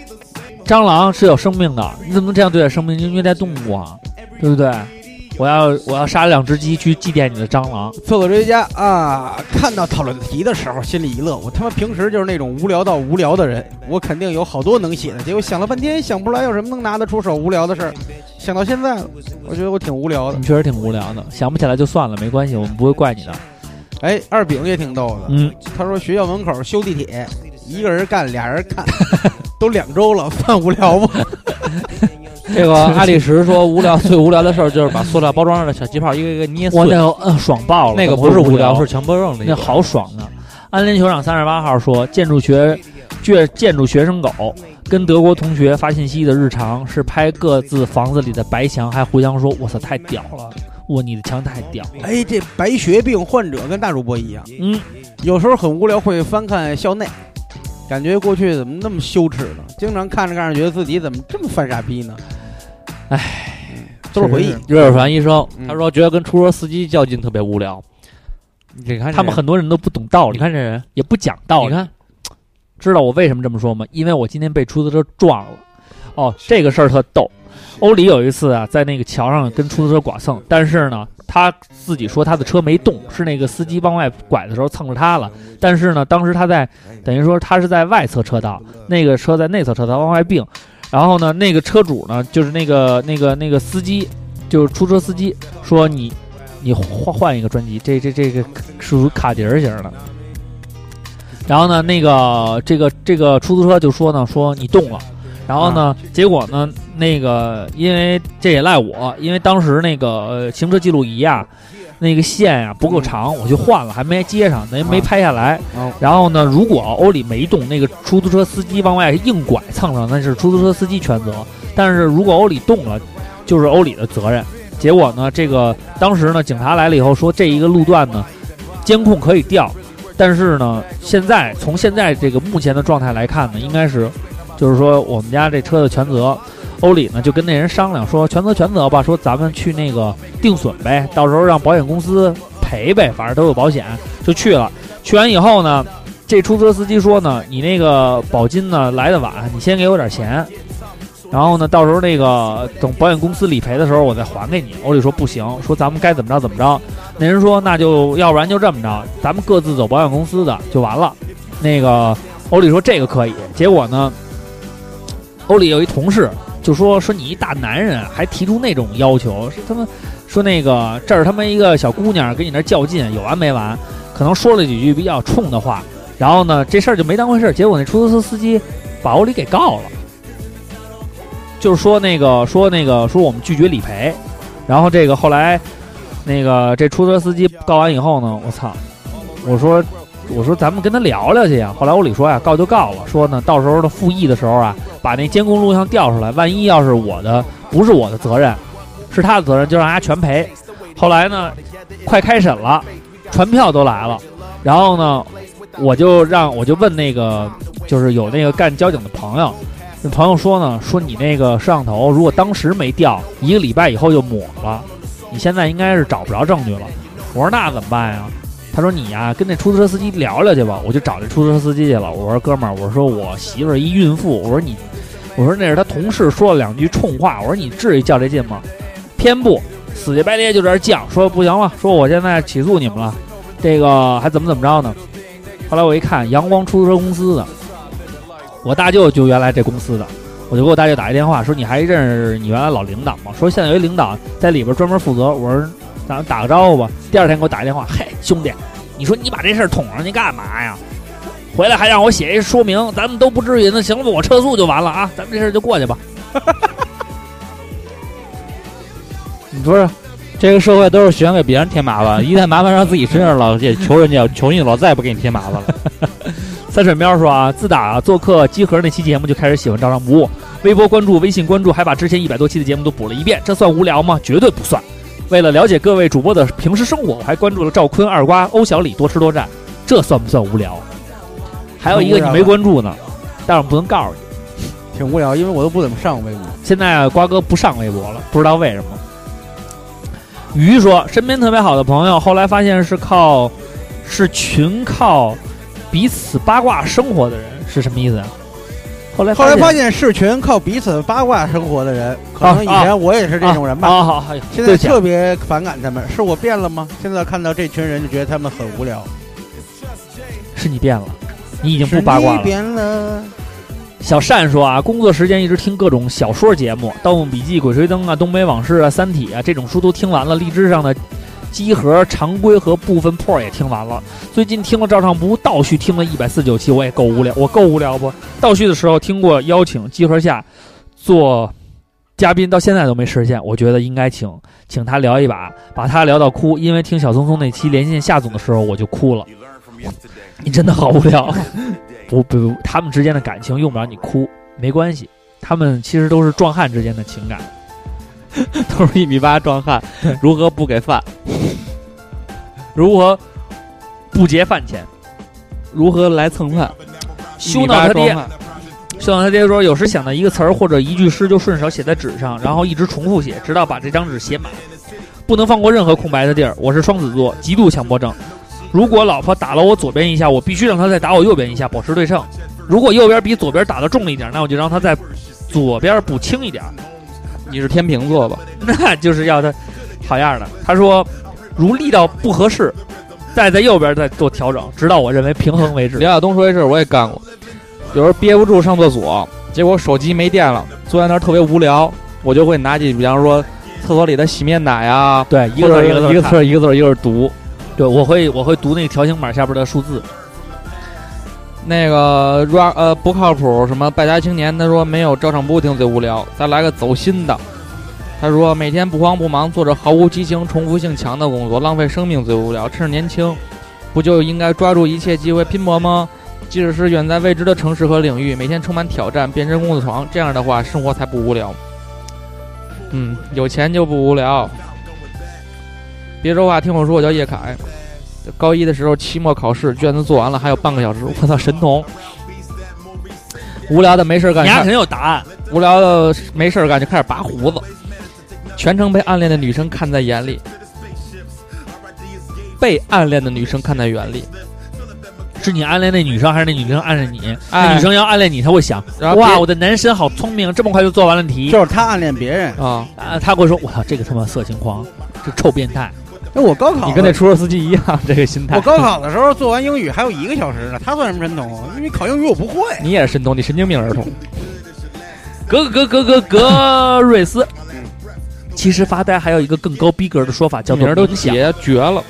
蟑螂是有生命的，你怎么能这样对待生命？就虐待动物啊，对不对？我要我要杀两只鸡去祭奠你的蟑螂。
厕所追加啊，看到讨论题的时候心里一乐，我他妈平时就是那种无聊到无聊的人，我肯定有好多能写的，结果想了半天想不出来有什么能拿得出手无聊的事儿，想到现在了，我觉得我挺无聊的
你。确实挺无聊的，想不起来就算了，没关系，我们不会怪你的。
哎，二饼也挺逗的，
嗯，
他说学校门口修地铁，一个人干俩人看， 都两周了，犯无聊吗？
这个阿里什说，无聊最无聊的事儿就是把塑料包装上的小气泡一个一个捏
我那
碎。
个嗯爽爆了，
那个
怎么会
不是无聊，
聊
是强迫症的一
那
种。
好爽啊！安联酋长三十八号说，建筑学建建筑学生狗跟德国同学发信息的日常是拍各自房子里的白墙，还互相说：“我操，太屌了！哇，你的墙太屌了！”
哎，这白血病患者跟大主播一样，
嗯，
有时候很无聊，会翻看校内，感觉过去怎么那么羞耻呢？经常看着看着，觉得自己怎么这么犯傻逼呢？唉，都是回忆。
热尔凡医生
嗯
他说，觉得跟出租车司机较劲特别无聊。你看这人
他们，很多人都不懂道理，
你看这人，
也不讲道
你
理。
看
知道我为什么这么说吗？因为我今天被出租车撞了。哦，这个事儿特逗。欧里有一次啊，在那个桥上跟出租车剐蹭，但是呢，他自己说他的车没动，是那个司机往外拐的时候蹭着他了。但是呢，当时他在等于说他是在外侧车道，那个车在内侧车道往外并。然后呢，那个车主呢，就是那个那个那个司机，就是出租车司机，说你你换换一个专辑，这这这个属于卡碟儿型的。然后呢，那个这个这个出租车就说呢，说你动了。然后
啊
呢，结果呢，那个因为这也赖我，因为当时那个呃行车记录仪啊，那个线呀、不够长，我就换了，还没接上，等于没
嗯啊
拍下来。
哦
然后呢，如果欧里没动，那个出租车司机往外硬拐蹭上，那是出租车司机全责。但是如果欧里动了，就是欧里的责任。结果呢，这个当时呢，警察来了以后说，这一个路段呢，监控可以调，但是呢，现在从现在这个目前的状态来看呢，应该是，就是说我们家这车的全责。欧里呢就跟那人商量说，全责全责吧，说咱们去那个定损呗，到时候让保险公司赔呗，反正都有保险，就去了。去完以后呢，这出租车司机说呢，你那个保金呢来的晚，你先给我点钱，然后呢，到时候那个等保险公司理赔的时候我再还给你。欧里说不行，说咱们该怎么着怎么着。那人说那就要不然就这么着，咱们各自走保险公司的就完了。那个欧里说这个可以，结果呢，欧里有一同事就说说你一大男人还提出那种要求，是他妈说那个这儿他妈一个小姑娘跟你那儿较劲，有完没完？可能说了几句比较冲的话，然后呢，这事儿就没当回事儿。结果那出租车司机把欧里给告了，就是说那个说那个说我们拒绝理赔，然后这个后来那个这出租车司机告完以后呢，我操，我说我说咱们跟他聊聊去啊呀。后来欧里说呀，告就告了，说呢到时候呢复议的时候啊，把那监控录像调出来，万一要是我的不是我的责任，是他的责任，就让他全赔。后来呢，快开审了，传票都来了，然后呢，我就让我就问那个就是有那个干交警的朋友，那朋友说呢，说你那个摄像头如果当时没掉，一个礼拜以后就抹了，你现在应该是找不着证据了。我说那怎么办呀？他说你呀、跟那出租车司机聊聊去吧。我就找这出租车司机去了。我说哥们儿，我说我媳妇儿一孕妇，我说你，我说那是他同事说了两句冲话，我说你至于较这劲吗？偏不，死乞白咧就这样犟，说不行了，说我现在起诉你们了，这个还怎么怎么着呢？后来我一看，阳光出租车公司的，我大舅就原来这公司的，我我就给我大舅打一电话，说你还认识你原来老领导吗？说现在有一领导在里边专门负责。我说咱打个招呼吧。第二天给我打一电话，嘿，兄弟，你说你把这事儿捅上去干嘛呀？回来还让我写一说明，咱们都不至于。那行了吧，我撤诉就完了啊，咱们这事儿就过去吧。
你说这个社会都是喜欢给别人添 麻烦，一旦麻烦让自己身上了，也求人家，求你老再也不给你添麻烦了。
三水喵说啊，自打做客集合那期节目就开始喜欢照常不误，微博关注、微信关注，还把之前一百多期的节目都补了一遍，这算无聊吗？绝对不算。为了了解各位主播的平时生活，我还关注了赵坤、二瓜、欧小李多吃多占，这算不算无聊？还有一个你没关注呢，但是我不能告诉你，
挺无聊，因为我都不怎么上微博。
现在瓜哥不上微博了，不知道为什么。鱼说，身边特别好的朋友，后来发现是靠是群靠彼此八卦生活的人，是什么意思啊？后来
后来
现
发现是群靠彼此八卦生活的人，可能以前我也是这种人吧。
啊啊好好，
现在特别反感他们，是我变了吗？现在看到这群人就觉得他们很无聊，
是你变了，你已经
是
不八卦
你
了。
变了。
小善说啊，工作时间一直听各种小说节目，《盗墓笔记》《鬼吹灯》啊，《东北往事》啊，《三体》啊，这种书都听完了。荔枝上的集合、常规和部分破也听完了。最近听了照常不误，倒叙听了一百四九期，我也够无聊，我够无聊不？倒叙的时候听过邀请集合下做嘉宾，到现在都没实现。我觉得应该请请他聊一把，把他聊到哭，因为听小松松那期连线夏总的时候我就哭了。你真的好无聊。 不不，不他们之间的感情用不着你哭，没关系。他们其实都是壮汉之间的情感。
都是一米八壮汉，如何不给饭？如何
不结饭钱，
如何来蹭饭？
羞闹他
一米八
爹
壮。汉
羞闹他爹说，有时想到一个词儿或者一句诗，就顺手写在纸上，然后一直重复写，直到把这张纸写满。不能放过任何空白的地儿。我是双子座，极度强迫症。如果老婆打了我左边一下，我必须让她再打我右边一下，保持对称。如果右边比左边打的重了一点，那我就让她在左边补轻一点。
你是天秤座吧？
那就是要他好样的。他说，如力道不合适，再在右边再做调整，直到我认为平衡为止。
刘晓东说这事儿我也干过，有时候憋不住上厕所，结果手机没电了，坐在那儿特别无聊，我就会拿起，比方说厕所里的洗面奶啊，
对，一个字儿
字
一个字儿
一个
看
字儿一个字儿一个字儿读。
对，我会我会读那个条形码下边的数字。
那个 r 呃不靠谱，什么败家青年，他说没有照常不误听最无聊，再来个走心的。他说每天不慌不忙，做着毫无激情、重复性强的工作，浪费生命最无聊。趁着年轻，不就应该抓住一切机会拼搏吗？即使是远在未知的城市和领域，每天充满挑战，变身工作狂，这样的话生活才不无聊。嗯，有钱就不无聊。别说话，听我说，我叫叶凯。高一的时候，期末考试卷子做完了，还有半个小时，我操，神童！无聊的没事儿干，
你还很有答案，
无聊的没事儿干就开始拔胡子，全程被暗恋的女生看在眼里，被暗恋的女生看在眼里，
是你暗恋那女生，还是那女生暗恋你？那
哎
女生要暗恋你，她会想，
然后
哇，我的男神好聪明，这么快就做完了题。
就是他暗恋别人。
啊，
啊，他会说，我操，这个他妈色情狂，这臭变态。
哎，我高考
你跟那出租车司机一样，这个心态。
我高考的时候做完英语还有一个小时呢，他算什么神童啊？因为考英语我不会。
你也是神童，你神经病儿童。
格格格格格 格瑞斯。其实发呆还有一个更高逼格的说法，叫做
名儿都
冥想。
解绝了，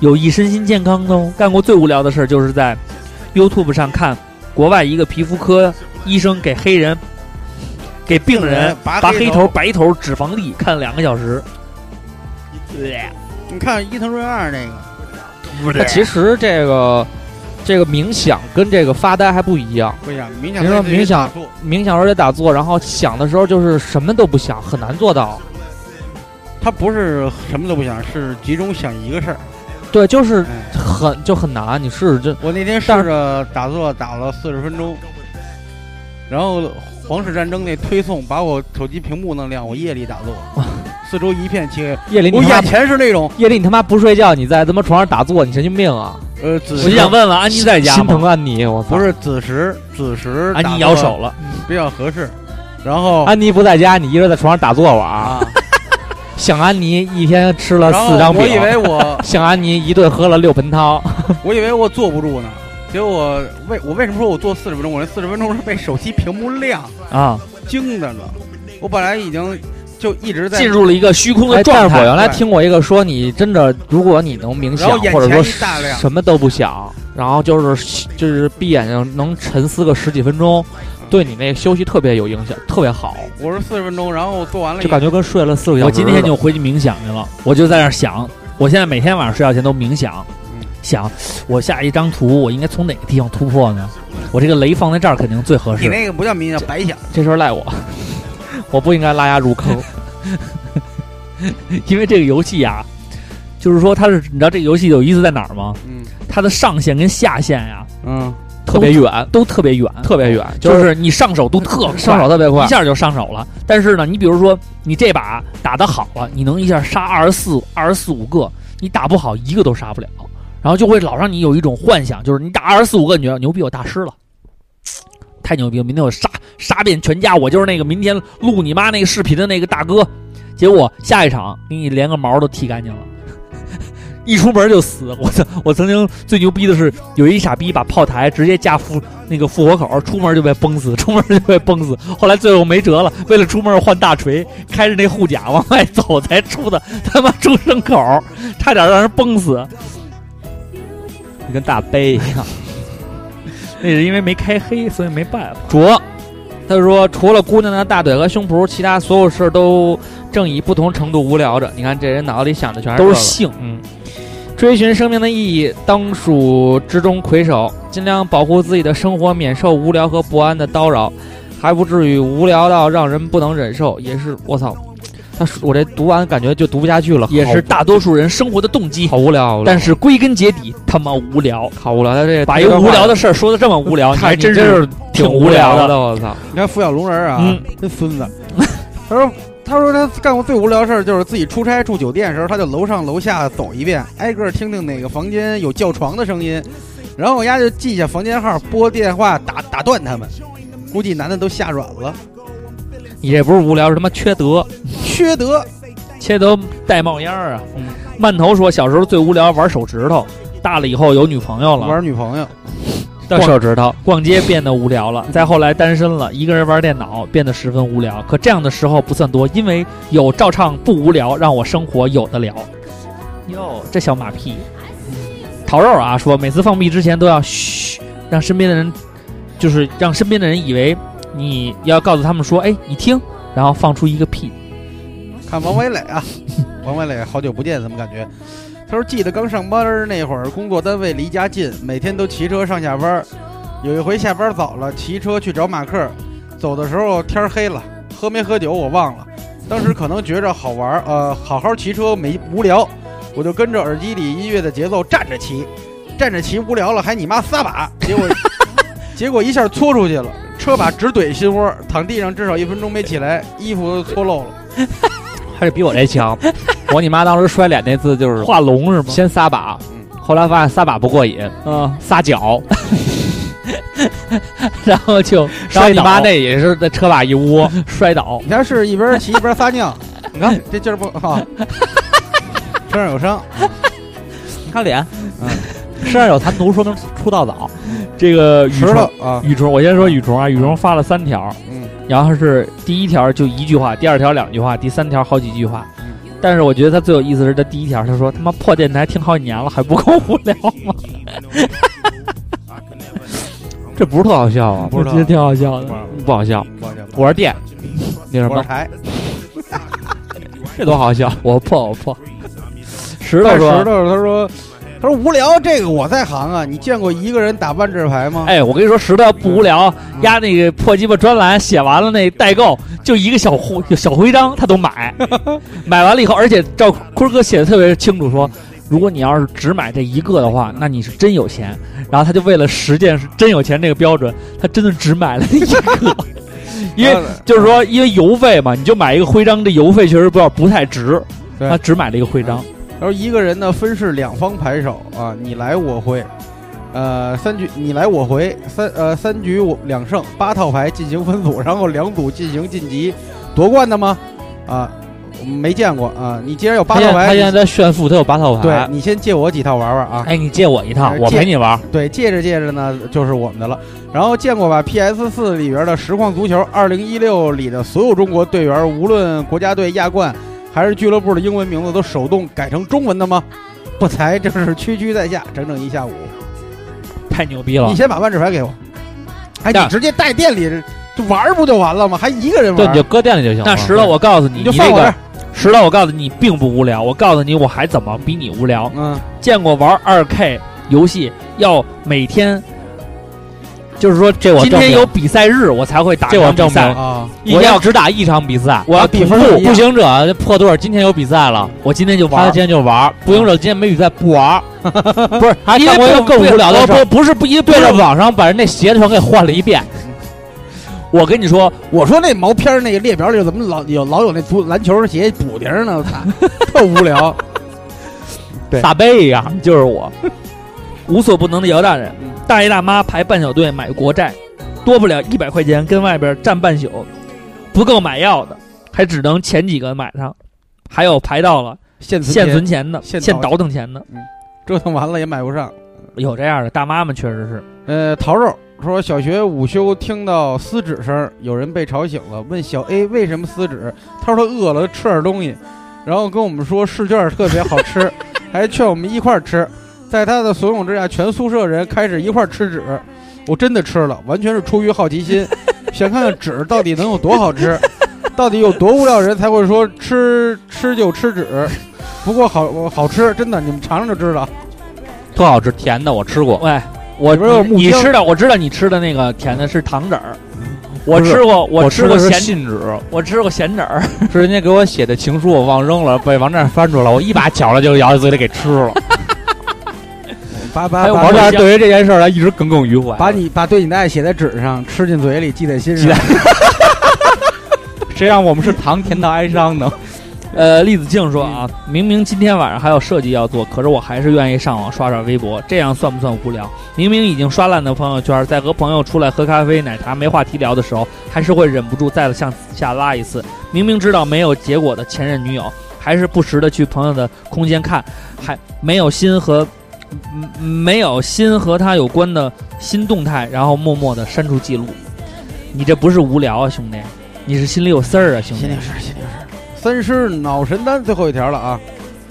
有益身心健康的哦。干过最无聊的事儿就是在 YouTube 上看国外一个皮肤科医生给黑人、给病人
拔
拔
黑
黑头、白头、脂肪粒，看两个小时。
你看伊藤润二那个，
不
那其实这个这个冥想跟这个发呆还不一样。
不一样，冥想
你说冥
类
想
似于打坐
冥想时候得打坐，然后想的时候就是什么都不想，很难做到。
他不是什么都不想，是集中想一个事儿。
对，就是
嗯
很就很难。你试试这，
我那天试
但
着打坐打了四十分钟，然后《皇室战争》那推送把我手机屏幕弄亮，我夜里打坐，四周一片漆黑，
夜哎里你
我
他
眼
妈
前是那种
夜里你他妈不睡觉，你在他妈床上打坐，你神经病啊！
呃子
我就
时
想问问安妮在家
心
吗
疼？安妮，我操
不是子时子时
啊
安妮
打
摇
坐嗯
手了，
比较合适，然后
安妮不在家，你一人在床上打坐玩啊？
啊，
想安妮一天吃了
然后
四张饼
我以，为我
想安妮一顿喝了六盆汤，
我以为我坐不住呢，结果我为我为什么说我做四十分钟？我那四十分钟是被手机屏幕亮
啊，
惊的了。我本来已经就一直在
进入了一个虚空的
哎，
状
但是我
态。
原来
对
听过一个说，你真的如果你能冥
然
想
后，眼
或者
前
说
一大亮
什么都不想，然后就是就是闭眼睛能沉思个十几分钟，对你那休息特别有影响，特别好，
我是四十分钟，然后我做完了以
就
后，
感觉跟睡了四个小时。
我今天就回去冥想去了，我就在那儿想，我现在每天晚上睡觉前都冥想
嗯，
想我下一张图我应该从哪个地方突破呢？我这个雷放在这儿肯定最 合
你
适。
那个不叫冥想，白想。
这事儿赖我，我不应该拉丫 入坑。
因为这个游戏啊，就是说它是你知道这个游戏有意思在哪儿吗？
嗯
它的上限跟下限呀、
嗯，
特别远，
都特别远，啊
特别远，
就是是你上手都特快
上手特别快
一。下就上手了。但是呢，你比如说你这把打得好了，你能一下杀二十四、二十四五个，你打不好一个都杀不了，然后就会老让你有一种幻想，就是你打二十四五个，你觉得牛逼，我大师了。太牛逼了！明天我杀杀遍全家，我就是那个明天录你妈那个视频的那个大哥。结果下一场给你连个毛都剃干净了， 一出门就死。我曾我曾经最牛逼的是，有一傻逼把炮台直接架复那个复活口，出门就被崩死，出门就被崩死。后来最后没辙了，为了出门换大锤，开着那护甲往外走才出的他妈出牲口，差点让人崩死。你跟大悲一样，那是因为没开黑，所以没办法。
卓，他说除了姑娘的大腿和胸脯，其他所有事儿都正以不同程度无聊着。你看这人脑子里想的全是
都是
这个
性，
嗯，追寻生命的意义，当属之中魁首，尽量保护自己的生活免受无聊和不安的叨扰，还不至于无聊到让人不能忍受。也是我操，他说我这读完感觉就读不下去了，
也
好
是大多数人生活的动机。
好无聊，好无聊
但是归根结底，他妈无聊，
好无聊，他这
把一个无聊的事儿说的这么无聊，你
他
还真
是
挺
无
无聊
的，我操，
你看扶小龙人啊，
嗯
真孙子。 他说，他说他干过最无聊的事儿就是自己出差住酒店的时候，他就楼上楼下走一遍，挨个儿听听哪个房间有叫床的声音，然后我丫就记下房间号，拨电话打打断他们。估计男的都吓软了，
你这不是无聊，是他妈缺德。
缺德。
切都带冒烟儿啊。曼头说，小时候最无聊玩手指头，大了以后有女朋友了，
玩女朋友，
的
手
手指头，
逛街变得无聊了，再后来单身了，一个人玩电脑变得十分无聊。可这样的时候不算多，因为有照唱不无聊，让我生活有的聊。哟，这小马屁，桃肉啊说，每次放屁之前都要嘘，让身边的人，就是让身边的人以为你要告诉他们说，哎，你听，然后放出一个屁。
看王伟磊啊，王伟磊好久不见，怎么感觉？他说记得刚上班儿那会儿，工作单位离家近，每天都骑车上下班儿。有一回下班早了，骑车去找马克，走的时候天儿黑了，喝没喝酒我忘了。当时可能觉着好玩儿，呃，好好骑车没无聊，我就跟着耳机里音乐的节奏站着骑，站着骑无聊了还你妈撒把，结果结果一下搓出去了，车把直怼心窝，躺地上至少一分钟没起来，衣服都搓漏了。
还是比我这 强。我你妈当时摔脸那次就是嗯
画龙是吗？
先撒把，后来发现撒把不过瘾，
啊，
撒 脚，
然后就
然后你妈
摔倒
那也是在车把一窝。
摔倒，
你看是一边骑一边撒 尿，
你看
这劲儿不好，身上有伤。
你看脸， 身上有残毒，说明出道早。
这个雨
石
虫
头啊，
雨虫，我先说雨虫啊，雨虫发了三条，
嗯，
然后是第一条就一句话，第二条两句话，第三条好几句话
嗯。
但是我觉得他最有意思是他第一条，他说他妈破电台听好几年了，还不够无聊吗？
这不是特好笑啊，
不知道
我觉得挺好笑的。
我
不好笑。
啊
我
我是电，那什
我
么，
台
这多好笑。
我破我破，石头
看
说，
石头他说他说无聊这个我在行啊，你见过一个人打万智牌吗？
哎，我跟你说，石头要不无聊，
嗯
压那个破鸡巴专栏写完了那代购，就一个小徽小徽章他都 买，买完了以后，而且照坤儿哥写的特别清楚说。如果你要是只买这一个的话，那你是真有钱。然后他就为了实践是真有钱这个标准，他真的只买了一 个，因为就是说，因为邮费嘛，你就买一个徽章，这邮费确实不要不太值。
对
他只买了一个徽章，
他说一个人呢分是两方牌手啊，你来我回，呃，三局你来我回，三呃三局我两胜，八套牌进行分组，然后两组进行晋级，夺冠的吗？啊，我没见过啊。你既然有八
他现
套
在他
牌，
现在
你
在炫富，他有八套牌。
对你先借我几套玩玩啊。
哎，你借我一套，
哎
我
借
陪你玩。
对，借着借着呢，就是我们的了。然后见过吧？PS 四里边的实况足球，二零一六里的所有中国队员，无论国家队、亚冠还是俱乐部的英文名字，都手动改成中文的吗？不才，正是区区在下，整整一下午。
太牛逼了
你！先把万智牌给我。哎，
但
你直接带店里就玩儿不就完了吗？还一个人
对，
玩
你
儿，
就搁店里就行了。
那石头，我告诉你，
你就
你
放
那
我这儿
个。石头，我告诉你，你并不无聊。我告诉你，我还怎么比你无聊？
嗯，
见过玩二 K 游戏要每天，就是说
这我
今
证
天
明
有比赛日，我才会打
这我
一场比
证
赛。
明
啊，
一天只打一场比赛，
我要比分
不
不一样
不行者破队儿今天有比赛了，
我今天就玩
他
儿
今，天就玩儿；不行者今天没比赛不玩儿， 不是还
因为
干过一个更无聊的事
不
儿，
不不是不一
对
不是
着网上把人那鞋全给换了一遍。
我跟你说，
我说那毛片儿那个列表里怎么老有老有那足篮球鞋补丁儿呢？我操，特无聊。对
撒贝一样，
就是 我，无所不能的姚大人，
嗯
大爷大妈排半小队买国债，多不了一百块钱，跟外边站半宿，不够买药的，还只能前几个买上，还有排到了
现存
现
钱
存钱的、
现
现
倒
倒腾钱的，
折腾完了也买不上。
有这样的大妈们确实是。
呃，桃肉说小学午休听到撕纸声儿，有人被吵醒了，问小 A 为什么撕纸，他说他饿了，吃点东西，然后跟我们说试卷特别好吃，还劝我们一块儿吃。在他的怂恿之下，全宿舍人开始一块儿吃纸，我真的吃了，完全是出于好奇心，想看看纸到底能有多好吃，到底有多无聊人才会说吃吃就吃纸。不过好好吃，真的，你们尝尝就知道。
特好吃，甜的我吃过。
喂，我
里边有木
你
姜
吃的我知道你吃的那个甜的是糖纸儿，我
不是
吃过
我
吃过
的是
咸
信纸，
我吃过咸纸儿，
是人家给我写的情书，我忘扔了，被王战翻出来，我一把抢了就咬在嘴里给吃了。
八八
还有
八
毛
王
线
战对于这件事儿，他一直耿耿于怀。
把你把对你的爱写在纸上，吃进嘴里，记在心
记
上。
谁让我们是糖甜到哀伤呢？
呃，栗子静说啊，明明今天晚上还有设计要做，可是我还是愿意上网刷刷微博，这样算不算无聊？明明已经刷烂的朋友圈，在和朋友出来喝咖啡、奶茶没话题聊的时候，还是会忍不住再向下拉一次。明明知道没有结果的前任女友，还是不时的去朋友的空间看，还没有心和嗯没有心和他有关的新动态，然后默默的删除记录。你这不是无聊啊，兄弟，你是心里有事儿啊，兄弟。
事，心里有事。三师脑神丹最后一条了啊！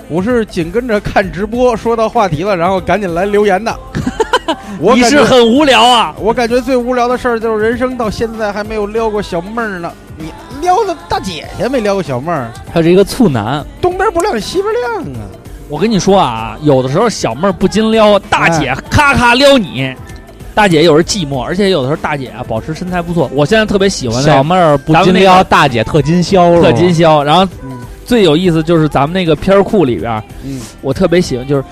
我是紧跟着看直播，说到话题了，然后赶紧来留言的。我
你
感
是
觉，
很无聊啊。
我感觉最无聊的事儿就是人生到现在还没有撩过小妹儿呢。你撩的大姐姐没撩过小妹儿，
他是一个醋男，
东边不亮西边亮啊！
我跟你说啊，有的时候小妹儿不禁撩，大
哎
姐咔咔撩你。大姐有时候寂寞，而且有的时候大姐啊保持身材不错。我现在特别喜欢
小
那
妹儿不禁
咱们那
撩，
个
大姐特金销了。
特金宵，然后
嗯
最有意思就是咱们那个片儿库里边儿，
嗯
我特别喜欢就是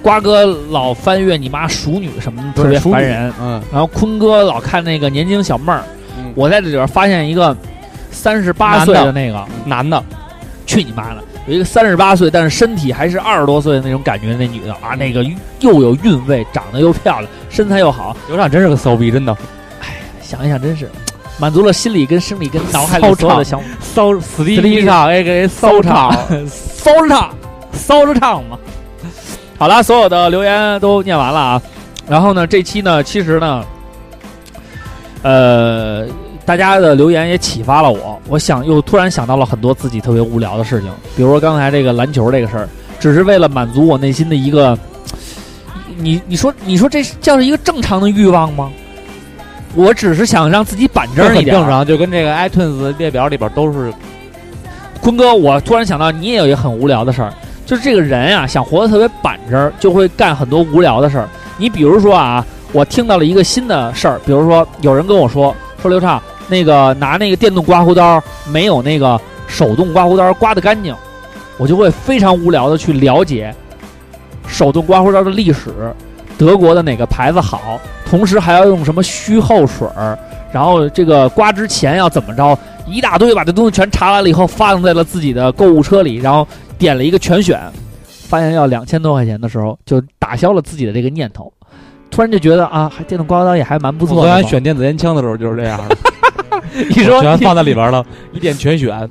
瓜哥老翻阅你妈熟女什么的，特别
对淑女
烦人。
嗯，
然后坤哥老看那个年轻小妹儿，
嗯
我在这里边发现一个三十八岁
男
的
的
那个，
男的，
去你妈的！有一个三十八岁，但是身体还是二十多岁的那种感觉，那女的啊，那个又有韵味，长得又漂亮，身材又好，
刘畅真是个骚逼，真的
想一想真是满足了心理跟生理跟脑海里所有的想法。
骚死
逼
逼上，哎给骚唱，
骚着唱，骚着唱嘛。好啦，所有的留言都念完了啊。然后呢，这期呢，其实呢，呃，大家的留言也启发了我。我想又突然想到了很多自己特别无聊的事情，比如说刚才这个篮球这个事儿，只是为了满足我内心的一个，你你说你说这叫是一个正常的欲望吗？我只是想让自己板
这
正一
很
点
正，常，就跟这个 iTunes 列表里边都是
坤哥，我突然想到，你也有一个很无聊的事儿，就是这个人啊，想活得特别板正儿，就会干很多无聊的事儿。你比如说啊，我听到了一个新的事儿，比如说有人跟我说，说刘畅那个拿那个电动刮胡刀没有那个手动刮胡刀刮得干净，我就会非常无聊的去了解手动刮胡刀的历史，德国的哪个牌子好，同时还要用什么虚后水儿，然后这个刮之前要怎么着，一大堆把这东西全查完了以后，发动在了自己的购物车里，然后点了一个全选，发现要两千多块钱的时候，就打消了自己的这个念头。突然就觉得啊，还电动刮胡刀也还蛮不
我
错
昨
的嘛。
天选电子烟枪的时候就是这样的，
你说
全
你
放在里边了，一点全选，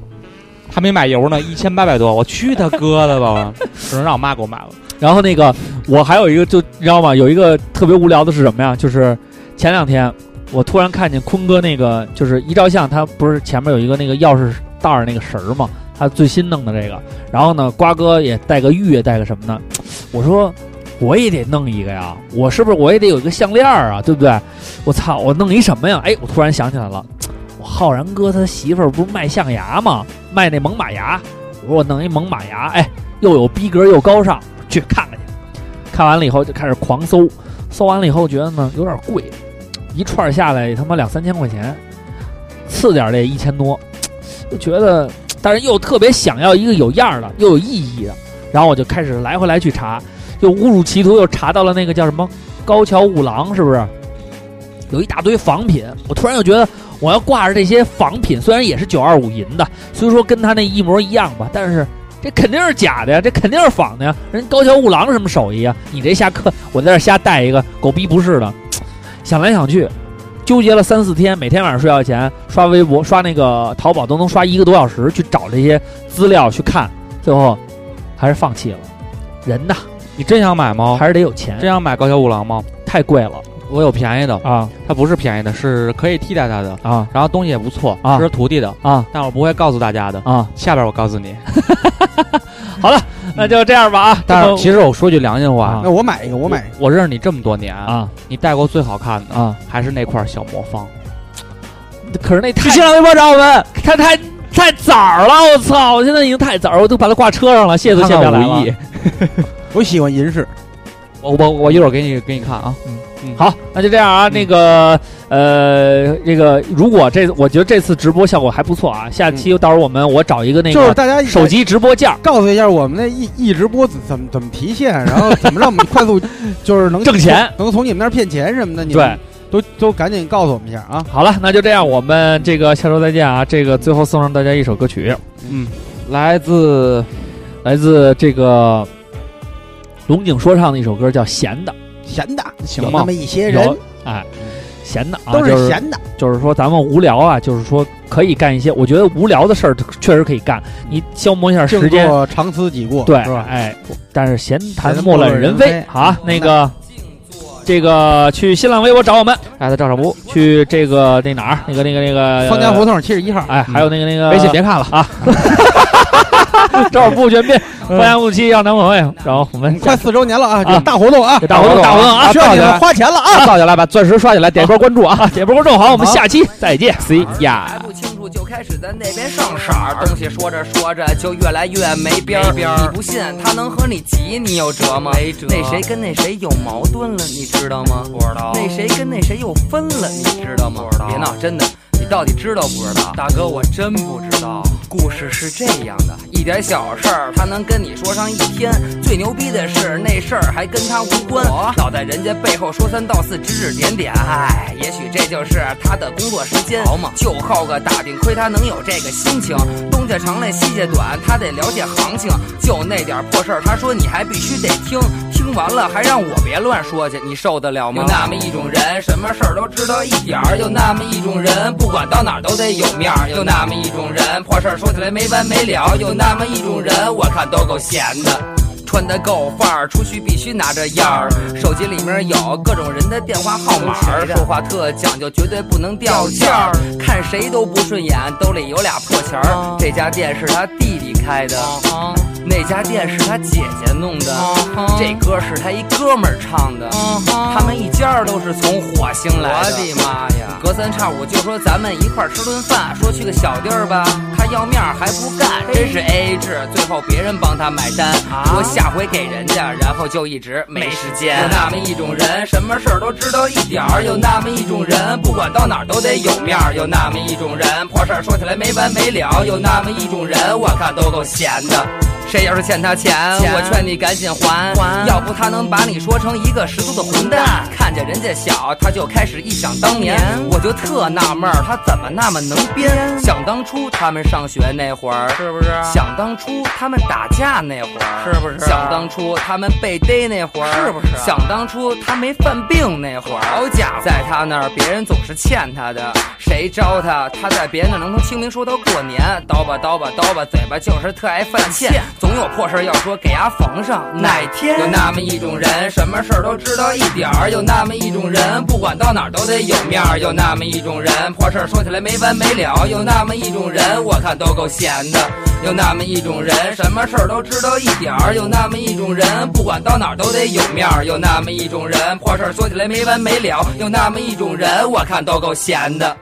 还没买油呢，一千八百多，我去他哥的吧！我只能让我妈给我买了。
然后那个我还有一个就你知道吗？有一个特别无聊的是什么呀？就是前两天我突然看见坤哥那个就是一照相，他不是前面有一个那个钥匙袋儿那个绳儿嘛，他最新弄的这个。然后呢，瓜哥也带个玉，带个什么呢？ 我说。我也得弄一个呀，我是不是我也得有一个项链儿啊，对不对？我操，我弄一什么呀？哎，我突然想起来了，我浩然哥他媳妇儿不是卖象牙吗？卖那猛犸牙，我说我弄一猛犸牙，哎，又有逼格又高尚，去看看去。看完了以后就开始狂搜，搜完了以后觉得呢有点贵，一串儿下来他妈两三千块钱，次点儿的一千多，就觉得，但是又特别想要一个有样儿的又有意义的，然后我就开始来回来去查，又误入歧途，又查到了那个叫什么高桥吾郎，是不是？有一大堆仿品，我突然又觉得我要挂着这些仿品，虽然也是九二五银的，虽说跟他那一模一样吧，但是这肯定是假的呀，这肯定是仿的呀。人高桥吾郎是什么手艺啊？你这瞎刻，我在这瞎带一个，狗逼不是的。想来想去，纠结了三四天，每天晚上睡觉前刷微博、刷那个淘宝都能刷一个多小时去找这些资料去看，最后还是放弃了。人呐，
你真想买吗？
还是得有钱，
真想买高桥吾郎吗？
太贵了
我有便宜的，
啊
它不是便宜的，是可以替代它的，
啊
然后东西也不错，
啊
是徒弟的，
啊
但我不会告诉大家的。
啊！
下边我告诉你，
那就这样吧啊。
但是
实
其实我说句良心话
啊，
那我买一个，我
我
买一
我认识你这么多年，
啊
你戴过最好看的
啊，
还是那块小魔方。
可是那太
去新浪微博找我们，
他太太早了，我操！我现在已经太早了，我都把它挂车上了，谢都谢不了
看看
来
无
了
意。。
个，我喜欢银饰。
我我我一会儿给你给你看啊。
好，那就这样啊。那个呃，这个如果这我觉得这次直播效果还不错啊，下期到时候我们我找一个那
嗯就是
个
大家
手机直播间儿
告诉一下我们那一一直播怎么怎么提现，然后怎么让我们快速就是 能
挣钱，
能从你们那儿骗钱什么的，你
对
们。都都赶紧告诉我们一下啊！
好了，那就这样，我们这个下周再见啊。这个最后送上大家一首歌曲，
来自
来自这个龙井说唱的一首歌，叫《闲的
闲的，
行
有
吗
那么一些》，人
有哎，闲的啊，
都
就是
闲的，
就是说咱们无聊啊，就是说可以干一些，我觉得无聊的事儿确实可以干，你消磨一下时
静
间，
坐常思己过，
对，
是吧？
哎，但是闲谈
闲
莫
莫
论
论
人
人
非
非
啊，
嗯
那个。这个去新浪微博找我们，
来自赵少波，
去这个那哪儿，那个那个那个
方家胡，同七十一号，啊
哎，还有那个那个
嗯微信别看了。
赵不全变，方家五七要男朋友，然后我们
快四周年了啊，
啊
有大活动啊，
大活动大活动啊，
需要你
到
们
了
花钱了啊！
啊，造起来吧，钻石刷起来，点一波关注啊！
点播观众好，我们下期再见，see ya。
还不清楚就开始在那边上色儿，东西说着说着就越来越没边儿。你不信他能和你急，你有辙吗？没辙。那谁跟那谁有矛盾了，你知道吗？不知道。那谁跟那谁又分了，你知道吗？不知道。别闹，真的。你到底知道不知道？大哥，我真不知道。故事是这样的，一点小事儿，他能跟你说上一天。最牛逼的是，那事儿还跟他无关，老在人家背后说三道四，指指点点。唉，也许这就是他的工作时间，就好个打饼，亏他能有这个心情。东家长来西家短，他得了解行情。就那点破事儿，他说你还必须得听，听完了还让我别乱说去，你受得了吗？有那么一种人，什么事儿都知道一点儿；有那么一种人，不管到哪儿都得有面儿；有那么一种人，破事儿说起来没完没了；有那么一种人，我看都够闲的。穿得够范儿，出去必须拿着样儿。手机里面有各种人的电话号码儿，说话特讲究，绝对不能掉价儿。啊看谁都不顺眼，兜里有俩破钱儿。这家店是他弟弟开的，那家店是他姐姐弄的，这歌是他一哥们儿唱的。他们一家儿都是从火星来的。我的妈呀！隔三差五就说咱们一块儿吃顿饭，说去个小地儿吧，他要面儿还不干，真是 A A 制，最后别人帮他买单，我下回给人家，然后就一直没时间。有那么一种人，什么事儿都知道一点儿；有那么一种人，不管到哪儿都得有面儿；有那么一种人，破事儿说起来没完没了；有那么一种人，我看都够闲的。谁要是欠他钱，
钱
我劝你赶紧还，
还
要不他能把你说成一个十足的混蛋。看见人家小，他就开始异想当年
年，
我就特纳闷儿，他怎么那么能编？想当初他们上学那会儿，
是不是？啊
想当初他们打架那会儿，
是不是
想当初他们被逮那会儿，
是不啊是
想当初他没犯病那会儿，好家伙，在他那儿别人总是欠他的，谁招他，他在别人那儿能从清明说到过年，叨吧叨吧叨吧，嘴巴就是特爱犯
欠
欠，总有破事儿要说给伢缝上。哪天有那么一种人，什么事儿都知道一点儿；有那么一种人，不管到哪儿都得有面儿；有那么一种人，破事儿说起来没完没了；有那么一种人，我看都够闲的。有那么一种人，什么事儿都知道一点儿；有那么一种人，不管到哪儿都得有面儿；有那么一种人，破事儿说起来没完没了；有那么一种人，我看都够闲的。